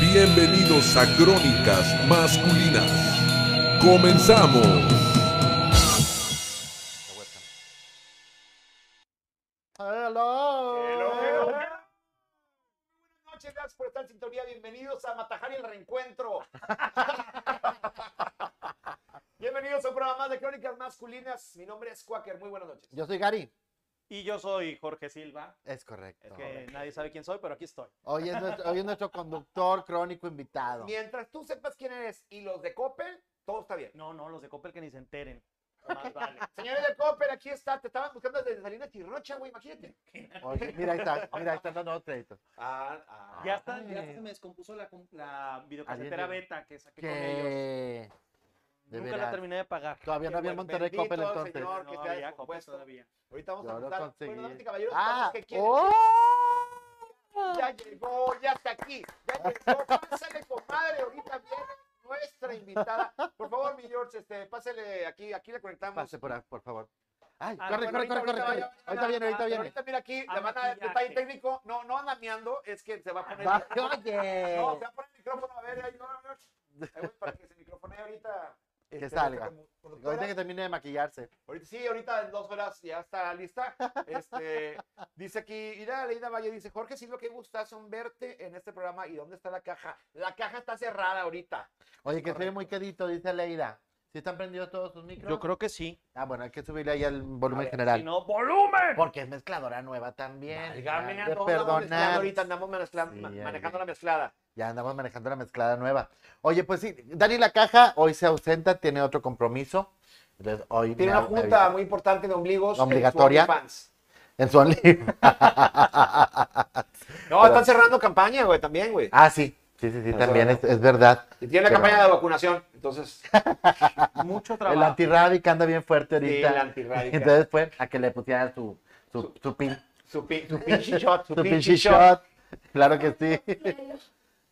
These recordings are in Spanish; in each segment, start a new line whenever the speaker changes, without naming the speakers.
Bienvenidos a Crónicas Masculinas. Comenzamos.
Hello.
Hello. Buenas noches, gracias por estar en sintonía. Bienvenidos a Matajari el Reencuentro. Bienvenidos a un programa más de Crónicas Masculinas. Mi nombre es Quaker. Muy buenas noches.
Yo soy Gary.
Y yo soy Jorge Silva.
Es correcto.
Es que nadie sabe quién soy, pero aquí estoy.
Hoy, es nuestro, hoy es nuestro conductor crónico invitado.
Mientras tú sepas quién eres y los de Coppel, todo está bien.
No, no, los de Coppel que ni se enteren. Más vale.
Señores de Coppel, aquí está. Te estaban buscando desde Salinas Chirrocha, güey. Imagínate.
Oye, mira, ahí está, mira, ahí están dando otro crédito.
Ah, ah.
Ya está, ya se me descompuso la, com- la videocasetera
Alguien-
beta que saqué con ellos.
Que de
Nunca
veras,
la terminé de pagar.
Todavía no había en Monterrey
Bendito
Coppel
el
entonces.
señor. que
no
se haya
había Coppel
descompuesto.
todavía.
Ahorita vamos a
Yo lo
contar.
conseguí.
Bueno, damas y caballeros,
Ah,
damas que quieren.
Ah.
¡Oh!
Ya llegó, ya está aquí. Ya llegó. Pásale, comadre. Ahorita viene nuestra invitada. Por favor, mi George, este, pásale aquí. Aquí le conectamos.
Pase por, ahí, por favor. Ay,
Ah,
corre,
bueno,
corre, corre, corre, corre.
vaya, vaya,
Ahorita viene,
ah,
ahorita
pero
viene.
Ahorita mira aquí,
Ah,
la van a dar
maquillaje.
detalle técnico. No, no anda meando, es que se va a poner.
Va-
No, se
Oye.
va a poner el micrófono. A ver, ahí no, no, no. Ahí voy para que se microfone ahorita. este,
salga.
nuestra conductora.
Ahorita que termine de maquillarse.
Ahorita- sí, ahorita en dos horas ya está lista. Este, dice aquí, Ira Leida Valle dice, Jorge Silva, qué gustazo en verte en este programa. ¿Y dónde está la caja? La caja está cerrada ahorita.
Oye, que se ve
Correcto.
muy quedito, dice Leida. ¿Sí están prendidos todos sus micros?
Yo creo que sí.
Ah, bueno, hay que subirle ahí el volumen
A ver,
general.
Si no, volumen.
Porque es mezcladora nueva también.
Válgame,
Ya, de
andamos mezclando
perdonar.
Ahorita andamos mezclando-
Sí,
ma-
ya, ya.
manejando la mezclada.
Ya andamos manejando la mezclada nueva. Oye, pues sí, Dani La Caja hoy se ausenta, tiene otro compromiso. Entonces, hoy
Tiene
me-
una
me
junta
avisa.
muy importante de ombligos. en su
Obligatoria.
OnlyFans.
En su only-
No, están cerrando campaña, güey, también, güey.
Ah, sí. Sí, sí, sí,
Eso
también
no.
es, es verdad.
Y tiene la
pero-
campaña de vacunación, entonces.
Mucho
El
trabajo.
antirrábica anda bien fuerte
Sí,
ahorita.
la antirrábica.
Entonces fue a que le pusiera su, su, su pin-
Su, pi- su pinche shot, su,
su
pinche
pinche
shot.
shot. Claro que sí.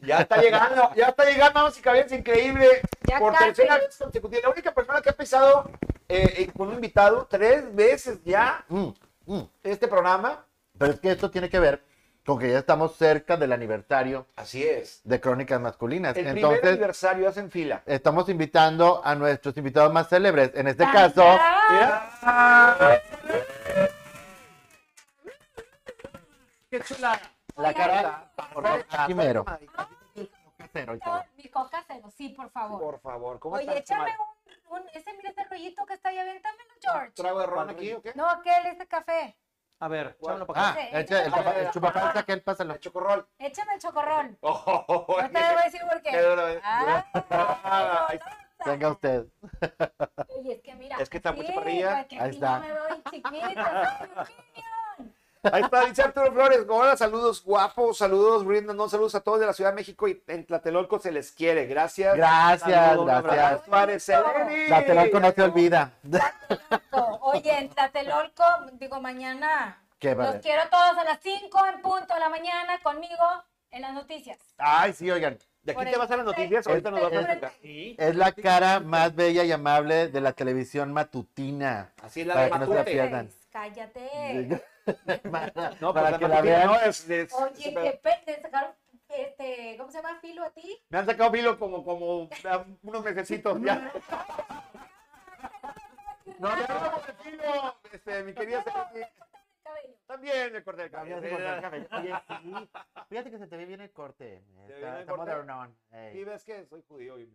Ya está llegando, ya está llegando, vamos y caballeros, increíble.
Ya
Por
casi.
tercera vez consecutiva. La única persona que ha empezado eh, eh, con un invitado tres veces ya
Mm, mm.
este programa.
Pero es que esto tiene que ver con que ya estamos cerca del aniversario
Así es.
de Crónicas Masculinas.
El primer
Entonces,
aniversario hacen fila.
estamos invitando a nuestros invitados más célebres. En este
Tan,
caso,
tan.
Qué chulada.
la
Oigan,
cara Jorge Primero.
Mi coca cero, sí, por favor.
Por favor, ¿cómo
Oye,
estás?
échame
comadre?
un, un- ese, mira ese rollito que está ahí,
Ah,
aviéntamelo, George.
¿Trago de ron aquí o qué?
No, aquel, ese café.
A ver,
¿Cuál?
échamelo para
Ah,
acá.
echa- el papá- el chupapá saca el pásalo.
La chocorrol.
Échame el chocorrol.
Oh, oh, oh, oh,
No te debo decir por qué.
Qué duro, eh.
Ah,
Ah, ahí
Venga usted.
Oye, es que mira.
Es que está muy
así,
chaparrilla.
porque
Ahí
así
está.
Yo me veo bien chiquita. soy un niño.
Ahí está, dice Arturo Flores. Hola, saludos guapos, saludos Brindon, no saludos a todos de la Ciudad de México y en Tlatelolco se les quiere. Gracias.
Gracias,
Saludo, un
gracias.
Gracias, Suárez. Seleni.
La Telalco no se olvida.
Tlatelolco. Oye, en Tlatelolco, digo, mañana.
Qué
Los
padre.
quiero todos a las 5 en punto de la mañana conmigo en las noticias.
Ay, sí, oigan.
De aquí
Por este,
te vas a las noticias, ahorita nos vas a
Seguramente.
explicar.
Sí.
Es la cara más bella y amable de la televisión matutina.
Así es la
Para
de
que no se
Matute.
pierda. pierdan.
Cállate.
No, pues,
Para que la
Matute
vean.
no, es- es-
Oye,
pero-
qué pe- te sacaron, este, ¿cómo se llama? Filo a ti.
Me han sacado filo como, como ah, unos mesecitos ya. No, ya no me filo, este, mi querida Seleni.
Cabello.
También me corté el cabello.
Oye, sí. Fíjate que se te ve bien el corte.
ve
Está,
bien el
está
corte.
modernón, ey.
Y ves que soy judío. y-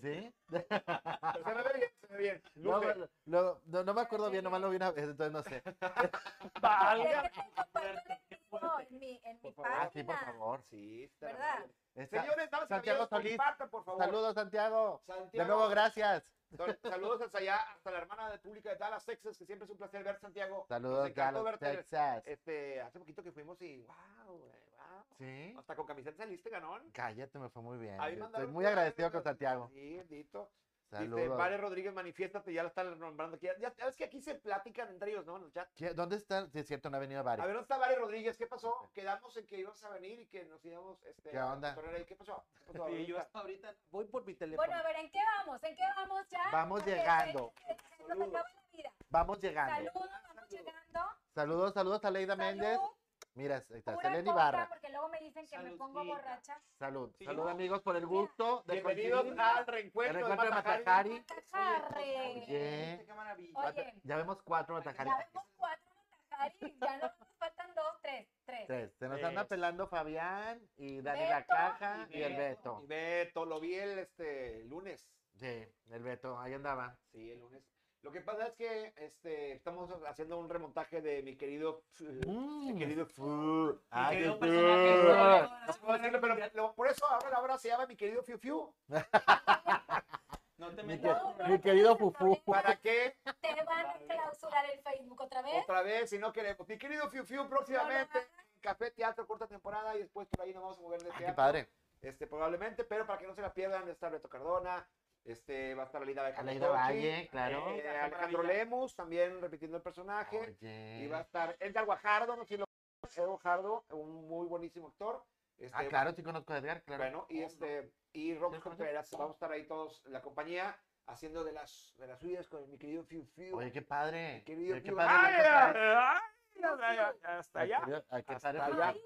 ¿Sí?
Pero se me ve bien, bien.
No,
Lupe,
me- lo- no, no me acuerdo bien, nomás lo vi una vez, entonces no sé.
Es
Valga.
que te comparto el artículo en mi, en mi
Por favor.
Ah, sí, por
página.
favor.
Sí, está
¿Verdad?
mal.
Está-
Señores, damas y
Santiago
caballeros,
Solís.
compartan, por favor.
Saludos, Santiago.
Santiago.
De nuevo, gracias.
Sal- Saludos hasta allá, hasta la hermana de pública de Dallas, Texas, que siempre es un placer ver Santiago. Nos
Saludos,
encantó
Dallas,
verte.
Texas.
Este, hace poquito que fuimos y wow, eh, wow.
Sí.
Hasta con camiseta saliste, ganón.
Cállate, me fue muy bien. Yo
Ahí
Estoy
mandaron
muy
una-
agradecido con Santiago.
Sí, bendito. Dice,
Saludos.
Vale Rodríguez, manifiéstate, ya la están nombrando aquí. Ya, ya ves que aquí se platican entre ellos, ¿no? En el chat.
¿Qué- ¿Dónde está? Sí, es cierto, no ha venido
A
Bari.
ver, ¿dónde está Vale Rodríguez? ¿Qué pasó? Quedamos en que ibas a venir y que nos íbamos este,
¿Qué
a
onda?
cotorrear ahí. ¿Qué pasó? ¿Qué pasó
Y yo
ahorita?
hasta ahorita voy por mi teléfono.
Bueno, a ver, ¿en qué vamos? ¿En qué vamos ya?
Vamos
Porque se-
llegando.
se- se nos acaba la vida.
Vamos llegando.
Saludos, vamos llegando.
Saludos, saludos a Leida Méndez.
Salud,
Mira, ahí está,
pura
Seleni
coca,
Barra.
porque luego me dicen que me pongo
Saludcita.
borracha.
Salud.
Sí.
Salud, amigos, por el gusto. de
Bienvenidos
coincidir.
al reencuentro,
El reencuentro de
Matajari.
Matajari.
Tajarre.
Oye.
Qué maravilla.
Oye,
Ya vemos cuatro Matajari.
ya vemos cuatro Matajari, ya no nos faltan dos, tres, tres.
Tres. Se nos
Tres.
anda pelando Fabián y Dani la
Beto
Caja y,
y
el
Beto.
Beto.
Y Beto, lo vi el este, lunes.
Sí, el Beto, ahí andaba.
Sí, el lunes. Lo que pasa es que este, estamos haciendo un remontaje de mi querido.
Mm.
Mi querido. Fiu.
Ah,
Mi querido
qué
personaje.
bueno.
No puedo decirlo, pero lo- por eso ahora la obra se llama Mi querido Fiu Fiu.
No te
Mi,
metas.
No,
que-
no,
mi
no,
querido
no, no,
Fufu.
no,
¿Para qué?
Te van a clausurar el Facebook otra vez.
Otra vez, si no queremos. Mi querido Fiu Fiu, próximamente. en Café Teatro, corta temporada y después por ahí nos vamos a mover de
Qué
teatro.
padre.
este, probablemente, pero para que no se la pierdan, está Beto Cardona, este, va a estar Alida de
Aleida Valle, claro.
Eh,
Alejandro
Maravilla.
Lemus, también repitiendo el personaje. Y va a
Oye.
estar Edgar Guajardo, no sé si lo Edgar Guajardo, un muy buenísimo actor. Este,
Ah, claro, sí conozco a Edgar, claro.
Bueno,
Oh,
y este y Rob
¿Sí lo conoces?
Contreras, vamos a estar ahí todos la compañía haciendo de las de las suyas con mi querido Fiu Fiu.
Oye, qué padre.
Mi querido
Oye, qué
Fiu.
padre.
¡Ay,
Beto
ay,
Cardona.
ay! Ay, ay, ay, Hasta
Ay,
allá.
querido, ay, qué
Hasta
padre.
allá.
Fabián.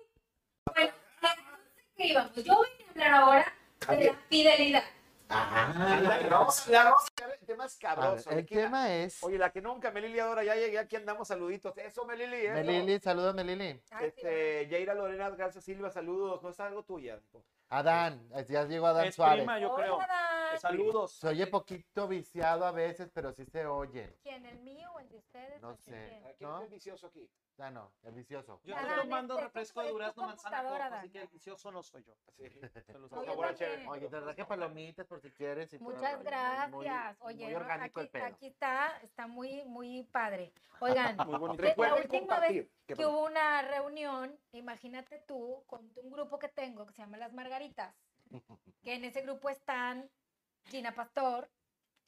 Bueno, entonces, ¿qué pues, íbamos? Yo voy a hablar ahora de la fidelidad.
Ándale, Ah, Vamos a hablar, vamos a hablar de temas
A ver,
cabrosos.
el
Aquí la-
tema es.
Oye, la que nunca, Melili, ahora ya llegué, aquí andamos, saluditos. Eso, Melili, eso.
Melili, saludos, Melili.
Ay,
Este, Yaira Lorena, gracias Silva, saludos. No es algo tuya. hijo.
Adán, ya llegó Adán
Es
Suárez.
prima, yo
hola,
creo.
Dan.
Saludos.
Se oye poquito viciado a veces, pero sí se oye.
¿Quién? ¿El mío o el de ustedes?
No
¿O
sé.
quién?
¿Quién
¿No?
es el vicioso aquí?
Ah, no, el vicioso.
Yo
Adán,
estoy tomando
este,
refresco de
¿cómo es tu
durazno manzana
computadora,
coco, así
Dan?
que el vicioso no soy yo.
Sí.
Se los
Oye,
aseguro.
también.
Oye, te traje palomitas por si quieres. y todo.
Muchas
Muy-
gracias.
Muy,
Oye, ¿no?
orgánico el
aquí,
pedo.
aquí está, está muy, muy padre. Oigan,
Muy bonito.
la
Recuerden
última
compartir. ¿Qué
que
pasó?
hubo una reunión, imagínate tú, con un grupo que tengo que se llama Las Margaritas, que en ese grupo están Gina Pastor,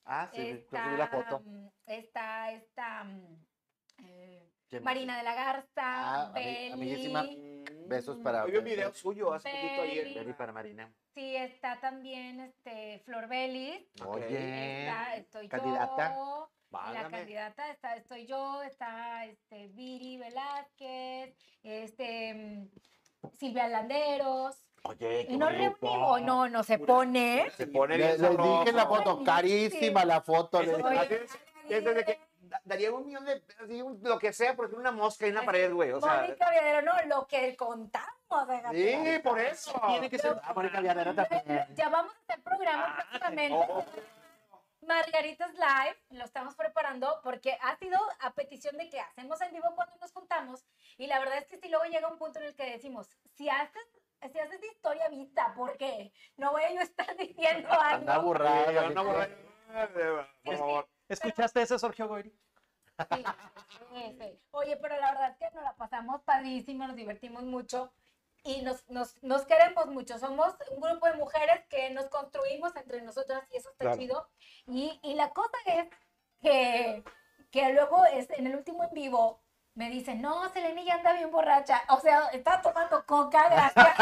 Ah, sí, sí, te subí
está,
la foto.
mm, está esta mm, eh,
¿Quién más?
Marina de la Garza,
Ah, ami-
Beli,
amiguísima. Besos para.
Oye, un video suyo hace
Beli.
poquito ayer.
Beli para Marina.
sí, está también este, Flor Belis,
Ok.
Oye.
está, estoy
Eh, Candidata.
yo, Y La
Válgame.
candidata está, estoy yo, está este Viri Velázquez, este mm, Silvia Landeros.
Oye, qué
Y nos
buen grupo.
reunimos, no, no se pone.
Se pone
Le,
bien
les
sabroso.
dije en la foto,
Sí.
carísima la foto. le
Eso
dije.
Oye,
Oye,
es- es desde que- Da- Daría un millón de. así, un- Lo que sea, porque una mosca en una pared, güey. O sea.
Mónica Viadero, no, lo que contamos, déjate.
Sí, por eso.
Tiene que ser.
Ah, Mónica Villanera también.
Ya vamos a hacer programa próximamente.
Oh,
Margaritas Live, lo estamos preparando porque ha sido a petición de que hacemos en vivo cuando nos juntamos y la verdad es que si luego llega un punto en el que decimos, si haces, si haces de historia vista, ¿por qué? No voy a yo estar diciendo
Anda
Ay,
algo.
burrada.
no,
dije.
borra- Por favor.
¿Escuchaste eso, Sergio Goyri?
Sí, sí, sí. Oye, pero la verdad es que nos la pasamos padrísimo, nos divertimos mucho y nos, nos, nos queremos mucho. Somos un grupo de mujeres que nos construimos entre nosotras y eso está
Claro.
chido. Y, y la cosa es que, que luego es, en el último en vivo me dicen, no, Selene ya anda bien borracha. O sea, está tomando coca, gracias.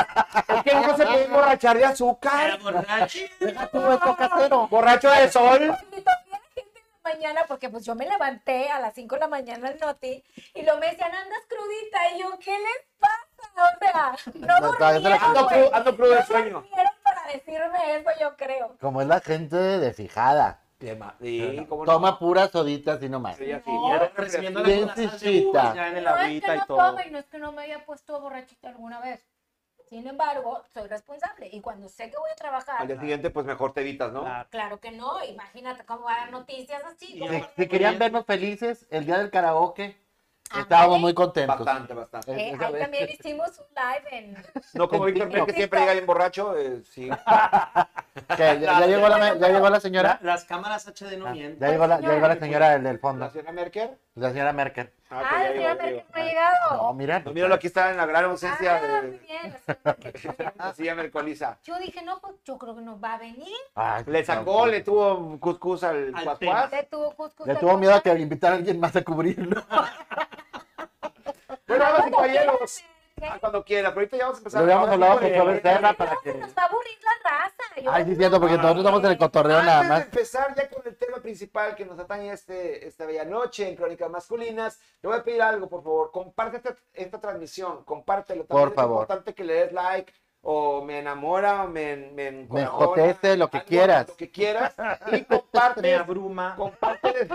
Es que no se puede emborrachar de azúcar.
Deja tu hueco casero.
Borracho de sol.
Y todavía la gente en la mañana, porque pues yo me levanté a las 5 de la mañana al noti y lo me decían, andas crudita. Y yo, ¿qué les pasa? O sea, no
No, está bien, te la
durmieron,
Pues, Ando
güey.
crudo, ando crudo de
No
sueño.
durmieron para decirme eso, yo creo.
Como es la gente de fijada.
Sí, cómo no.
Toma puras soditas y no más.
Sí, así.
No.
Ya
Ya
era
recibiendo
Bien
la
chichita.
Ya en el
No es que
agüita y
no
todo.
tome, no es que no me haya puesto borrachita alguna vez. Sin embargo, soy responsable y cuando sé que voy a trabajar,
Al día siguiente, pues mejor te evitas, ¿no?
Claro.
claro que no, imagínate cómo van noticias así.
Y
como-
de-
Si, si querían vernos felices, el día del karaoke,
Ándale.
estábamos muy contentos.
Bastante, bastante.
Eh,
Esa
ahí
vez.
también hicimos un live en...
No como
En
Víctor Mel, que
TikTok.
siempre llega bien borracho, eh, sí.
Que ya, ya llegó la, ya llegó la señora.
La- las cámaras HD no
Ah,
mienten.
Ya llegó la, ya llegó la señora del, del
¿La
fondo,
señora Merker?
la señora Merkel.
Ah,
Ah,
pues ya
mira,
llegó, ya
Merkel
llegó.
no ha llegado.
No, mira.
No, Pues míralo, aquí está en la gran ausencia
Ah, muy
de
bien, la señora Merkel.
la silla Mercoliza.
Yo dije, no, pues yo creo que nos va a venir.
Ay,
Le sacó, le tuvo cuscús al
Al
cuascuas.
Le tuvo cuscus
Le
al
tuvo miedo a que
costal.
invitara a alguien más a cubrirlo.
Bueno, vamos y caballeros.
¿Qué?
Ah, Cuando quiera, pero ahorita ya vamos a empezar.
Le habíamos
ahora sí,
hablado por
eh,
sobre tema para
No,
que.
Nos va a aburrir la raza. Yo
Ay, sí,
no-
es cierto, porque nosotros estamos en el cotorreo nada
Antes de
más.
empezar ya con el tema principal que nos atañe este, esta bella noche en Crónicas Masculinas, te voy a pedir algo, por favor. Comparte esta, esta transmisión, compártelo. También
Por
es
favor.
importante que le des like o me enamora o me... Me, encorajona,
jotece, lo que
algo,
quieras.
Lo que quieras. Y
Me
comparte,
abruma.
comparte.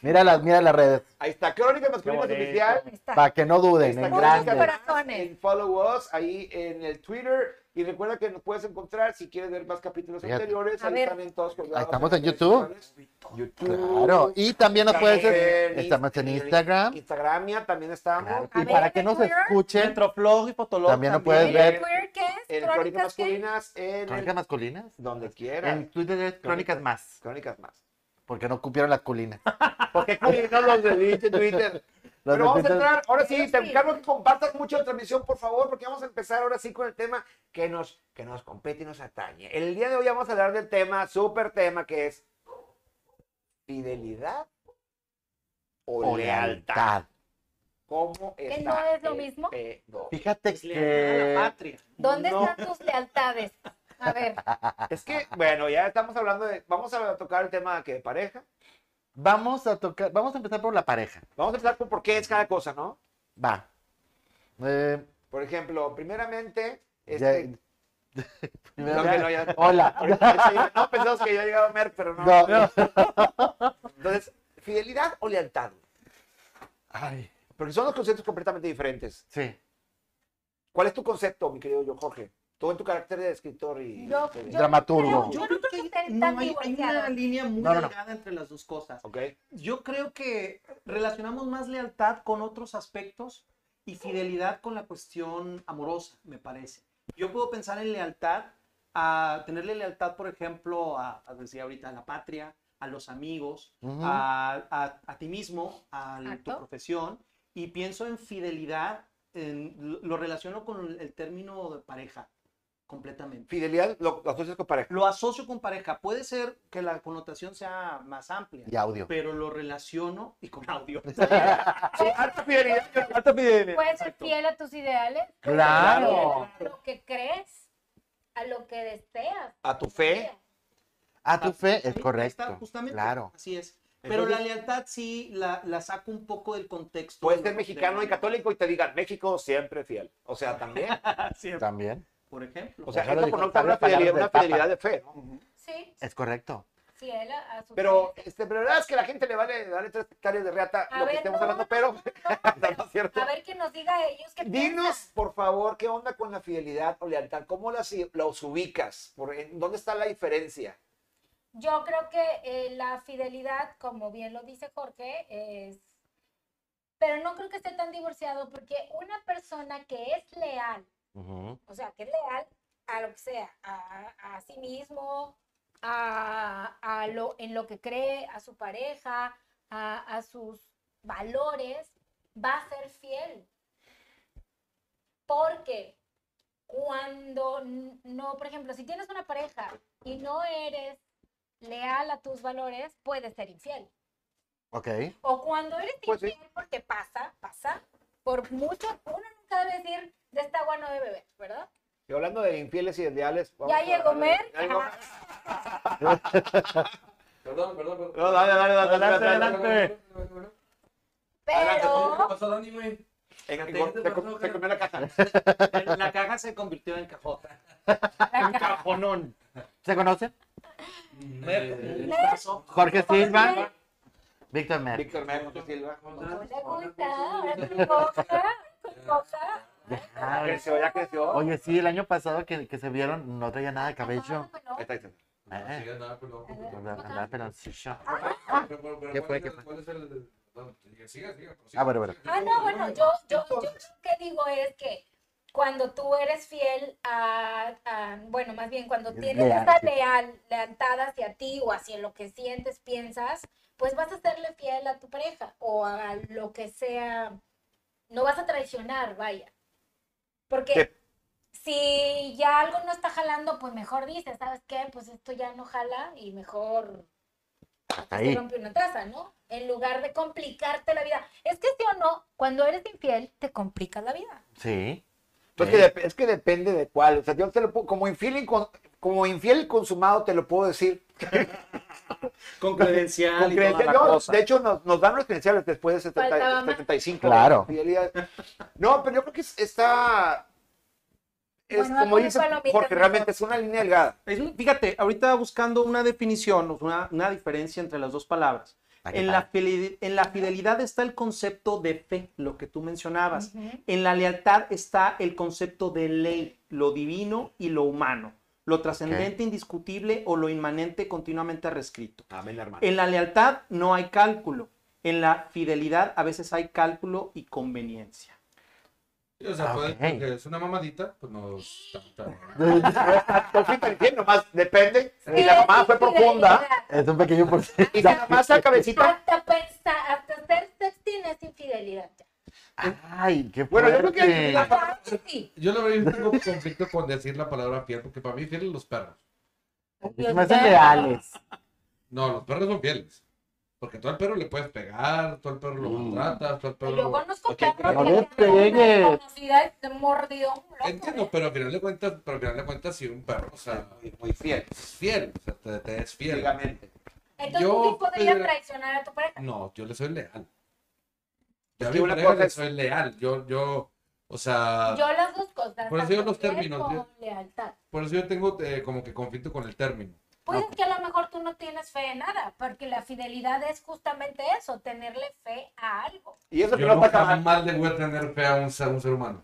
Mira las, mira las redes,
Ahí está, Crónicas Masculinas
bonito.
Oficial.
Ahí está.
para que no duden, en
Muchos
grande.
corazones.
En follow us, ahí en el Twitter. Y recuerda que nos puedes encontrar si quieres ver más capítulos
Fíjate.
anteriores.
A
Ahí
ver.
están en todos colgados
Ahí estamos en
las redes
YouTube.
sociales. YouTube.
Claro, y también nos puedes.
en
Estamos en Instagram.
Instagramia también estamos.
claro, Y
A ver,
para que
en
nos
Twitter.
escuchen,
Metroflog y Fotolog.
También lo puedes
¿Y
ver.
el queer qué es?
En Crónicas
¿Crónicas qué?
Masculinas, en el-
¿Crónicas masculinas?
donde
En
quieras.
Twitter es Crónicas Más,
Crónicas más.
porque no cupieron las culinas.
Porque no los de Twitter, Twitter.
Los
Pero vamos
de
a
Twitter-
entrar, ahora
Pero
sí, te
sí.
encargo que compartas mucho la transmisión, por favor, porque vamos a empezar ahora sí con el tema que nos, que nos compete y nos atañe. El día de hoy vamos a hablar del tema, súper tema, que es fidelidad o,
o
lealtad.
lealtad.
¿Cómo
no
está
es lo
el
mismo?
pedo?
Fíjate
Es Pues lealtad a la
que.
patria.
¿Dónde
No.
están tus lealtades? A ver,
Es que, bueno, ya estamos hablando de, vamos a tocar el tema que de pareja.
Vamos a tocar, vamos a empezar por la pareja.
Vamos a empezar con por qué es cada cosa, ¿no?
Va. Eh,
Por ejemplo, primeramente,
ya-
este,
primero-
no, que no, ya-
Hola.
ahorita sí, no pensamos que yo llegaba a Mer, pero no.
No, no.
Entonces, fidelidad o lealtad,
Ay,
porque son dos conceptos completamente diferentes.
sí.
¿Cuál es tu concepto, mi querido yo, Jorge? Tú en tu carácter de escritor y
yo, yo no
Dramaturgo.
creo- yo no creo que estén
no,
tan
hay, hay una
divorciados.
línea muy
No, no, no.
delgada entre las dos cosas.
¿Ok?
Yo creo que relacionamos más lealtad con otros aspectos y fidelidad con la cuestión amorosa, me parece. Yo puedo pensar en lealtad, a tenerle lealtad, por ejemplo, a, a decía ahorita, a la patria, a los amigos,
Ujú.
a, a- a ti mismo, a l- tu
Exacto.
profesión, y pienso en fidelidad, en- lo, lo relaciono con el término de pareja, completamente
Fidelidad lo, lo asocias con pareja.
lo asocio con pareja. Puede ser que la connotación sea más amplia,
Y audio.
pero lo relaciono y
Ah,
con audio.
Alta fidelidad.
Puedes ser fiel a tus ideales, Pues,
Claro.
a lo que crees, a lo que deseas.
A tu fe.
A tu fe es
Ahí está,
correcto.
justamente.
Claro.
Así es. Pero
Entonces-
la lealtad sí la, la saco un poco del contexto.
Puedes
de-
ser mexicano
de-
y católico y te digan México siempre fiel. O sea, también.
Siempre,
También.
Por ejemplo.
O sea,
Ojalá
esto
dijo
conecta
Pablo
una fidelidad,
Palabras
una
del Papa.
fidelidad de fe, ¿no?
Ujú.
Sí,
Es correcto.
fiel a, a sus
Pero,
ideales.
este, pero la verdad es que la gente le vale, le vale tres hectáreas de reata
A
lo que
ver,
estemos
no,
hablando,
no,
pero
no,
no, no es cierto.
A ver que nos diga ellos que
Dinos, por favor, qué onda con la fidelidad o lealtad. ¿Cómo las, los ubicas? Por- en- ¿Dónde está la diferencia?
Yo creo que eh, la fidelidad, como bien lo dice Jorge, es... Pero no creo que esté tan divorciado porque una persona que es leal,
Ujú.
o sea, que es leal a lo que sea, a, a sí mismo, a, a lo, en lo que cree, a su pareja, a, a sus valores, va a ser fiel. Porque cuando n- no, por ejemplo, si tienes una pareja y no eres leal a tus valores, puedes ser infiel.
Ok.
O cuando eres
Pues sí.
infiel, porque pasa, pasa, por mucho, uno nunca debe decir, de esta agua no debe beber, ¿verdad?
Y hablando de infieles y de leales. vamos
Ya
a-
llegó Mer.
Ya llegó-
Ajá.
Perdón, perdón, perdón.
No, dale, dale, dale,
Adelante,
dale, dale.
adelante.
¿Cómo
Pero,
pasó, Dani, güey?
En- en-
Te diste
te
por
com-
loca.
te comió la caja.
La caja se convirtió en cajota. Un cajonón.
¿Se conocen?
Eh,
Un brazo.
Jorge
Jorge
Silva.
Silva.
Víctor Mer.
Víctor Mer, José Silva.
¿cómo
hola,
estás?
¿cómo está? Ahora con coja, con coja.
Ya,
Creció, ya creció.
Oye, sí, el año pasado que, que se vieron no traía nada de
Ah,
cabello.
Ahí está, ahí está.
Eh.
Ah, Sí, andaba pelón.
Andaba andaba peloncillo.
pues, Pero, pero, pero,
Ah. ¿Qué fue,
¿cuál
qué
es-
fue?
cuál es el- no, sigue, sigue, sigue,
Ah, bueno, bueno.
Ah, no, bueno, yo, yo, yo lo que digo es que cuando tú eres fiel a, a- bueno, más bien cuando
Es
tienes
leal,
esa
sí.
leal, lealtad hacia ti o hacia lo que sientes, piensas, pues vas a serle fiel a tu pareja o a lo que sea, no vas a traicionar, vaya. Porque
Sí.
si ya algo no está jalando, pues mejor dices, ¿sabes qué? Pues esto ya no jala y mejor se
Ahí.
rompe una taza, ¿no? En lugar de complicarte la vida. Es que sí o no, cuando eres infiel, te complicas la vida.
Sí.
Pues que dep- es que depende de cuál. O sea, yo te lo puedo, como infiel, incon- como infiel consumado, te lo puedo decir.
Con credencial
Con
y
credencial-
toda la
no,
cosa.
de hecho, nos, nos dan los credenciales después de 70
Faltaba más.
75.
Claro.
Fidelidad. No, pero yo creo que es- está. Es,
Bueno,
como
come
dice
palomitas
Jorge,
mejor.
realmente es una línea delgada.
Es un- fíjate, ahorita buscando una definición, una, una diferencia entre las dos palabras.
Ah, qué
En
padre.
la, fili- en la fidelidad está el concepto de fe, lo que tú mencionabas. En la lealtad está el concepto de ley, lo divino y lo humano, lo trascendente, indiscutible o lo inmanente continuamente reescrito.
Amén, hermano.
En la lealtad no hay cálculo. En la fidelidad a veces hay cálculo y conveniencia.
Sí, O sea,
Ah,
puede-
ok.
porque es una mamadita, pues no es tanta.
Por fin te entiendo, más depende. Si
Sí,
la
es
mamá fue profunda
infidelidad.
Es un pequeño por
y si la mamá es la cabecita.
Hasta pensar, hasta ser sexting es infidelidad.
Ay, qué
Bueno, yo
fuerte.
creo que-
Claro que sí.
Yo la verdad yo tengo conflicto con decir la palabra fiel, porque para mí fieles los perros.
Se me hacen leales.
No, los perros son fieles. Porque tú al perro le puedes pegar, tú al perro lo
Mm.
maltratas, tú al perro...
Yo conozco
Ok,
perros
no
que
le
le pegan una
pegues.
desconocida y se mordió un loco,
Entiendo, pero al final de cuentas, pero al final de cuentas, si un perro, o sea,
Muy fiel,
es fiel, o sea, te, te es fiel.
ciegamente.
¿eh? Entonces
Yo-
tú sí podrías traicionar a tu pareja.
No, yo le soy leal.
Es
Yo a
que
mi
una
pareja
cosa
le
es-
soy leal. Yo, yo, o sea,
Yo las dos cosas.
Ah. Por eso yo
tanto
los
fiel
términos, ¿eh?
como
yo-
lealtad.
por eso yo tengo eh, como que conflicto con el término.
Pues es que a lo mejor tú no tienes fe en nada, porque la fidelidad es justamente eso, tenerle fe a algo.
Y eso que
Yo
no
no
está mal.
jamás le voy a tener fe a un ser, un ser humano.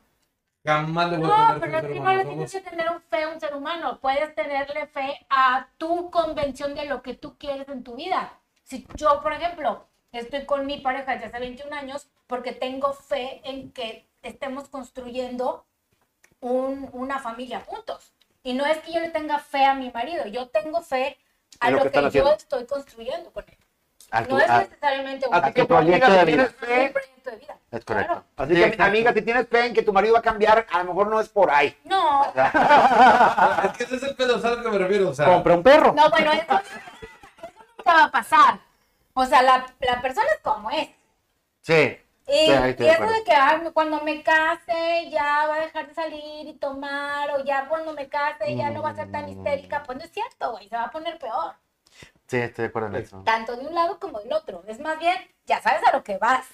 Jamás le voy
No,
a tener fe a
pero
un ser
primero
humano.
tienes
Somos-
que tener un fe a un ser humano. Puedes tenerle fe a tu convención de lo que tú quieres en tu vida. Si yo, por ejemplo, estoy con mi pareja ya hace 21 años porque tengo fe en que estemos construyendo un- una familia juntos. Y no es que yo le tenga fe a mi marido, yo tengo fe a
En lo que
lo, que,
están
yo
haciendo.
estoy construyendo con él.
A tu-
No es
a-
necesariamente un
Así que
tu
tú, amiga,
proyecto de
si tienes
un
fe,
proyecto de vida.
Es correcto.
Claro.
así que,
Exacto.
amiga, si tienes fe en que tu marido va a cambiar, a lo mejor no es por ahí.
No,
Ah, Es que ese es el pedo, ¿sabes a lo que me refiero? O sea,
Compra un perro.
No, bueno, eso, eso nunca va a pasar. O sea, la, la persona es como es.
Sí.
Y,
Sí, ahí estoy
y
de
eso
acuerdo.
de que ah, cuando me case ya va a dejar de salir y tomar, o ya cuando me case ya no va a ser
Mm.
tan histérica, pues no es cierto, güey, se va a poner peor.
Sí, estoy de acuerdo en
Pues,
eso.
Tanto de un lado como del otro. Es más bien, ya sabes a lo que vas.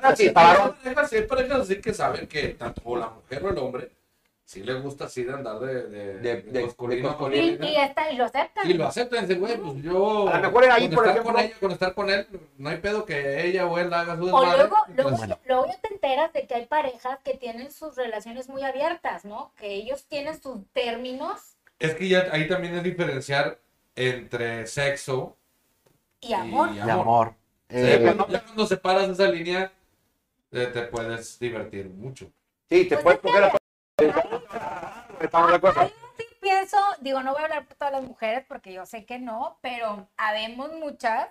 Así,
Hay
para-
parejas, hay parejas así que saben que tanto o la mujer o el hombre sí le gusta así de andar de, de,
De- de-
coscolino
de
con
Y,
ella.
y está, y lo aceptan.
Y lo aceptan, dicen, güey, pues yo.
A lo mejor ahí,
con
por
estar
ejemplo-
Con ella, con estar con él, no hay pedo que ella o él haga su
O
desmadre. pues,
luego, luego,
Entonces,
luego ya te enteras de que hay parejas que tienen sus relaciones muy abiertas, ¿no? Que ellos tienen sus términos
Es que ya ahí también es diferenciar entre sexo
y amor.
Y
Y amor.
O sea,
Eh,
ya, cuando, ya cuando separas esa línea, eh, te puedes divertir mucho.
Sí, te
Pues,
puedes coger la Estamos de acuerdo.
sí pienso, digo, no voy a hablar por todas las mujeres porque yo sé que no, pero habemos muchas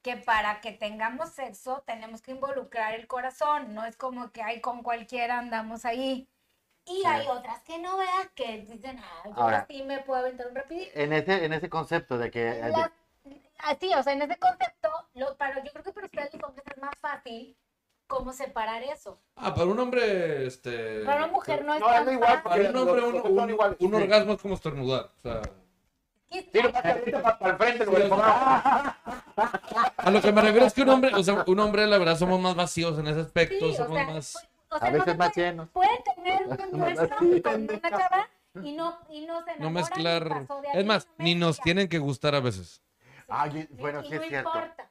que para que tengamos sexo tenemos que involucrar el corazón, no es como que hay con cualquiera andamos ahí. Y hay otras que no veas que dicen, ah, yo
Ahora. Eh,
sí me puedo aventar un rapidito.
En ese, en ese concepto de que. de-
La- Así, o sea, en ese concepto, lo, para, yo creo que para ustedes los hombres es más fácil cómo separar eso.
Ah, para un hombre, este.
Para una mujer no es
No,
tan
no igual,
fácil.
Para un hombre, un,
Los hombres son
un-
iguales.
un
Sí.
orgasmo es como estornudar. O sea,
pues,
Tiro más caliente para, el frente, güey.
a lo que me refiero es que un hombre, o sea, un hombre, la verdad, somos más vacíos en ese aspecto.
Sí, o sea,
somos más.
pues, o sea,
A
no
veces
se
más
puede-
llenos.
Pueden tener un nuestro con una chava y no, y no se
no
enamoran, y
mezclar.
pasó de ahí,
Es más,
no
ni nos
mezclan.
tienen que gustar a veces.
Ay, bueno,
Y
sí
no
es cierto.
importa.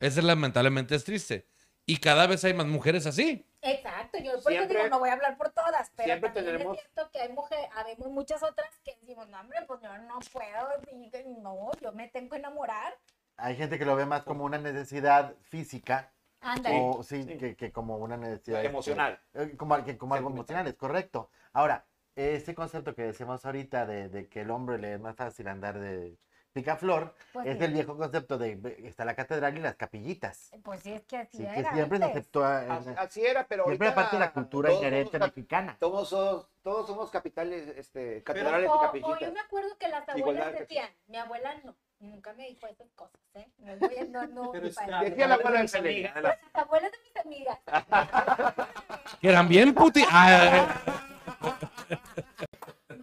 Eso lamentablemente es triste. Y cada vez hay más mujeres así.
Exacto, yo por eso
Siempre-
digo, no voy a hablar por todas, pero
siempre
también
tenemos-
es cierto que hay mujeres, habemos muchas otras que decimos, no, hombre, pues yo no puedo, y que no, yo me tengo que enamorar.
Hay gente que lo ve más como una necesidad física
Ándale.
o sí,
sí.
Que, que como una necesidad este,
Emocional.
eh, como, al- que como algo
Sentimental.
emocional, es correcto. Ahora, este concepto que decíamos ahorita de, de que el hombre le es más fácil andar de picaflor,
pues,
es
sí.
el viejo concepto de ve, está la catedral y las capillitas.
pues sí, es que así
Sí, que
era.
siempre se
antes.
aceptó, eh,
Así, así era, pero
siempre
Ah, ahorita
aparte de la cultura
todos
inherente
somos-
mexicana.
Todos somos, todos somos capitales, este, catedrales y
O- o yo me
capillitas.
acuerdo que las
Igualdad
abuelas
de
decían, mi abuela no, nunca me dijo esas cosas, ¿eh? No, voy a- no, no,
Pero
mi
está-
padre.
Decía la abuela de Selena. de la-
Las abuelas de mis amigas.
Que eran bien puti. Ah, eh.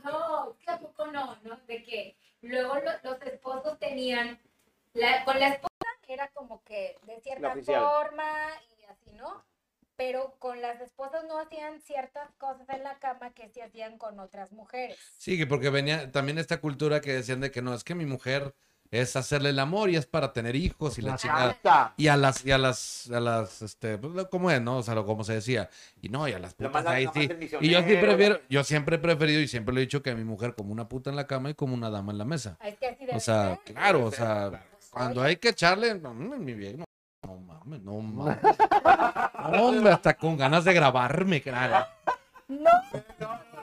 No, tampoco no, ¿no? De que luego lo- los esposos tenían, la, con la esposa era como que de
La
cierta
oficial.
forma y así, ¿no? Pero con las esposas no hacían ciertas cosas en la cama que sí hacían con otras mujeres.
sí, que porque venía también esta cultura que decían de que no, es que mi mujer es hacerle el amor y es para tener hijos y la chingada.
Está.
Y a las, y a las, a las, este, pues, lo- ¿cómo es, no? O sea, lo- como se decía. Y no, y a las
La
putas
mala-
ahí
la
sí.
madre
Y yo sí
misionera.
prefiero, yo siempre he preferido y siempre lo he dicho que a mi mujer como una puta en la cama y como una dama en la mesa.
Es que así debe
O sea,
ser.
claro, o
Debe ser,
sea,
claro.
cuando hay que echarle, no, no, mi viejo, no, no mames, no mames. No, hombre, hasta con ganas de grabarme, claro.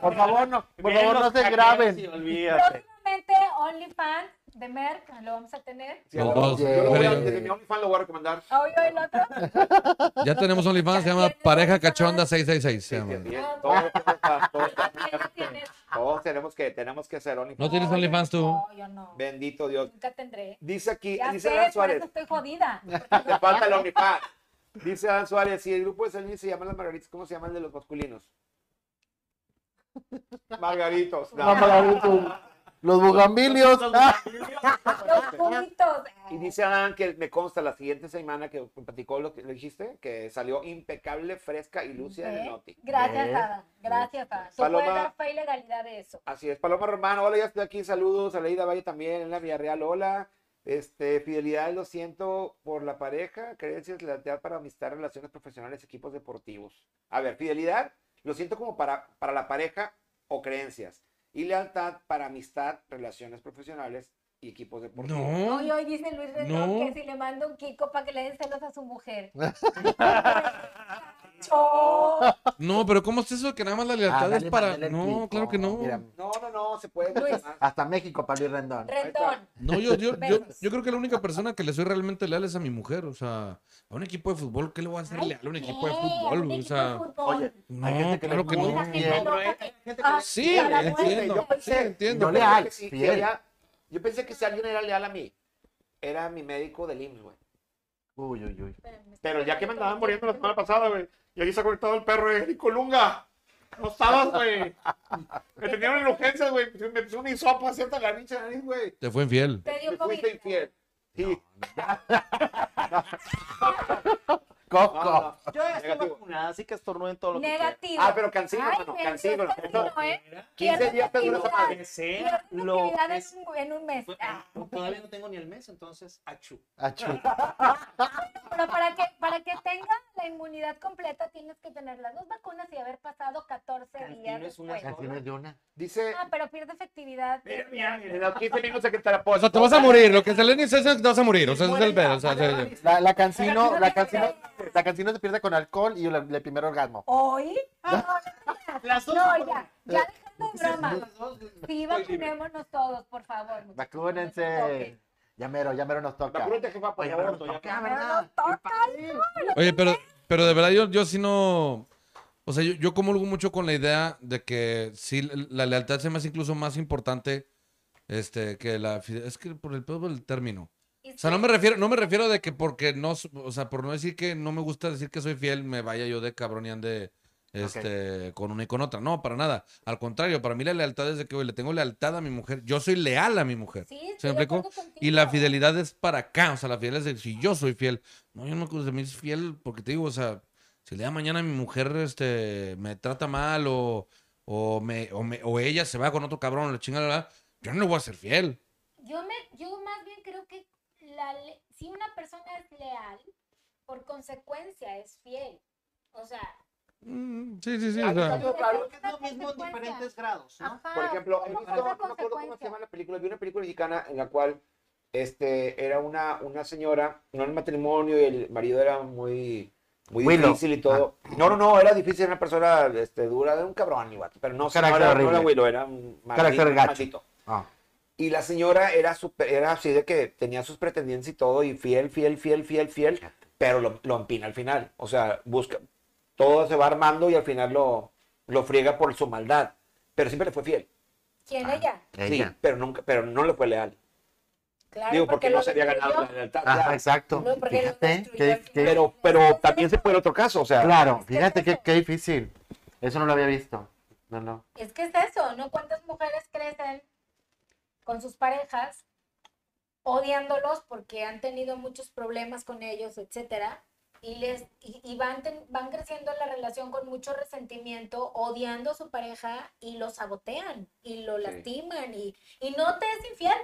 Por favor, no, por
Menos
favor, no se
aquí,
graben.
sí, olvídate.
Próximamente OnlyFans de Merck, lo vamos a tener.
Sí,
Los
yo-
dos,
yo lo voy a-
pero-
desde mi OnlyFans lo voy a recomendar.
Hoy, hoy, el otro.
Ya tenemos OnlyFans, se llama Pareja Cachonda 666.
Sí,
se llama.
sí, así es. Todos- todos- todos- todos-
Ya tienes.
Todos tenemos que, tenemos que hacer OnlyFans.
No tienes
yo
OnlyFans tú.
No, yo no.
Bendito Dios.
Nunca tendré.
Dice aquí,
Ya
dice
sé,
Dan
por
Suárez,
eso estoy jodida.
te falta el OnlyFans. Dice Dan Suárez, si el grupo de Selene se llama Las Margaritas, ¿cómo se llama el de los masculinos? Margaritos. no.
No, Margarito, Los bugambilios. ah,
Los cubitos.
Y dice Adán que me consta la siguiente semana que platicó lo que lo dijiste, que salió impecable, fresca y lúcida de
Ve.
Noti.
Gracias,
Ve.
Ada. Gracias, Ada. Tú
Paloma.
puedes dar fe y legalidad de eso.
Así es, Paloma Román, hola, ya estoy aquí, saludos, Aleida Valle también, en la Villarreal, hola. Este, fidelidad, lo siento por la pareja, creencias, lealtad para amistad, relaciones profesionales, equipos deportivos. A ver, fidelidad, lo siento como para, para la pareja o creencias. Y lealtad para amistad, relaciones profesionales y equipos deportivos.
No,
Hoy, hoy dice Luis
No.
Rendón que si le manda un Kiko para que le den celos a su mujer. Yo.
no, pero ¿cómo es eso que nada más la lealtad es
Ah, dale,
para...?
mándale el
No,
clip.
claro que no.
Mira,
No, no, no, se puede.
Luis.
más.
Hasta México, para Luis Rendón.
Rendón.
No, yo, yo, yo,
Besos.
yo creo que la única persona que le soy realmente leal es a mi mujer, o sea, a un equipo de fútbol, ¿qué le voy a hacer
Ay,
leal a un
¿qué?
equipo de
Un
fútbol? O
equipo de
sea,
fútbol.
Oye, hay
no,
gente que le
claro que
gusta
Esa
no.
bien.
gente loca
hay-
que-
hay gente que
Ah,
Sí,
a la muerte.
entiendo.
Yo pensé,
sí, entiendo.
no
Yo
leal,
pensé que sí, que
fiel.
había- yo pensé que si alguien era leal a mí, era mi médico del IMSS, güey.
Uy, uy, uy.
Pero ya que me andaban muriendo la semana pasada, güey. Y ahí se ha conectado el perro de Colunga. No estabas, güey. Me tenían en urgencias, güey. Me puso un hisopo así hasta la pinche nariz, güey.
Te fue infiel.
Te dio
Me
COVID.
fuiste infiel. Sí.
Coco.
No, Ah, no, no.
Yo ya estoy
Negativo.
vacunada, así que estornuden todo lo que quieran.
Negativo.
Ah, pero cancino,
Ay,
mano.
me
Cancino.
dio
Esto-
cancino, ¿eh?
15 días te dura esa madre.
Que sea
Pierdes Pierdes
lo
actividad
que
en,
sea.
un- en un mes. Ah,
No, Todavía no tengo ni el mes, entonces, achú.
Achú.
Pero para que, para que tenga la inmunidad completa tienes que tener las dos vacunas y haber pasado 14 días
Cancino es una sola.
después.
Canciones de una.
Dice.
Ah, pero pierde efectividad.
Mira, mira, mira, en los 15 minutos que te la puedo.
O sea, te vas a morir, lo que se le dice es que te vas a morir, o sea, ese es el pedo, o sea, sí, sí.
La, la cancino, la cancino, la cancino se pierde con alcohol y el, el primer orgasmo.
¿Hoy? Ah,
Las
No,
dos.
no, ya, ya dejando de
Dices, no,
broma.
las dos,
Sí,
estoy libre.
vacunémonos todos, por favor. muchachos, no nos
Vacúnense.
toquen.
Ya mero, ya mero nos toca.
Apúrate, jefa, por
Oye,
favor.
pero nos toca,
Pero
¿verdad?
nos toca,
Oye, pero, pero de verdad yo, yo sí no... O sea, yo, yo comulgo mucho con la idea de que sí, la lealtad se me hace incluso más importante este, que la... fide- Es que por el pedo del término.
Y
O sea,
sí,
no me refiero, no me refiero de que porque no, s- o sea, por no decir que no me gusta decir que soy fiel, me vaya yo de cabrón y ande este, con una y con otra. No, para nada. Al contrario, para mí la lealtad es de que güey, le tengo lealtad a mi mujer. Yo soy leal a mi mujer.
sí,
¿Se
estoy
me
de
explicó?
acuerdo contigo.
Y la fidelidad es para acá. O sea, la fidelidad es de si yo soy fiel. No, yo no me considero mí fiel porque te digo, o sea, si el día de mañana mi mujer este, me trata mal o, o, me, o, me- o ella se va con otro cabrón, la chingada, la- la, yo no le voy a ser fiel.
Yo, me, yo más bien creo que la le- si una persona es leal, por consecuencia es fiel. O sea,
Mm, sí, sí, sí. o
Ah,
sea,
exacto.
Claro que es lo mismo en diferentes grados, ¿no?
ajá,
Por ejemplo, he
por
visto, no me
causa
acuerdo cómo se
consecuencia.
llama la película, vi una película mexicana en la cual este, era una, una señora, no era matrimonio y el marido era muy, muy
Willow. Ah.
difícil y todo. No, no, no, era difícil, era una persona este, dura, era un cabrón igual, pero no, no,
Carácter
era, no era
horrible.
Willow, era un maldito,
Carácter
un
gacho.
maldito.
Ah.
Y la señora era, super, era así de que tenía sus pretendientes y todo, y fiel, fiel, fiel, fiel, fiel, pero lo, lo empina al final. O sea, busca, todo se va armando y al final lo, lo friega por su maldad, pero siempre le fue fiel.
¿Quién ella?
Ella.
Sí, pero nunca, pero no le fue leal.
Claro,
Digo, porque, no
lo
se había
destruyó.
ganado la lealtad.
Ajá,
claro.
Ah, exacto.
No, porque lo
Fíjate,
destruyó
qué-
al final.
qué-
Pero, pero también se fue el otro caso, o sea.
claro,
Es que
fíjate
es
qué,
eso.
qué difícil. Eso no lo había visto. No, no.
Es que es eso, ¿no? ¿Cuántas mujeres crecen con sus parejas odiándolos porque han tenido muchos problemas con ellos, etcétera? Y, les, y, y van, ten- van creciendo en la relación con mucho resentimiento, odiando a su pareja y lo sabotean y lo lastiman y, y no te es infiel,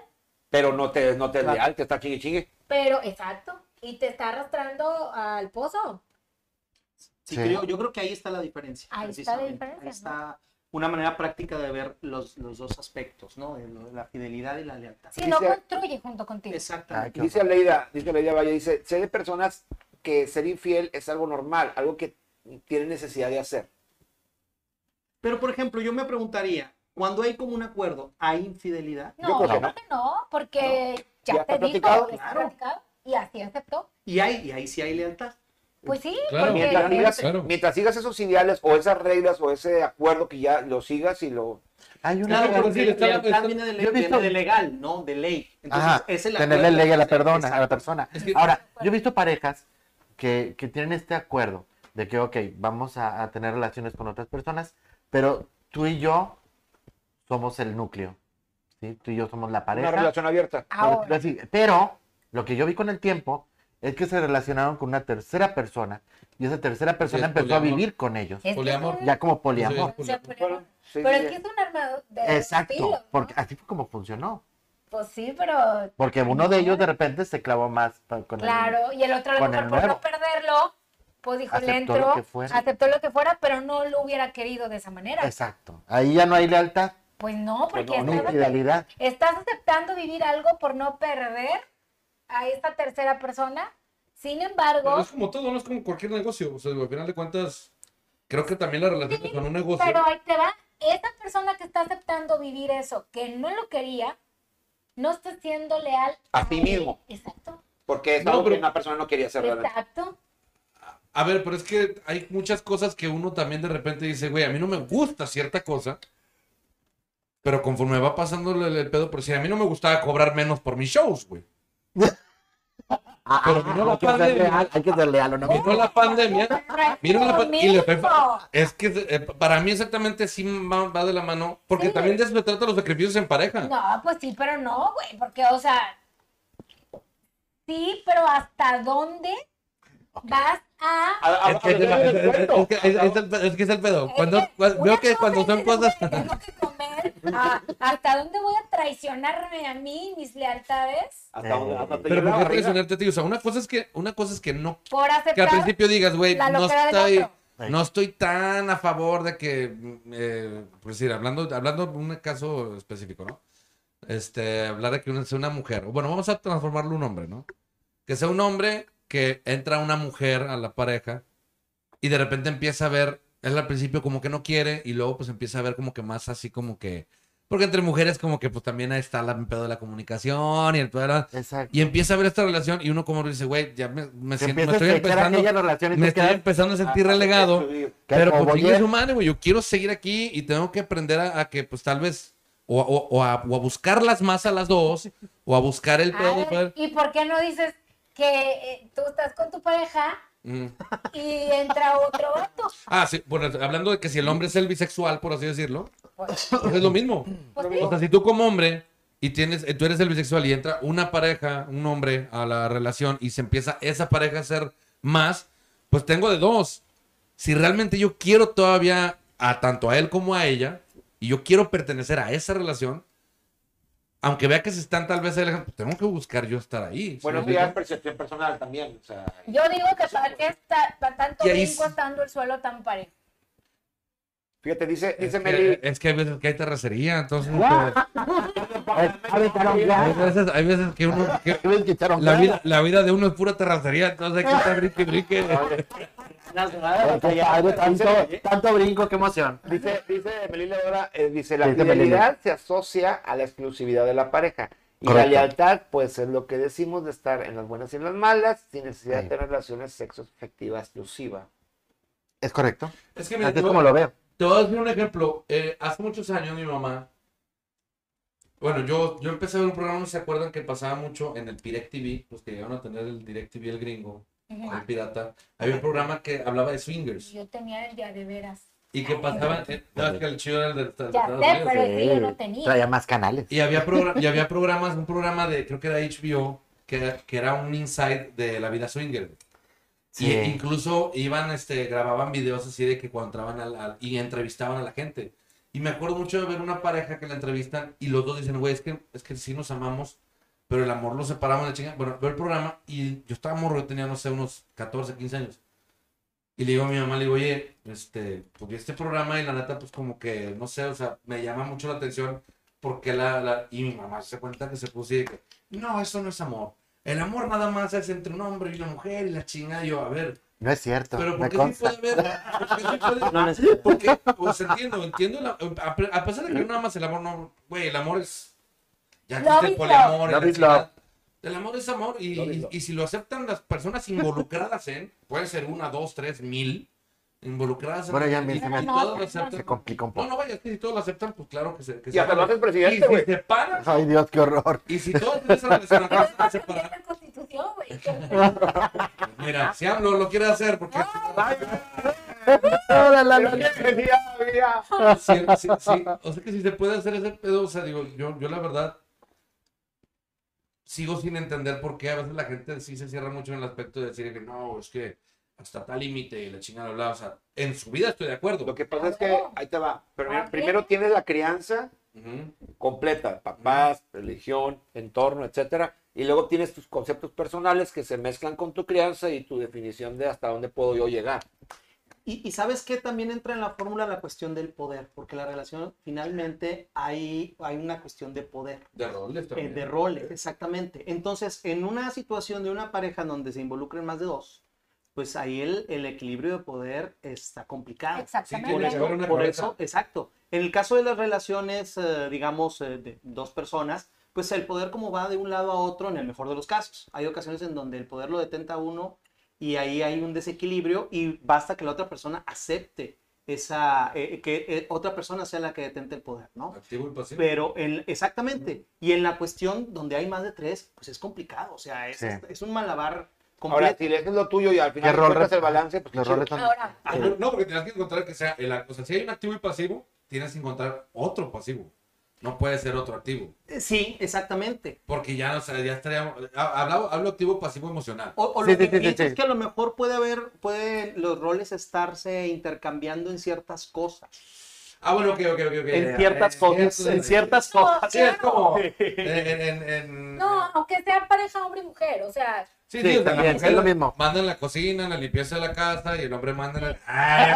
Pero no te, no te es
Claro.
leal, te está chingue chingue.
pero exacto, y te está arrastrando al pozo.
Sí.
Sí, creo- yo creo que ahí está la diferencia.
Ahí está la
precisamente.
diferencia,
Ahí está una manera práctica de ver los, los dos aspectos, ¿no? De lo- la fidelidad y la lealtad. Ah,
Si no
Dice-
construye junto contigo.
Ay,
Exactamente.
Ah, qué
Dice
horror.
Aleida, dice Aleida Valle, dice, sé de personas que ser infiel es algo normal, algo que tienen necesidad de hacer.
Pero, por ejemplo, yo me preguntaría, cuando hay como un acuerdo, ¿hay infidelidad?
No,
Yo creo que no.
no, porque ya,
Ya
te
está
dijo,
platicado,
está
claro.
platicado, y así aceptó.
Y, hay, y ahí sí hay lealtad.
Pues sí,
Claro.
porque
Mientras sigas,
Claro.
mientras sigas esos ideales o esas reglas o ese acuerdo que ya lo sigas y lo...
Hay una
Claro,
pero
porque
sí, está-
lealtad
está-
viene de, le-
yo he visto-
viene de legal, ¿no? De ley. Entonces,
Ajá,
es el
tenerle
acuerdo.
ley a la perdona, a la
Exacto.
persona.
Es que-
Ahora, yo he visto parejas que, que tienen este acuerdo de que, ok, vamos a, a tener relaciones con otras personas, pero tú y yo somos el núcleo, ¿sí? Tú y yo somos la
Una
pareja.
relación abierta.
por decirlo
ahora.
así. Pero lo que yo vi con el tiempo es que se relacionaron con una tercera persona y esa tercera persona
es
empezó a
poliamor.
vivir con ellos,
Es que
Poliamor.
es un-
ya como
o
poliamor.
Sí.
sea,
Bueno,
poliamor.
sí,
Pero
sí,
es
sí.
que es un arma de dos filos,
Exacto,
¿no?
porque así fue como funcionó.
Pues sí, pero
Porque uno de ellos de repente se clavó más pa- con el-
claro, y el otro a lo
con el
mejor por
nuevo.
no perderlo, pues dijo, le
Aceptó lo
entró,
que fuera.
aceptó lo que fuera, pero no lo hubiera querido de esa manera.
Exacto. Ahí ya no hay lealtad,
Pues no, porque
ni
estás,
fidelidad.
estás aceptando vivir algo por no perder a esta tercera persona. Sin embargo,
Pero es como todo, no es como cualquier negocio. O sea, al final de cuentas, creo que también la relación
Sí,
con un negocio.
Pero ahí te va, esa persona que está aceptando vivir eso, que no lo quería, no está siendo leal
A ti
él.
mismo.
Eh, Exacto,
Porque es
No,
algo
pero-
que una persona no quería hacer realmente.
exacto.
A ver, pero es que hay muchas cosas que uno también de repente dice, güey, a mí no me gusta cierta cosa. Pero conforme va pasando el, el pedo, por si a mí no me gustaba cobrar menos por mis shows, güey.
Ah,
Pero
ah,
no la
hay, que ser
pandemia.
leal, hay que ser leal o no.
Vino la pandemia. Vino la pandemia. pues, Y le fue
Conmigo.
fa- Es que eh, para mí exactamente sí va, va de la mano. Porque
Sí.
también de eso se trata los sacrificios en pareja.
No, pues sí, pero no, güey, porque, o sea, sí, pero ¿hasta dónde vas a...
A- a-
Es que
a-
es el-
a-
es- es-
a-
es que es- es el- es que es el pedo. Cuando,
Es que
cua-
Eh, una
veo que
cosa
cuando
es
son
decir,
cosas.
güey, tengo que comer, ah, ¿Hasta dónde voy a traicionarme a mí y mis lealtades?
Hasta donde- hasta donde
Eh,
llega
Pero ¿por
la
qué
barriga.
traicionarte a ti? O sea, una cosa es que, una cosa es que no.
Por
Que al
aceptar...
principio digas, güey,
la
no
loquera del
estoy.
otro.
No estoy tan a favor de que, mm, eh, pues decir, hablando, hablando de un caso específico, ¿no? Este, hablar de que una, sea una mujer. Bueno, vamos a transformarlo en un hombre, ¿no? Que sea un hombre que entra una mujer a la pareja y de repente empieza a ver, él al principio como que no quiere y luego pues empieza a ver como que más así como que, porque entre mujeres como que pues también ahí está la el pedo de la comunicación y el pedo de la-
Exacto.
Y em- empieza a ver esta relación y uno como dice, güey, ya me, me
Que
siento, me
empiezas
estoy
a echar
empezando,
aquella relación y
me
tú
estoy
quedas "Ah,
empezando a sentir
A- a-
relegado.
que
Pero
como
pues chingue
voyeur.
su madre, güey. Yo quiero seguir aquí y tengo que aprender a, a que, pues tal vez, o, o- o a, o a buscarlas más a las dos, o a buscar el
A
pedo.
ver,
pues.
Ah, ¿Y por qué no dices que eh, tú estás con tu pareja
Mm.
y entra otro vato?
Ah, sí, bueno, hablando de que si el hombre es el bisexual, por así decirlo,
Pues,
pues, es lo mismo.
pues sí,
O sea, si tú como hombre y tienes, eh, tú eres el bisexual y entra una pareja, un hombre a la relación y se empieza esa pareja a ser más, pues tengo de dos. Si realmente yo quiero todavía a tanto a él como a ella y yo quiero pertenecer a esa relación, aunque vea que se están tal vez alejando, pues, tengo que buscar yo estar ahí. ¿sí
Bueno,
me
eso ya es
explico?
percepción personal también. O sea,
Yo digo que para qué está para tanto
Y ahí
brinco
s-
estando el suelo tan parejo.
fíjate, dice,
Es
dice
que, eh,
Meli.
es que hay veces que hay terracería, entonces.
¿Sabes que echaron
pues, hay
gas?
veces, hay veces que uno. que
¿Sabes que echaron
la,
gas?
vida, la vida de uno es pura terracería, entonces hay que estar rique, rique.
Ay, qué padre, tanto, tanto brinco, qué emoción.
eh,
Dice, dice Melil Leodora, eh, dice, la
Dice
fidelidad se asocia a la exclusividad de la pareja. Y la
Correcto.
lealtad, pues, es lo que decimos de estar en las buenas y en las malas, sin necesidad
Sí.
de tener relaciones sexo efectiva exclusiva.
Es correcto.
Es que mira,
Así es
yo-
como lo veo.
Te voy a decir un ejemplo. Eh, hace muchos años mi mamá. Bueno, yo, yo empecé a ver un programa, ¿no se acuerdan que pasaba mucho en el Pirec TV? Los pues que llegaron a tener el Direct TV, el gringo,
Ujú.
el pirata. Había un programa que hablaba de swingers.
Yo tenía el día de veras.
Y que pasaba. eh, no, es que el chido era el de- de Estados
Ya sé, pues.
Unidos.
pero el día
Sí,
no tenía.
Traía más canales.
Y había, progra- y había programas, un programa de, creo que era HBO, que, era- que era un insight de la vida swinger.
Sí.
Y incluso iban, este, grababan videos así de que cuando entraban al, al- y entrevistaban a la gente. Y me acuerdo mucho de ver una pareja que la entrevistan y los dos dicen, güey, es que, es que sí nos amamos, pero el amor lo separamos de la chinga. Bueno, veo el programa y yo estaba morro, yo tenía, no sé, unos 14, 15 años. Y le digo a mi mamá, le digo, oye, este, pues vi este programa y la neta, pues como que, no sé, o sea, me llama mucho la atención porque la, la... Y mi mamá se cuenta que se puso y de que, no, eso no es amor. El amor nada más es entre un hombre y una mujer y la chingada. Y yo, a ver,
No es cierto.
pero
me
¿por qué sí
consta.
puede haber? ¿Por qué sí puede
No, no es cierto.
Porque, pues entiendo, entiendo. la- a, pe- a pesar de que nada más el amor no. Güey, el amor es. Ya
Love
existe
is love.
el poliamor. y la
Love is
chingada.
love.
El amor es amor. Y,
Love is
y-
love.
y si lo aceptan las personas involucradas en. Puede ser una, dos, tres, mil. Involucradas en.
Bueno, ya
y-
me-
y
se me-
todos lo
Se
aceptan.
complica un
No,
poco.
no vaya, es que si todos lo aceptan, pues claro que se. Que
Y
se
hasta lo
vale.
haces presidente,
Y
güey.
si se paran.
Ay, Dios, qué horror.
Y si todos empiezan a relacionar,
Pero
a
no cambiar
separar.
la constitución, güey.
Mira, si hablo, ah, lo quiere hacer porque.
Ah.
La, la, la, la.
Sí, sí, sí. O sea que si se puede hacer ese pedo, o sea, digo, yo, yo la verdad sigo sin entender por qué a veces la gente sí se cierra mucho en el aspecto de decir que no, es que hasta tal límite y la chingada bla, bla. O sea, en su vida estoy de acuerdo.
Lo que pasa es que, ahí te va, pero mira,
Ah,
primero
bien.
tienes la crianza
Ujú.
completa, papás, religión, entorno, etcétera, y luego tienes tus conceptos personales que se mezclan con tu crianza y tu definición de hasta dónde puedo yo llegar.
Y, y sabes que también entra en la fórmula la cuestión del poder, porque la relación finalmente hay, hay una cuestión de poder.
De roles
Eh,
también.
de roles, exactamente. Entonces, en una situación de una pareja en donde se involucren más de dos, pues ahí el, el equilibrio de poder está complicado.
Sí,
Exactamente.
tiene que haber una
Por
cabeza.
eso, exacto. En el caso de las relaciones, eh, digamos, eh, de dos personas, pues el poder como va de un lado a otro en el mejor de los casos. Hay ocasiones en donde el poder lo detenta uno y ahí hay un desequilibrio y basta que la otra persona acepte esa, eh, que eh, otra persona sea la que detente el poder, ¿no?
Activo y pasivo.
Pero en, exactamente. Y en la cuestión donde hay más de tres, pues es complicado. O sea, es, este,
Sí.
es un malabar
Ahora,
completo.
si le haces lo tuyo y al final
¿Qué rol
encuentras
re-
el balance, pues
Los
chido.
roles son.
Ahora,
Ah, no, no, porque tienes que encontrar que sea el, o sea, si hay un activo y pasivo, tienes que encontrar otro pasivo. No puede ser otro activo.
Eh, Sí, exactamente.
Porque ya, o sea, ya estaríamos. ha- Hablo, hablo activo pasivo emocional.
O, o
Sí,
lo que
sí, sí, sí,
pienso es
sí.
que a lo mejor puede haber, pueden los roles estarse intercambiando en ciertas cosas.
Ah, bueno, ok, ok, ok. ok.
En ciertas
Eh,
cosas.
cierto,
En
sí.
ciertas
No,
cosas.
Sí, es como.
Sí.
en- en- en-
no, aunque sea pareja hombre y mujer, o sea,
Sí,
Sí,
sí, o sea,
también,
la mujer
es lo mismo.
Manda en la cocina, en la limpieza de la casa y el hombre manda en Ah, el. ¡Ay!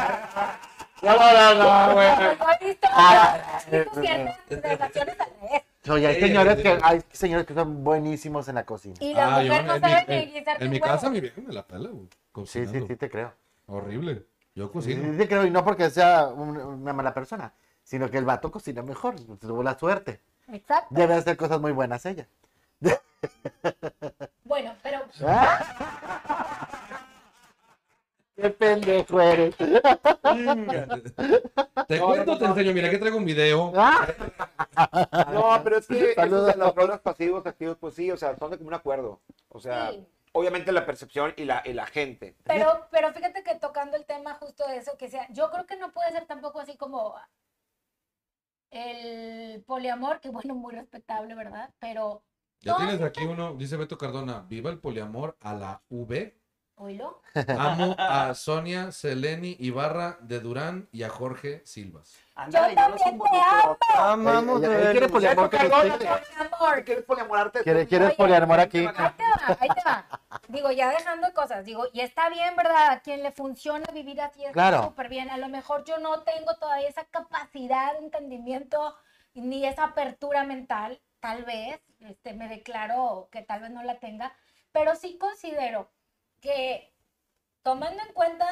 No, no, no, no, güey.
yo he visto
Ah,
he visto ciertas relaciones al revés.
Oye, hay
Sí,
señores
sí.
que hay señores que son buenísimos en la cocina.
Y la
Ah, yo
mujer no
en
sabe
mi-
ni guisar
en- En mi
tu huevo.
casa mi vieja me la pela, güey.
Sí, sí,
cocinando.
sí te creo.
Horrible. Yo
Pues Sí,
cocino.
sí te creo y no porque sea un- una mala persona, sino que el vato cocina mejor, tuvo la suerte.
Exacto.
Debe hacer cosas muy buenas ella.
Bueno, pero
Qué pendejo eres.
Te
No,
cuento,
no,
te
no.
enseño. Mira, que traigo un video.
Ah,
No, pero es que
Saludos.
esos de los roles pasivos, activos, pues sí, o sea, son de como un acuerdo. O sea,
Sí.
obviamente la percepción y la, y la gente.
Pero, pero fíjate que tocando el tema justo de eso, que sea, yo creo que no puede ser tampoco así como el poliamor, que bueno, muy respetable, ¿verdad? Pero
Ya
No,
tienes aquí uno. Dice Beto Cardona: Viva el poliamor a la V
Oílo.
Amo a Sonia Seleni Ibarra de Durán y a Jorge Silvas.
Ándale,
Yo
los
también te
involucré.
amo.
Amamos
Ella- ella- ella
de
quiere poliamor
Ya toca
con
gol,
usted.
ya
Mi amor.
¿Quieres poliamorarte?
¿Quiere- ¿Quieres poliamor aquí?
Ahí te va, ahí te va. Digo, ya dejando cosas, digo, y está bien, ¿verdad? A quien le funciona vivir así está
Claro.
súper bien. A lo mejor yo no tengo todavía esa capacidad de entendimiento ni esa apertura mental, tal vez, este, me declaro que tal vez no la tenga, pero sí considero que tomando en cuenta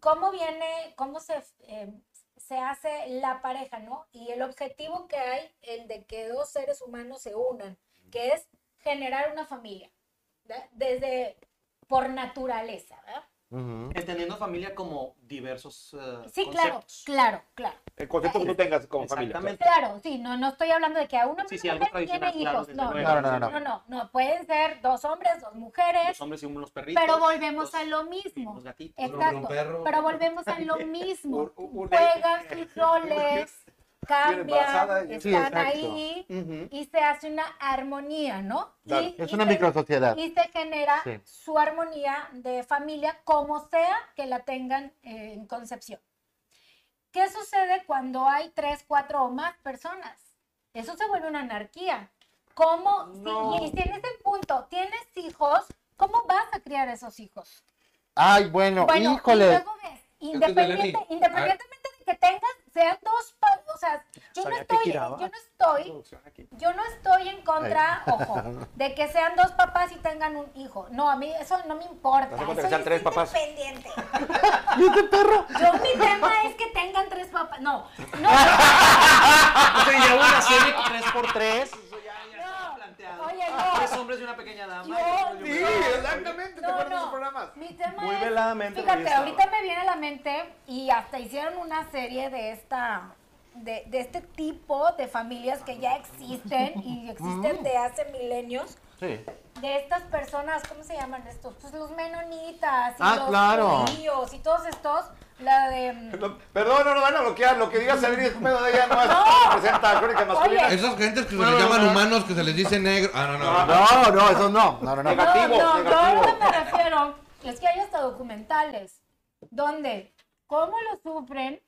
cómo viene, cómo se, eh, se hace la pareja, ¿no? Y el objetivo que hay, el de que dos seres humanos se unan, que es generar una familia, ¿verdad? desde por naturaleza, ¿verdad?
Ujú.
Entendiendo familia como diversos eh,
Sí, claro,
conceptos.
claro, claro,
El concepto que tú tengas como familia.
Exactamente.
claro, sí, no, no estoy hablando de que a una
Sí, sí, algo
mujer tiene
tradicional, claro,
hijos,
desde
no,
luego.
no,
No, no, no,
no, no, no, pueden ser dos hombres, dos mujeres,
Los hombres y unos perritos.
pero volvemos a lo
los
mismo,
gatitos.
exacto,
perro.
pero volvemos a lo mismo,
Ur- ur-
juegan sus roles, cambian,
embarazada.
están
Sí, exacto.
ahí
Ujú.
y se hace una armonía, ¿no? Y-
Claro,
Es
y
una
se-
microsociedad.
y se genera
Sí.
su armonía de familia, como sea que la tengan eh, en concepción. ¿Qué sucede cuando hay tres, cuatro o más personas? Eso se vuelve una anarquía. ¿Cómo? si- y tienes el punto, tienes hijos, ¿cómo vas a criar a esos hijos?
Ay, bueno,
Bueno, y
híjole.
luego ves,
Eleni,
independiente,
a ver.
independientemente de que tengas, sean dos, pa- o sea, yo no
Sabía que
estoy,
giraba.
yo no estoy yo no estoy en contra, ojo, de que sean dos papás y tengan un hijo. No, a mí eso no me importa.
¿Te das cuenta que
Eso
sean
es
tres papás?
independiente. Yo mi tema es que tengan tres papás. No, no.
Entonces, ya una serie 3x3.
No.
planteado.
Oye, no.
Tres hombres y una pequeña dama.
Yo-
Y
Sí,
yo-
exactamente. ¿Te
No,
acuerdas de
no.
esos programas?
Mi tema
Muy
es,
veladamente
Fíjate,
revisado.
ahorita me viene a la mente y hasta hicieron una serie de esta de, de este tipo de familias que ya existen y existen de hace milenios.
Sí.
de estas personas, ¿cómo se llaman estos? Pues los menonitas y
Ah,
los
claro.
judíos y todos estos, la de mm,
No, Perdón, no lo van a bloquear. Lo que diga Selena es pedo de ella. No, no. presenta Crónica Masculina.
Oye.
Esas gentes que se les llaman humanos, que se les dice negro. Ah, no, no. no.
No, no, eso no. No, no, no.
Negativo.
no, no, yo a lo
negativo.
que me refiero es que hay hasta documentales donde cómo lo sufren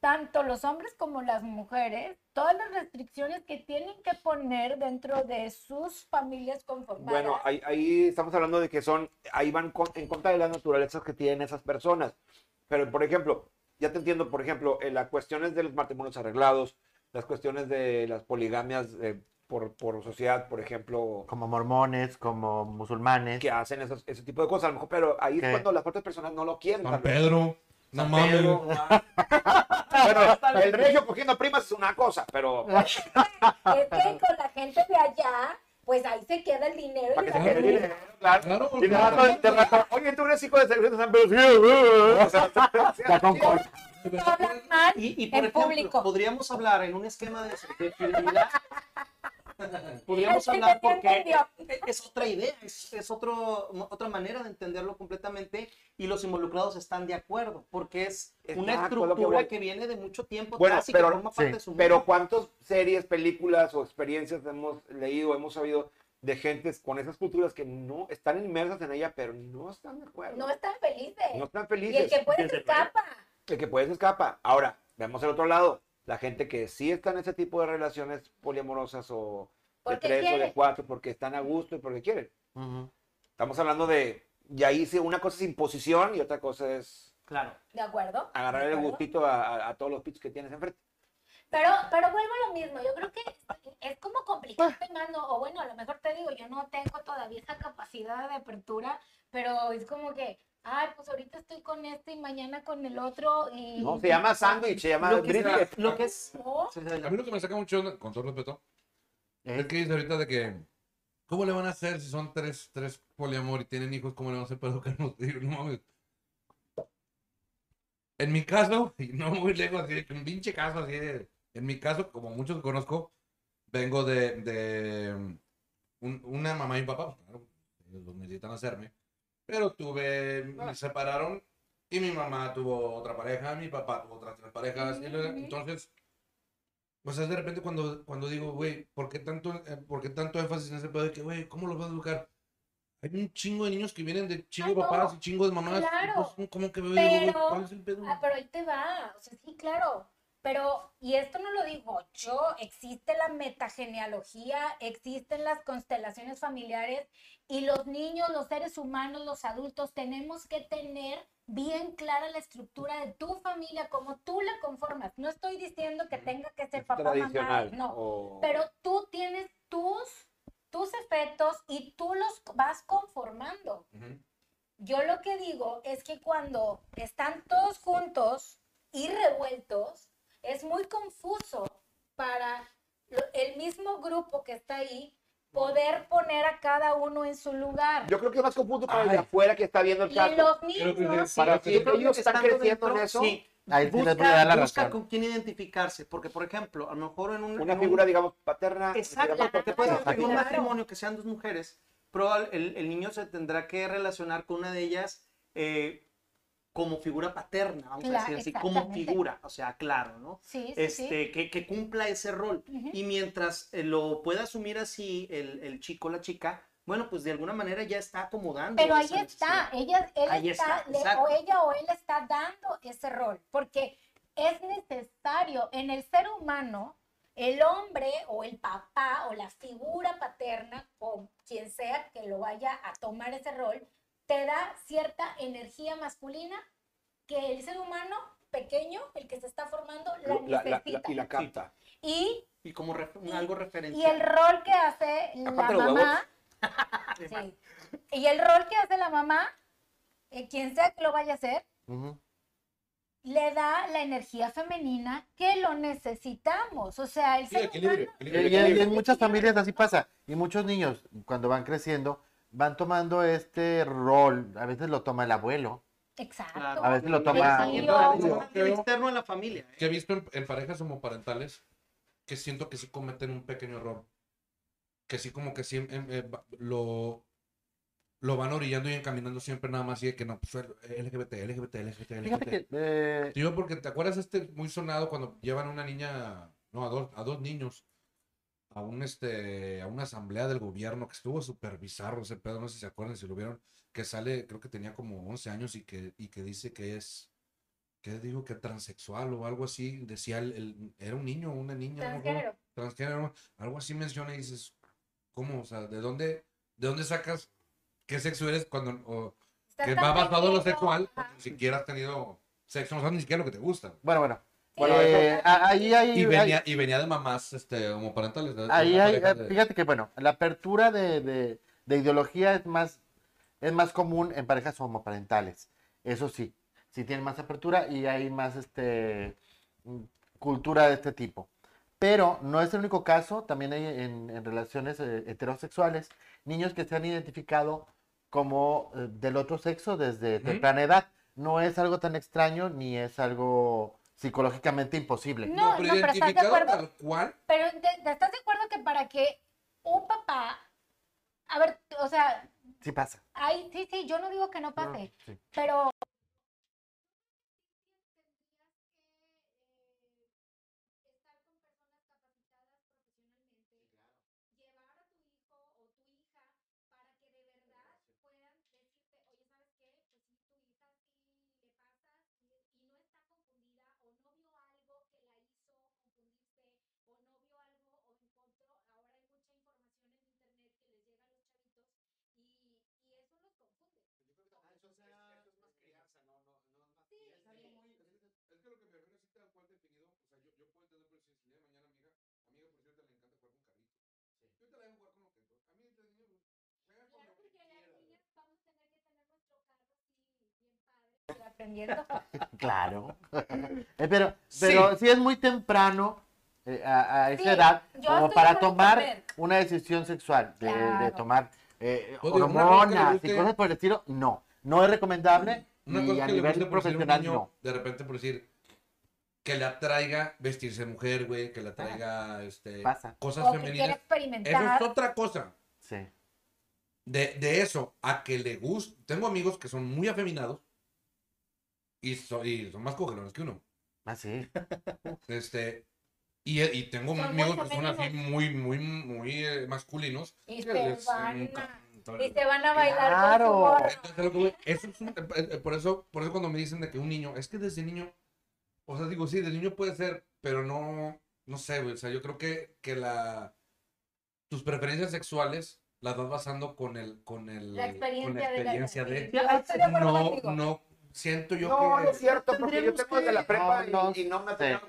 tanto los hombres como las mujeres, todas las restricciones que tienen que poner dentro de sus familias conformadas.
Bueno, ahí, ahí estamos hablando de que son, ahí van con- en contra de las naturalezas que tienen esas personas. Pero, por ejemplo, ya te entiendo, por ejemplo, en las cuestiones de los matrimonios arreglados, las cuestiones de las poligamias eh, por, por sociedad, por ejemplo,
Como mormones, como musulmanes.
que hacen esos- ese tipo de cosas, a lo mejor, pero ahí
¿Qué?
es cuando las otras personas no lo quieren.
San
tal vez.
Pedro. No
San
mames.
Pedro, ah. bueno, el regio cogiendo primas es una cosa, pero ah,
es que con la gente de allá, pues ahí se queda el dinero.
para
y
que
la
se
Claro.
quede
gente-
bien, claro.
Claro,
Y de rato, de rato, oye, tú eres hijo de Sergio de San Pedro. Sí, o sea,
Ya con cor-
no hablan mal
Y, y, por
en
ejemplo,
público.
podríamos hablar en un esquema de, de fidelidad. podríamos
Ay,
hablar
ya
porque e,
entendió.
es otra idea, es, es otro, otra manera de entenderlo completamente y los involucrados están de acuerdo porque es una
Exacto, lo que
estructura
voy.
que, viene de mucho tiempo
Bueno,
atrás y
pero-
que forma parte
sí,
de su mundo.
Pero cuántas series, películas o experiencias hemos leído, hemos sabido de gentes con esas culturas que no están inmersas en ella, pero no están de acuerdo.
No están felices.
No están
y el
felices.
que puede se escapa.
El que puede se escapa. Ahora, vemos el otro lado. La gente que sí está en ese tipo de relaciones poliamorosas o de
Porque
tres o
quiere.
de cuatro porque están a gusto y porque quieren.
Ujú.
Estamos hablando de, y ahí sí, una cosa es imposición y otra cosa es
claro,
¿De acuerdo?
agarrar
¿De
el
acuerdo?
gustito a, a- a todos los pichos que tienes enfrente.
Pero, pero vuelvo a lo mismo. Yo creo que es como complicarte más, ¿no? O bueno, a lo mejor te digo, yo no tengo todavía esa capacidad de apertura, pero es como que, ay, pues ahorita estoy con este y mañana con el otro. Y...
No, se llama sándwich, se llama
lo que, es,
brisket.
lo que es-
No,
A mí lo que me saca mucho, onda, con todo respeto, es que dice ahorita de que, ¿cómo le van a hacer si son tres, tres poliamor y tienen hijos? ¿Cómo le van a hacer para educarnos? Digo, no mames. En mi caso, y no muy lejos, así, de que un pinche caso así de- En mi caso, como muchos que conozco, vengo de, de un- una mamá y un papá, pues, claro, ellos lo necesitan hacerme, pero tuve, me separaron y mi mamá tuvo otra pareja, mi papá tuvo otras tres parejas, y luego-
Ujú.
entonces, pues es de repente cuando, cuando digo, güey, ¿por qué tanto, eh, por qué tanto énfasis en ese pedo de que, güey, ¿cómo los vas a educar? Hay un chingo de niños que vienen de chingo de
Ah, no.
papás y chingo de mamás.
Claro.
Entonces, ¿Cómo que bebé?
Pero-
¿Cuál es el pedo?
Ah, pero ahí te va. O sea, sí, claro. Pero, y esto no lo digo yo, existe la metagenealogía, existen las constelaciones familiares y los niños, los seres humanos, los adultos, tenemos que tener bien clara la estructura de tu familia, como tú la conformas. No estoy diciendo que tenga que ser papá, mamá,
tradicional.
no.
o-
Pero tú tienes tus, tus efectos y tú los vas conformando.
Ujú.
Yo lo que digo es que cuando están todos juntos y revueltos, es muy confuso para lo- el mismo grupo que está ahí poder poner a cada uno en su lugar.
Yo creo que es más confuso para el
Ay.
de afuera que está viendo el
y en
caso.
los niños,
Para
Sí,
ti,
yo creo
ellos
que
están
estando
creciendo en
dentro-
eso.
sí.
Ahí sí les voy a
Busca-
dar la
busca
razón.
con quién identificarse, porque por ejemplo, a lo mejor en un,
Una
en un-
figura, digamos, paterna.
Exacto,
digamos,
porque puede ser que en un
Claro.
matrimonio que sean dos mujeres, probable, el, el niño se tendrá que relacionar con una de ellas eh, como figura paterna, vamos
Claro,
a decir así, como
exactamente.
figura, o sea, claro, ¿no?
Sí, sí, sí.
Este, que, que cumpla ese rol.
Ujú.
Y mientras eh, lo pueda asumir así el, el chico o la chica, bueno, pues de alguna manera ya está acomodando.
Pero ahí
esa
está,
necesidad.
ella, él
Ahí
está,
está,
le-
exacto.
o ella o él está dando ese rol, porque es necesario en el ser humano, el hombre o el papá o la figura paterna, o quien sea que lo vaya a tomar ese rol, te da cierta energía masculina que el ser humano pequeño, el que se está formando, la
la- la-
necesita.
y la capta.
y,
Y como ref- un- algo referente.
y el rol que hace la
Aparte los
mamá...
huevos.
Sí. Y el rol que hace la mamá, eh, quien sea que lo vaya a hacer,
Ujú.
le da la energía femenina que lo necesitamos. O sea, el
Sí,
ser
equilibrio,
humano-
Y,
equilibrio.
y en, y en muchas familias así pasa. Y muchos niños, cuando van creciendo, van tomando este rol. A veces lo toma el abuelo,
Exacto.
Claro.
a veces lo
Está
toma.
Sí,
viendo la-
yo-
el externo a la familia. ¿eh?
que he visto en, en parejas homoparentales que siento que sí cometen un pequeño error. Que sí em, como que siempre lo, lo van orillando y encaminando siempre nada más y de que no, pues LGBT, LGBT, LGBT,
Fíjate
LGBT.
que eh,
Digo, porque te acuerdas este muy sonado cuando llevan a una niña, no, a dos, a dos niños a un este a una asamblea del gobierno que estuvo súper bizarro ese pedo, no sé si se acuerdan, si lo vieron, que sale, creo que tenía como 11 años y que, y que dice que es, que dijo que transexual o algo así, decía, el, el- era un niño o una niña, no me acuerdo,
Transgénero.
transgénero, algo así menciona y dices, ¿cómo? O sea, ¿de dónde, de dónde sacas qué sexo eres cuando, o
Está
que
tan
va basado en lo
pequeño,
sexual,
ajá.
ni siquiera has tenido sexo, no sabes ni siquiera lo que te gusta.
bueno, bueno.
Bueno,
Eh,
eso-
a- ahí hay.
Y
hay-
venía, y venía de mamás este, homoparentales. de- de
Ahí
una
hay,
pareja
eh,
de-
fíjate que bueno, la apertura de, de- de ideología es más, es más común en parejas homoparentales. Eso sí, sí tienen más apertura y hay más este mm, cultura de este tipo. Pero no es el único caso, también hay en, en relaciones eh, heterosexuales, niños que se han identificado como eh, del otro sexo desde
Ujú.
temprana edad. No es algo tan extraño ni es algo psicológicamente imposible.
No, no, pero ¿estás de
identificado
acuerdo?
tal cual.
Pero ¿te- te ¿estás de acuerdo que para que un papá, a ver, o sea,
Sí pasa.
Ay, sí, sí, yo no digo que no pase,
sí.
pero... pues, aprendiendo.
Claro. Eh, pero,
Sí.
pero sí es muy temprano eh, a, a esa
Sí,
edad
yo
como
estoy
para
de acuerdo
tomar
también.
una decisión sexual, de, de
Claro.
tomar eh,
Pues digo, una vez que le
hormonas y
guste-
cosas por el estilo, no. No es recomendable
Una
y
cosa
a
que le guste
nivel
por decir a un
profesional
niño,
no.
de repente por decir, que le atraiga vestirse de mujer, güey, que le atraiga este,
pasa.
cosas
O que quiera
femeninas. Eso
experimentar.
es otra cosa.
Sí.
De, de eso a que le guste. Tengo amigos que son muy afeminados y, so- y son más cogelones que uno.
Así.
Este, y, y tengo
Son muy
amigos que son así
femeninos.
muy, muy, muy eh, masculinos.
Y
que les, eh,
se van
nunca-
a- Y se van a bailar.
Claro.
Con su
Entonces, a lo que voy, eso es un- eh, eh, por, eso, por eso cuando me dicen de que un niño, es que desde niño, o sea, digo, sí, de niño puede ser, pero no, no sé, güey, o sea, yo creo que, que la, tus preferencias sexuales las vas basando con el, con el,
La
con
experiencia de
la
la-
experiencia de,
Yo estoy de acuerdo
no,
contigo.
no, siento yo
No,
que...
no es cierto, porque yo
Tendríamos
tengo de la
que-
prepa
No, no
y, y no me
sé.
tengo-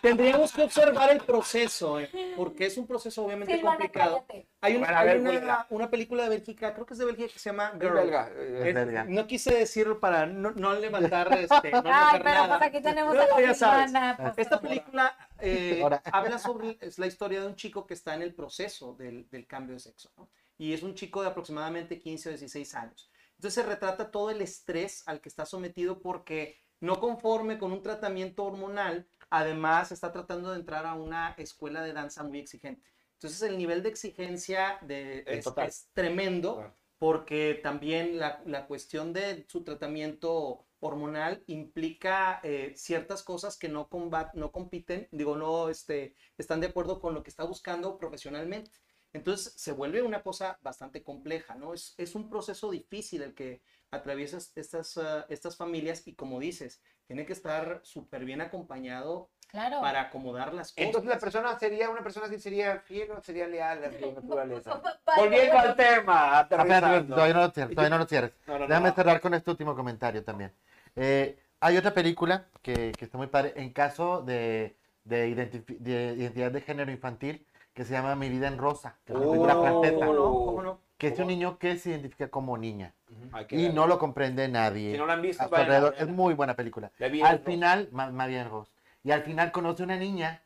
Tendríamos que observar el proceso, eh, porque es un proceso obviamente
Silvana,
complicado.
cállate.
Hay, un-
Bueno, a
hay
ver,
una,
Wilda.
una película de Bélgica, creo que es de Bélgica, que se llama
Es
Girl.
belga, eh,
Es-
belga.
no quise decirlo para no, no levantar, este, no
Ay,
levantar
pero
nada.
pues aquí tenemos
No,
a la
ya sabes.
Silvana. pues,
Esta
por-
película eh,
Ahora.
habla sobre es la historia de un chico que está en el proceso del, del cambio de sexo. ¿no? Y es un chico de aproximadamente 15 o 16 años. Entonces se retrata todo el estrés al que está sometido porque no conforme con un tratamiento hormonal, además está tratando de entrar a una escuela de danza muy exigente. Entonces el nivel de exigencia de,
Es
es,
total.
es tremendo
Claro.
porque también la, la cuestión de su tratamiento hormonal implica eh, ciertas cosas que no, combat, no compiten, digo, no este, están de acuerdo con lo que está buscando profesionalmente. Entonces se vuelve una cosa bastante compleja, ¿no? Es, es un proceso difícil el que atraviesas estas, ah, estas familias y como dices, tiene que estar súper bien acompañado
Claro.
para acomodar las cosas.
Entonces
eh.
la persona sería una persona que sería fiel o sería leal a su naturaleza.
Vale,
Volviendo
bueno,
al tema,
A ver,
aterrizando.
todavía no lo cierres, todavía no lo cierres.
No, no, no,
Déjame
no.
cerrar con este último comentario también. Eh, hay otra película que, que está muy padre en caso de, de identifi- de identidad de género infantil que se llama Mi vida en rosa, que es una
Oh.
película francesa,
¿Cómo no? ¿Cómo no?
que es de un niño que se identifica como niña
Hay que
y
verla.
no lo comprende nadie.
Si no la han visto,
a su
vayan a
alrededor.
verla.
Es muy buena película.
La vida
Al
es rosa.
final, Ma- Ma bien Ross. Y al final conoce una niña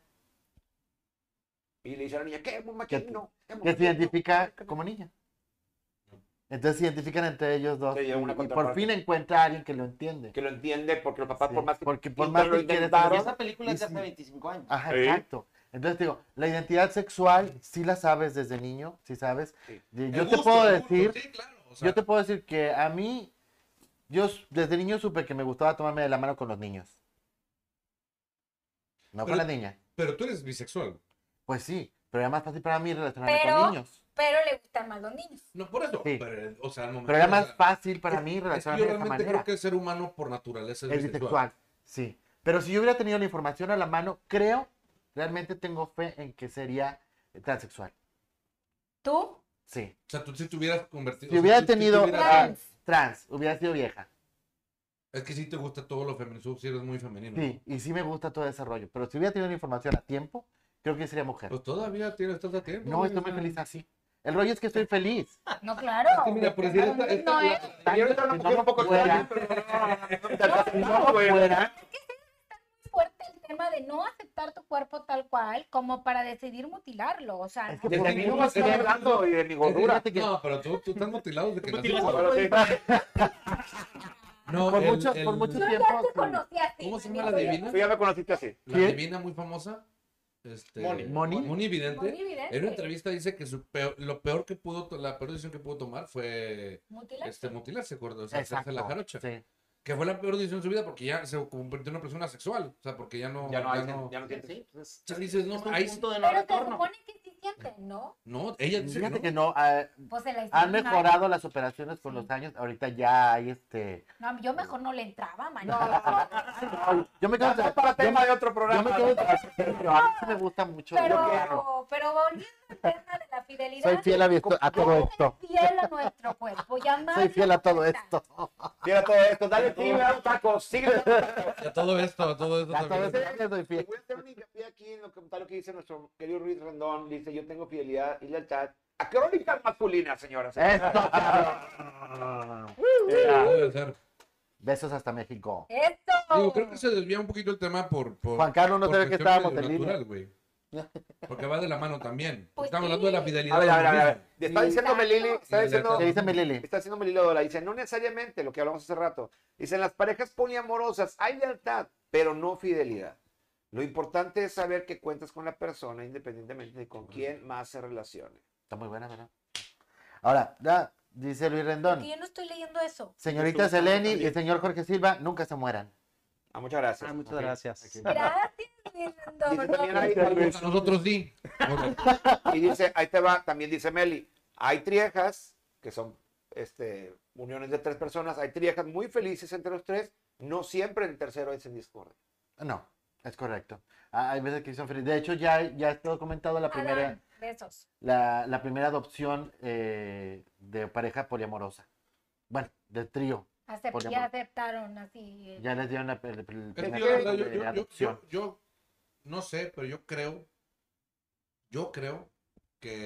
Y le dice a la niña, ¿qué? Muy maquino. qué muy
que se
maquino".
identifica como niña. Entonces se identifican entre ellos dos.
Sí,
Y,
ya una
y por
contraparte.
fin encuentra a alguien que lo entiende.
Que lo entiende porque los papás,
Sí,
por más que.
porque por más
lo
que quieres-
Y
intentaron,
esa película es
Y
de hace
sí. Ah,
25 años.
Ajá,
Sí.
exacto. Entonces te digo, la identidad sexual sí la sabes desde niño, sí sabes.
Sí.
Y
El
Yo te
gusto,
puedo
el gusto,
decir,
sí, claro, o sea,
yo te puedo decir que a mí, yo s- desde niño supe que me gustaba tomarme de la mano con los niños. No
Pero-
con las niñas.
Pero tú eres bisexual.
Pues sí, pero era más fácil para mí relacionarme
Pero-
con niños.
Pero le gustan más los niños.
No, por eso.
Sí.
Pero, eh, o sea, al momento,
Pero era
o
más
sea,
fácil para
es-
mí
es que
relacionarme
Yo
de esa
realmente creo
manera.
que el ser humano por naturaleza es,
Es bisexual, sí. Pero si yo hubiera tenido la información a la mano, creo, realmente tengo fe en que sería transexual.
¿Tú?
Sí.
O sea, tú si te hubieras
Si
convertido. o sea,
hubiera
tú sí te
tenido
hubieras-
Trans.
trans, hubiera sido vieja.
Es que sí te gusta todo lo femenino, si eres muy femenino.
Sí, y sí me gusta todo ese rollo. Pero si hubiera tenido la información a tiempo, creo que sería mujer.
Pues todavía tienes tanto tiempo.
No,
güey,
estoy
o
muy
sea.
feliz así. El rollo es que estoy feliz.
No, claro.
Es que mira, por decir esta. esta-
No,
la-
eh.
Quiero entrar a una
Si
mujer
no
un poco
fuera-
extraña, pero
Si
no,
no lo fuera,
fuerte el tema de no aceptar tu cuerpo tal cual como para decidir mutilarlo. O sea,
Es que
no-
Desde
Porque
mí
tú
no
vas
vas a estar
queriendo-
hablando eh, y de mi gordura.
fíjate que
No, pero tú, tú estás mutilado de que
mutilado.
naciste. No,
por,
el-
mucho,
el-
por mucho
yo
tiempo...
ya te
sí.
conocí así.
¿Cómo se
mi
llama la
amigo,
divina?
Tú ya me conociste así.
La
¿Quién?
divina muy famosa. Este,
Moni.
Moni.
Moni
yo-
Vidente.
muy evidente.
En una entrevista dice que su peor- lo peor que pudo, to- la peor decisión que pudo tomar fue
Mutilar.
este, mutilarse, gordo, o sea, hacerse
Pues, Exacto,
la jarocha.
sí.
Que fue la peor decisión de su vida porque ya se convirtió en una persona sexual. O sea, porque ya no.
Ya no, hay- ya no
Sí,
sientes.
pues,
O sea, dices, no,
es un
ahí-
punto de no
Pero se
retorno.
supone que sí siente, ¿no?
No, ella dice
Fíjate
que
que
no.
no, eh,
Pues se la
han
hicieron mal.
mejorado las operaciones con los años. Ahorita ya hay este...
No, yo mejor no le entraba, man.
Yo me quedo...
No, no, para
yo me-
tema de otro
Yo me
programa.
quedo pero a mí sí me gusta mucho. Yo
Pero, pero volviendo al tema de la
que-
fidelidad.
soy fiel a, mi- a todo esto.
fiel a nuestro cuerpo. y amarlo
Soy fiel a todo
hasta-
esto.
Mira todo esto. Dale, sí, me da un taco. Síguele.
Y a todo esto, a todo esto
A todo
también.
esto ya soy
Voy
fiel.
a hacer un hincapié aquí en lo comentario que dice nuestro querido Ruiz Rendón. Dice, yo tengo fidelidad y lealtad a crónicas masculinas, señoras.
Esto, cabrón.
No debe ser.
Besos hasta México.
Esto.
Digo, creo que se desvía un poquito el tema por. por
Juan Carlos no
por
sabía que
cuestiones
estábamos
de
en línea.
natural, güey. Porque va de la mano también.
Pues
Estamos
sí.
hablando de la
A
fidelidad.
ver, a ver, a ver. a ver.
mismo.
Está diciéndome Lili, está
Y
diciendo,
¿Qué dice mi Lili?
está diciéndome Lili Odola. Dice, no necesariamente lo que hablamos hace rato. Dice, en las parejas poliamorosas hay lealtad, pero no fidelidad. Lo importante es saber que cuentas con la persona independientemente de con quién más se relacione.
Está muy buena, ¿verdad? Ahora, ya, dice Luis Rendón.
Porque yo no estoy leyendo eso.
Señorita
Estuvo bastante
Seleni y
bien.
el señor Jorge Silva, nunca se mueran.
Ah, muchas gracias.
Ah, muchas gracias.
Gracias, mi
Dice, también hay-
A nosotros sí.
Ah,
Y dice, ahí te va, también dice Meli, Hay triejas, que son este, uniones de tres personas, hay triejas muy felices entre los tres, no siempre el tercero es en discordia.
No, es correcto. Ah, Hay veces que son felices. De hecho, ya, ya está documentado la primera,
Adán, besos.
la, la primera adopción eh, de pareja poliamorosa. Bueno, de trío.
Acep-
Por
ya
ejemplo.
aceptaron así. eh,
Ya les dieron la, el- el
Es que
primer
yo, la verdad, yo-
de
yo- yo-
adopción.
yo- yo no sé, pero yo creo, yo creo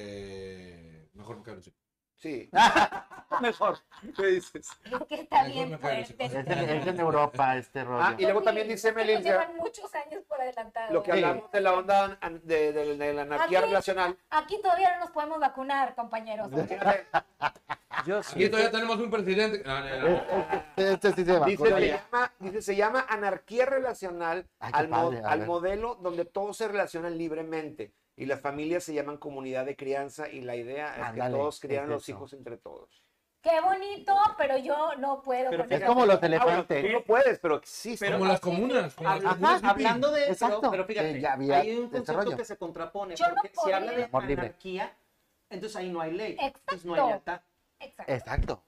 que mejor me quedo así.
Sí,
Ah,
Mejor. ¿Qué dices?
Es que está
Mejor me
bien
callo, chicos.
Es,
fuerte.
en, es en Europa este rollo.
Ah, Y luego también
Sí,
dice
es que nos
Melissa-
Llevan muchos años por adelantado.
lo que
¿eh?
hablamos de la onda an- de, de- de la anarquía
Aquí-
relacional.
Aquí todavía no nos podemos vacunar, compañeros.
Fíjate,
Yo
Aquí todavía tenemos un presidente. ah, eh, No, no, no.
Oh.
Este, este sí se va.
Dice, se llama, dice, se llama anarquía relacional
Ay, qué
al, mo-
padre, a
al
ver.
modelo donde todos se relacionan libremente y las familias se llaman comunidad de crianza y la idea es
Ándale,
que todos crían
es
los
eso.
hijos entre todos.
Qué bonito, pero yo no puedo.
Pero
con
Es
eso.
como los
Ah, bueno,
elefantes.
tú no puedes, pero existe.
Pero-
Como las comunas. como las
Habla-
comunas hippie.
hablando de eso,
Exacto,
pero fíjate,
que ya había
hay un
ese
concepto
rollo.
que se contrapone,
Yo no
porque si
podría.
habla de
Amor libre.
anarquía, entonces ahí no hay ley,
Exacto.
entonces no hay lealtad.
Exacto.
Exacto.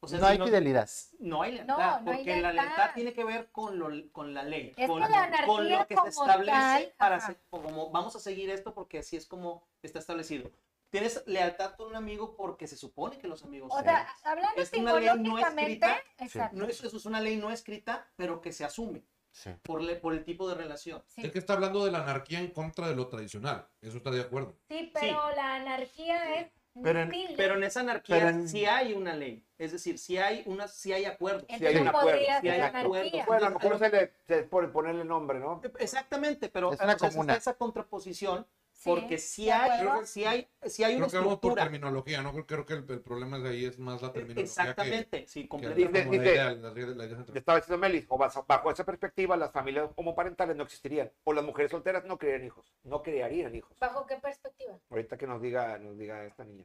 O sea,
no
si
hay fidelidad.
no hay
No,
lealtad,
no hay
porque la
lealtad.
lealtad tiene que ver con, lo, con la ley,
Es
con,
que la anarquía
con lo que
como
se establece
tal,
para
ajá.
se- como vamos a seguir esto porque así es como está establecido. Tienes lealtad con un amigo porque se supone que los amigos
O
se
sea,
aman.
hablando
Es una ley no
psicológicamente,
escrita.
exacto.
no es, eso es una ley no escrita, pero que se asume
Sí.
por, le- por el tipo de relación.
Sí,
Es que está hablando de la anarquía en contra de lo tradicional. Eso está de acuerdo.
Sí, pero la anarquía es
Pero en-
sin
Pero en esa anarquía
Pero en-
sí hay una ley, es decir, sí hay una, sí hay acuerdos.
Entonces
Sí, hay un
no
acuerdo,
podría
sí hay
ser
acuerdo.
anarquía.
Bueno, a lo mejor se le, se- por ponerle nombre, ¿no?
Eh, Exactamente, pero
Es una
o sea,
comuna.
está esa contraposición
Sí,
porque sí
¿de
hay,
acuerdo?
sí hay, sí hay una
Creo que vamos por
estructura. E-,
terminología, no creo, creo que el, el problema de ahí es más la terminología. que-
Exactamente, sí,
que la-
completamente.
como la
Dice-
idea- la idea- la idea
Te
central.
estaba diciendo Melis, o bajo, bajo esa perspectiva, las familias homoparentales no existirían, o las mujeres solteras no crearían hijos, no crearían hijos.
¿Bajo qué perspectiva?
Ahorita que nos diga, nos diga esta niña.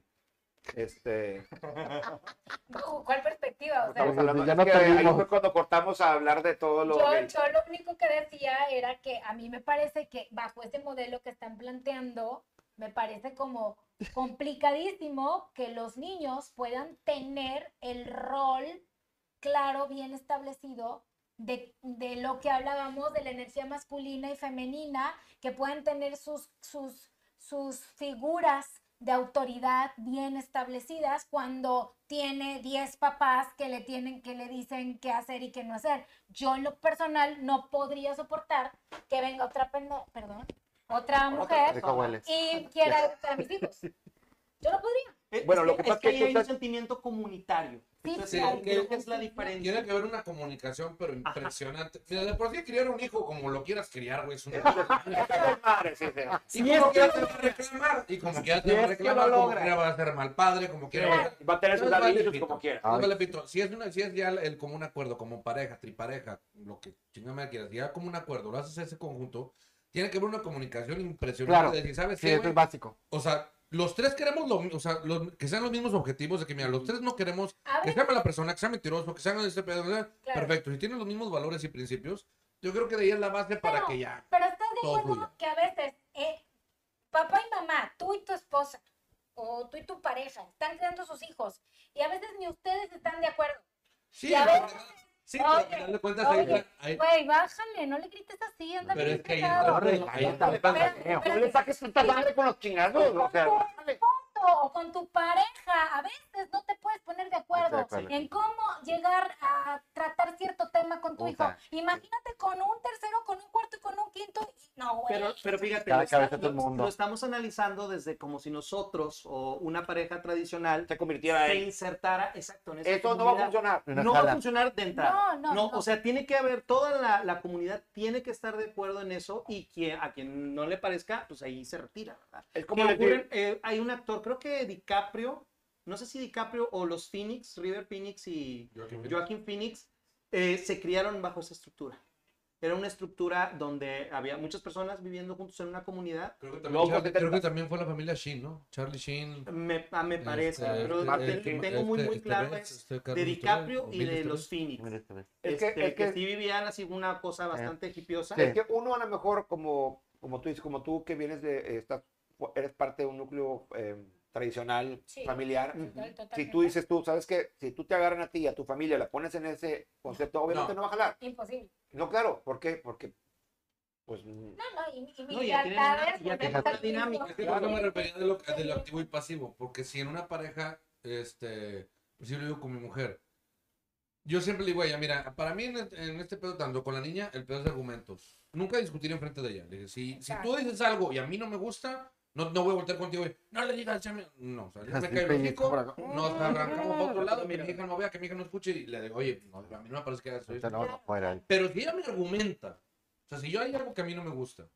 Este,
¿Bajo cuál perspectiva? O sea,
estamos
Ya
hablando,
no
es que ahí
perdimos.
fue cuando cortamos a hablar de todo lo
Yo,
gay.
yo lo único que decía era que a mí me parece que bajo este modelo que están planteando, me parece como complicadísimo que los niños puedan tener el rol claro, bien establecido de, de lo que hablábamos de la energía masculina y femenina, que puedan tener sus, sus, sus figuras de autoridad bien establecidas cuando tiene 10 papás que le tienen que le dicen qué hacer y qué no hacer. Yo en lo personal no podría soportar que venga otra pende- perdón, otra mujer
Deja hueles.
y quiera educar a mis hijos. Yo no podría.
Es-
Bueno,
es
lo que pasa es que
ahí
tú
hay un
estás-
sentimiento comunitario.
Sí,
Entonces,
claro.
ahí creo que es la
Tiene
diferencia.
que haber una comunicación, pero
Ajá.
impresionante. Mira, de por sí criar un hijo como lo quieras criar, güey, es una.
Madre, sí, sí.
Y como quiera te va a reclamar. Y como quiera te va a
es que
reclamar,
lo
como
logra.
quiera va a ser mal padre, como quiera va a ser-
Va a tener sus
No, vale,
ladrillos
pito.
como quiera.
No
Ay.
vale pito. Si es, una, si es ya el, el común acuerdo, como pareja, tripareja, lo que chingame quieras, ya como un acuerdo, lo haces ese conjunto, tiene que haber una comunicación impresionante.
Claro.
de decir, ¿sabes
Sí,
qué,
eso
güey?
es básico.
O sea, los tres queremos lo mi- o sea, los- que sean los mismos objetivos de que, mira, los tres no queremos que
Abre-
sea mala persona, que sea mentiroso, que sea este pedo, ¿verdad?
Claro.
perfecto. Si tienen los mismos valores y principios, yo creo que de ahí es la base para
Pero-
que ya.
Pero estás de
Todo
acuerdo
fluya.
que a veces eh, papá y mamá, tú y tu esposa, o tú y tu pareja, están creando sus hijos y a veces ni ustedes están de acuerdo.
Sí,
Y a
pero-
veces-
sí, pero al
oye,
final de cuentas
oye, pues,
ahí está- ahí-
Güey, bájale, no le grites así, anda
Eh. Pero
bien
es que ahí
fregado.
está-
Corre,
ahí
ahí
está.
está.
Espérate,
eh, No le saques tanta madre con los chingados. Ah, O sea, dale.
o con tu pareja, a veces no te puedes poner de acuerdo,
Estoy de acuerdo.
en cómo llegar a tratar cierto tema con tu
Puta.
hijo. Imagínate con un tercero, con un cuarto y con un quinto. y- No, güey.
Pero, pero fíjate,
Cada
lo está-
cabeza es un
lo-
mundo.
lo estamos analizando desde como si nosotros o una pareja tradicional
Se convirtiera
se
en.
insertara, exacto, en esa
Esto no va a
comunidad.
funcionar.
Una
no pues, va a
sala.
funcionar de entrada.
No, no, no.
O sea, tiene que haber, toda la, la comunidad tiene que estar de acuerdo en eso y quien, a quien no le parezca, pues ahí se retira, ¿verdad?
Es
Que
como decir.
ocurren, eh, hay un actor, creo que DiCaprio, no sé si DiCaprio o los Phoenix, River Phoenix y
Joaquín Phoenix.
Joaquin Phoenix, eh, se criaron bajo esa estructura. Era una estructura donde había muchas personas viviendo juntos en una comunidad.
Creo que
No,
también, Charlie-
porque te-
creo que también fue la familia Sheen, ¿no? Charlie Sheen.
Me, ah, me parece,
este,
pero
este,
te-
este,
tengo muy,
este,
muy
este
claro
Benz,
es
este Carlos
de
Torres,
DiCaprio
o
y
Bill
de
Torres.
los Phoenix.
Mira esta vez.
Es que-
Este, que,
es que- Eh,
sí vivían así una cosa bastante hipiosa.
Es que uno a lo mejor, como, como tú dices, como tú que vienes de, eh, estás, eres parte de un núcleo eh, tradicional,
Sí.
familiar.
Totalmente.
Si tú dices tú, ¿sabes qué? Si tú te agarran a ti y a tu familia, la pones en ese concepto, obviamente no, va a jalar.
Imposible.
No, claro, ¿por qué? Porque, pues,
No, no, y, y mi
No, ya tienen una-
lealtad es
ya
volver
tienen
a estar
una dinámica.
Es
juntos.
que por eso me refería de lo, de lo activo y pasivo, porque si en una pareja, este, pues yo lo digo con mi mujer, yo siempre le digo a ella, mira, para mí en, en este pedo, tanto con la niña, el pedo es de argumentos. Nunca discutir enfrente de ella. Le dije, si, si tú dices algo y a mí no me gusta, no, no voy a voltear contigo y, no le digas, chame". no, o sea, yo me
Así
caigo en
Este pellizco por
México,
acá.
nos arrancamos para otro lado, que
Mira.
mi hija no vea, que mi hija no escuche, y le digo, oye, no, a mí no me parece que hagas eso.
Ahorita no, no, fuera.
Pero si ella me argumenta, o sea, si yo hay algo que a mí no me gusta,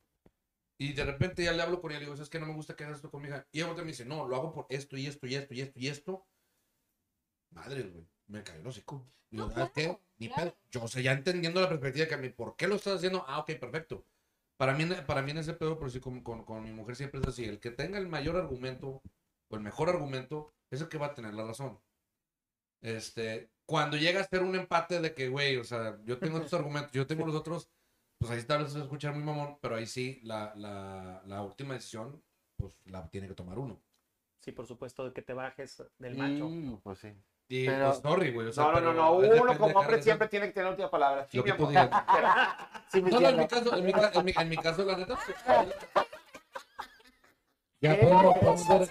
y de repente ya le hablo con ella y le digo, es que no me gusta que hagas esto con mi hija, y ella voltea y me dice, no, lo hago por esto y esto y esto y esto y esto, madre, güey, me cayó el hocico. Digo,
No,
"¿Sabes qué?
claro,
Ni
claro.
pedo". Yo, o sea, ya entendiendo la perspectiva que a mí, ¿por qué lo estás haciendo? Ah, ok, perfecto. Para mí, para mí en ese pedo, pero sí, con, con- con mi mujer siempre es así, el que tenga el mayor argumento, o el mejor argumento, es el que va a tener la razón. Este, cuando llega a ser un empate de que, güey, o sea, yo tengo tus argumentos, yo tengo los otros, pues ahí tal vez se va a escuchar muy mamón, pero ahí sí, la, la, la última decisión, pues la tiene que tomar uno.
Sí, por supuesto, de que te bajes del macho.
Mm, Pues sí.
Y,
Pero-
pues, sorry, güey, o sea,
no, no,
pero
no, no,
es de
uno como
pendejar,
hombre
es de-
siempre tiene que tener la última palabra. Sí,
Lo que
mi
tú
amor.
digas.
Sí, mi
No, no, en
tierra.
mi caso, en mi, ca- en mi- en mi caso, la neta. pues, Ya
Eh,
podemos- podemos ver-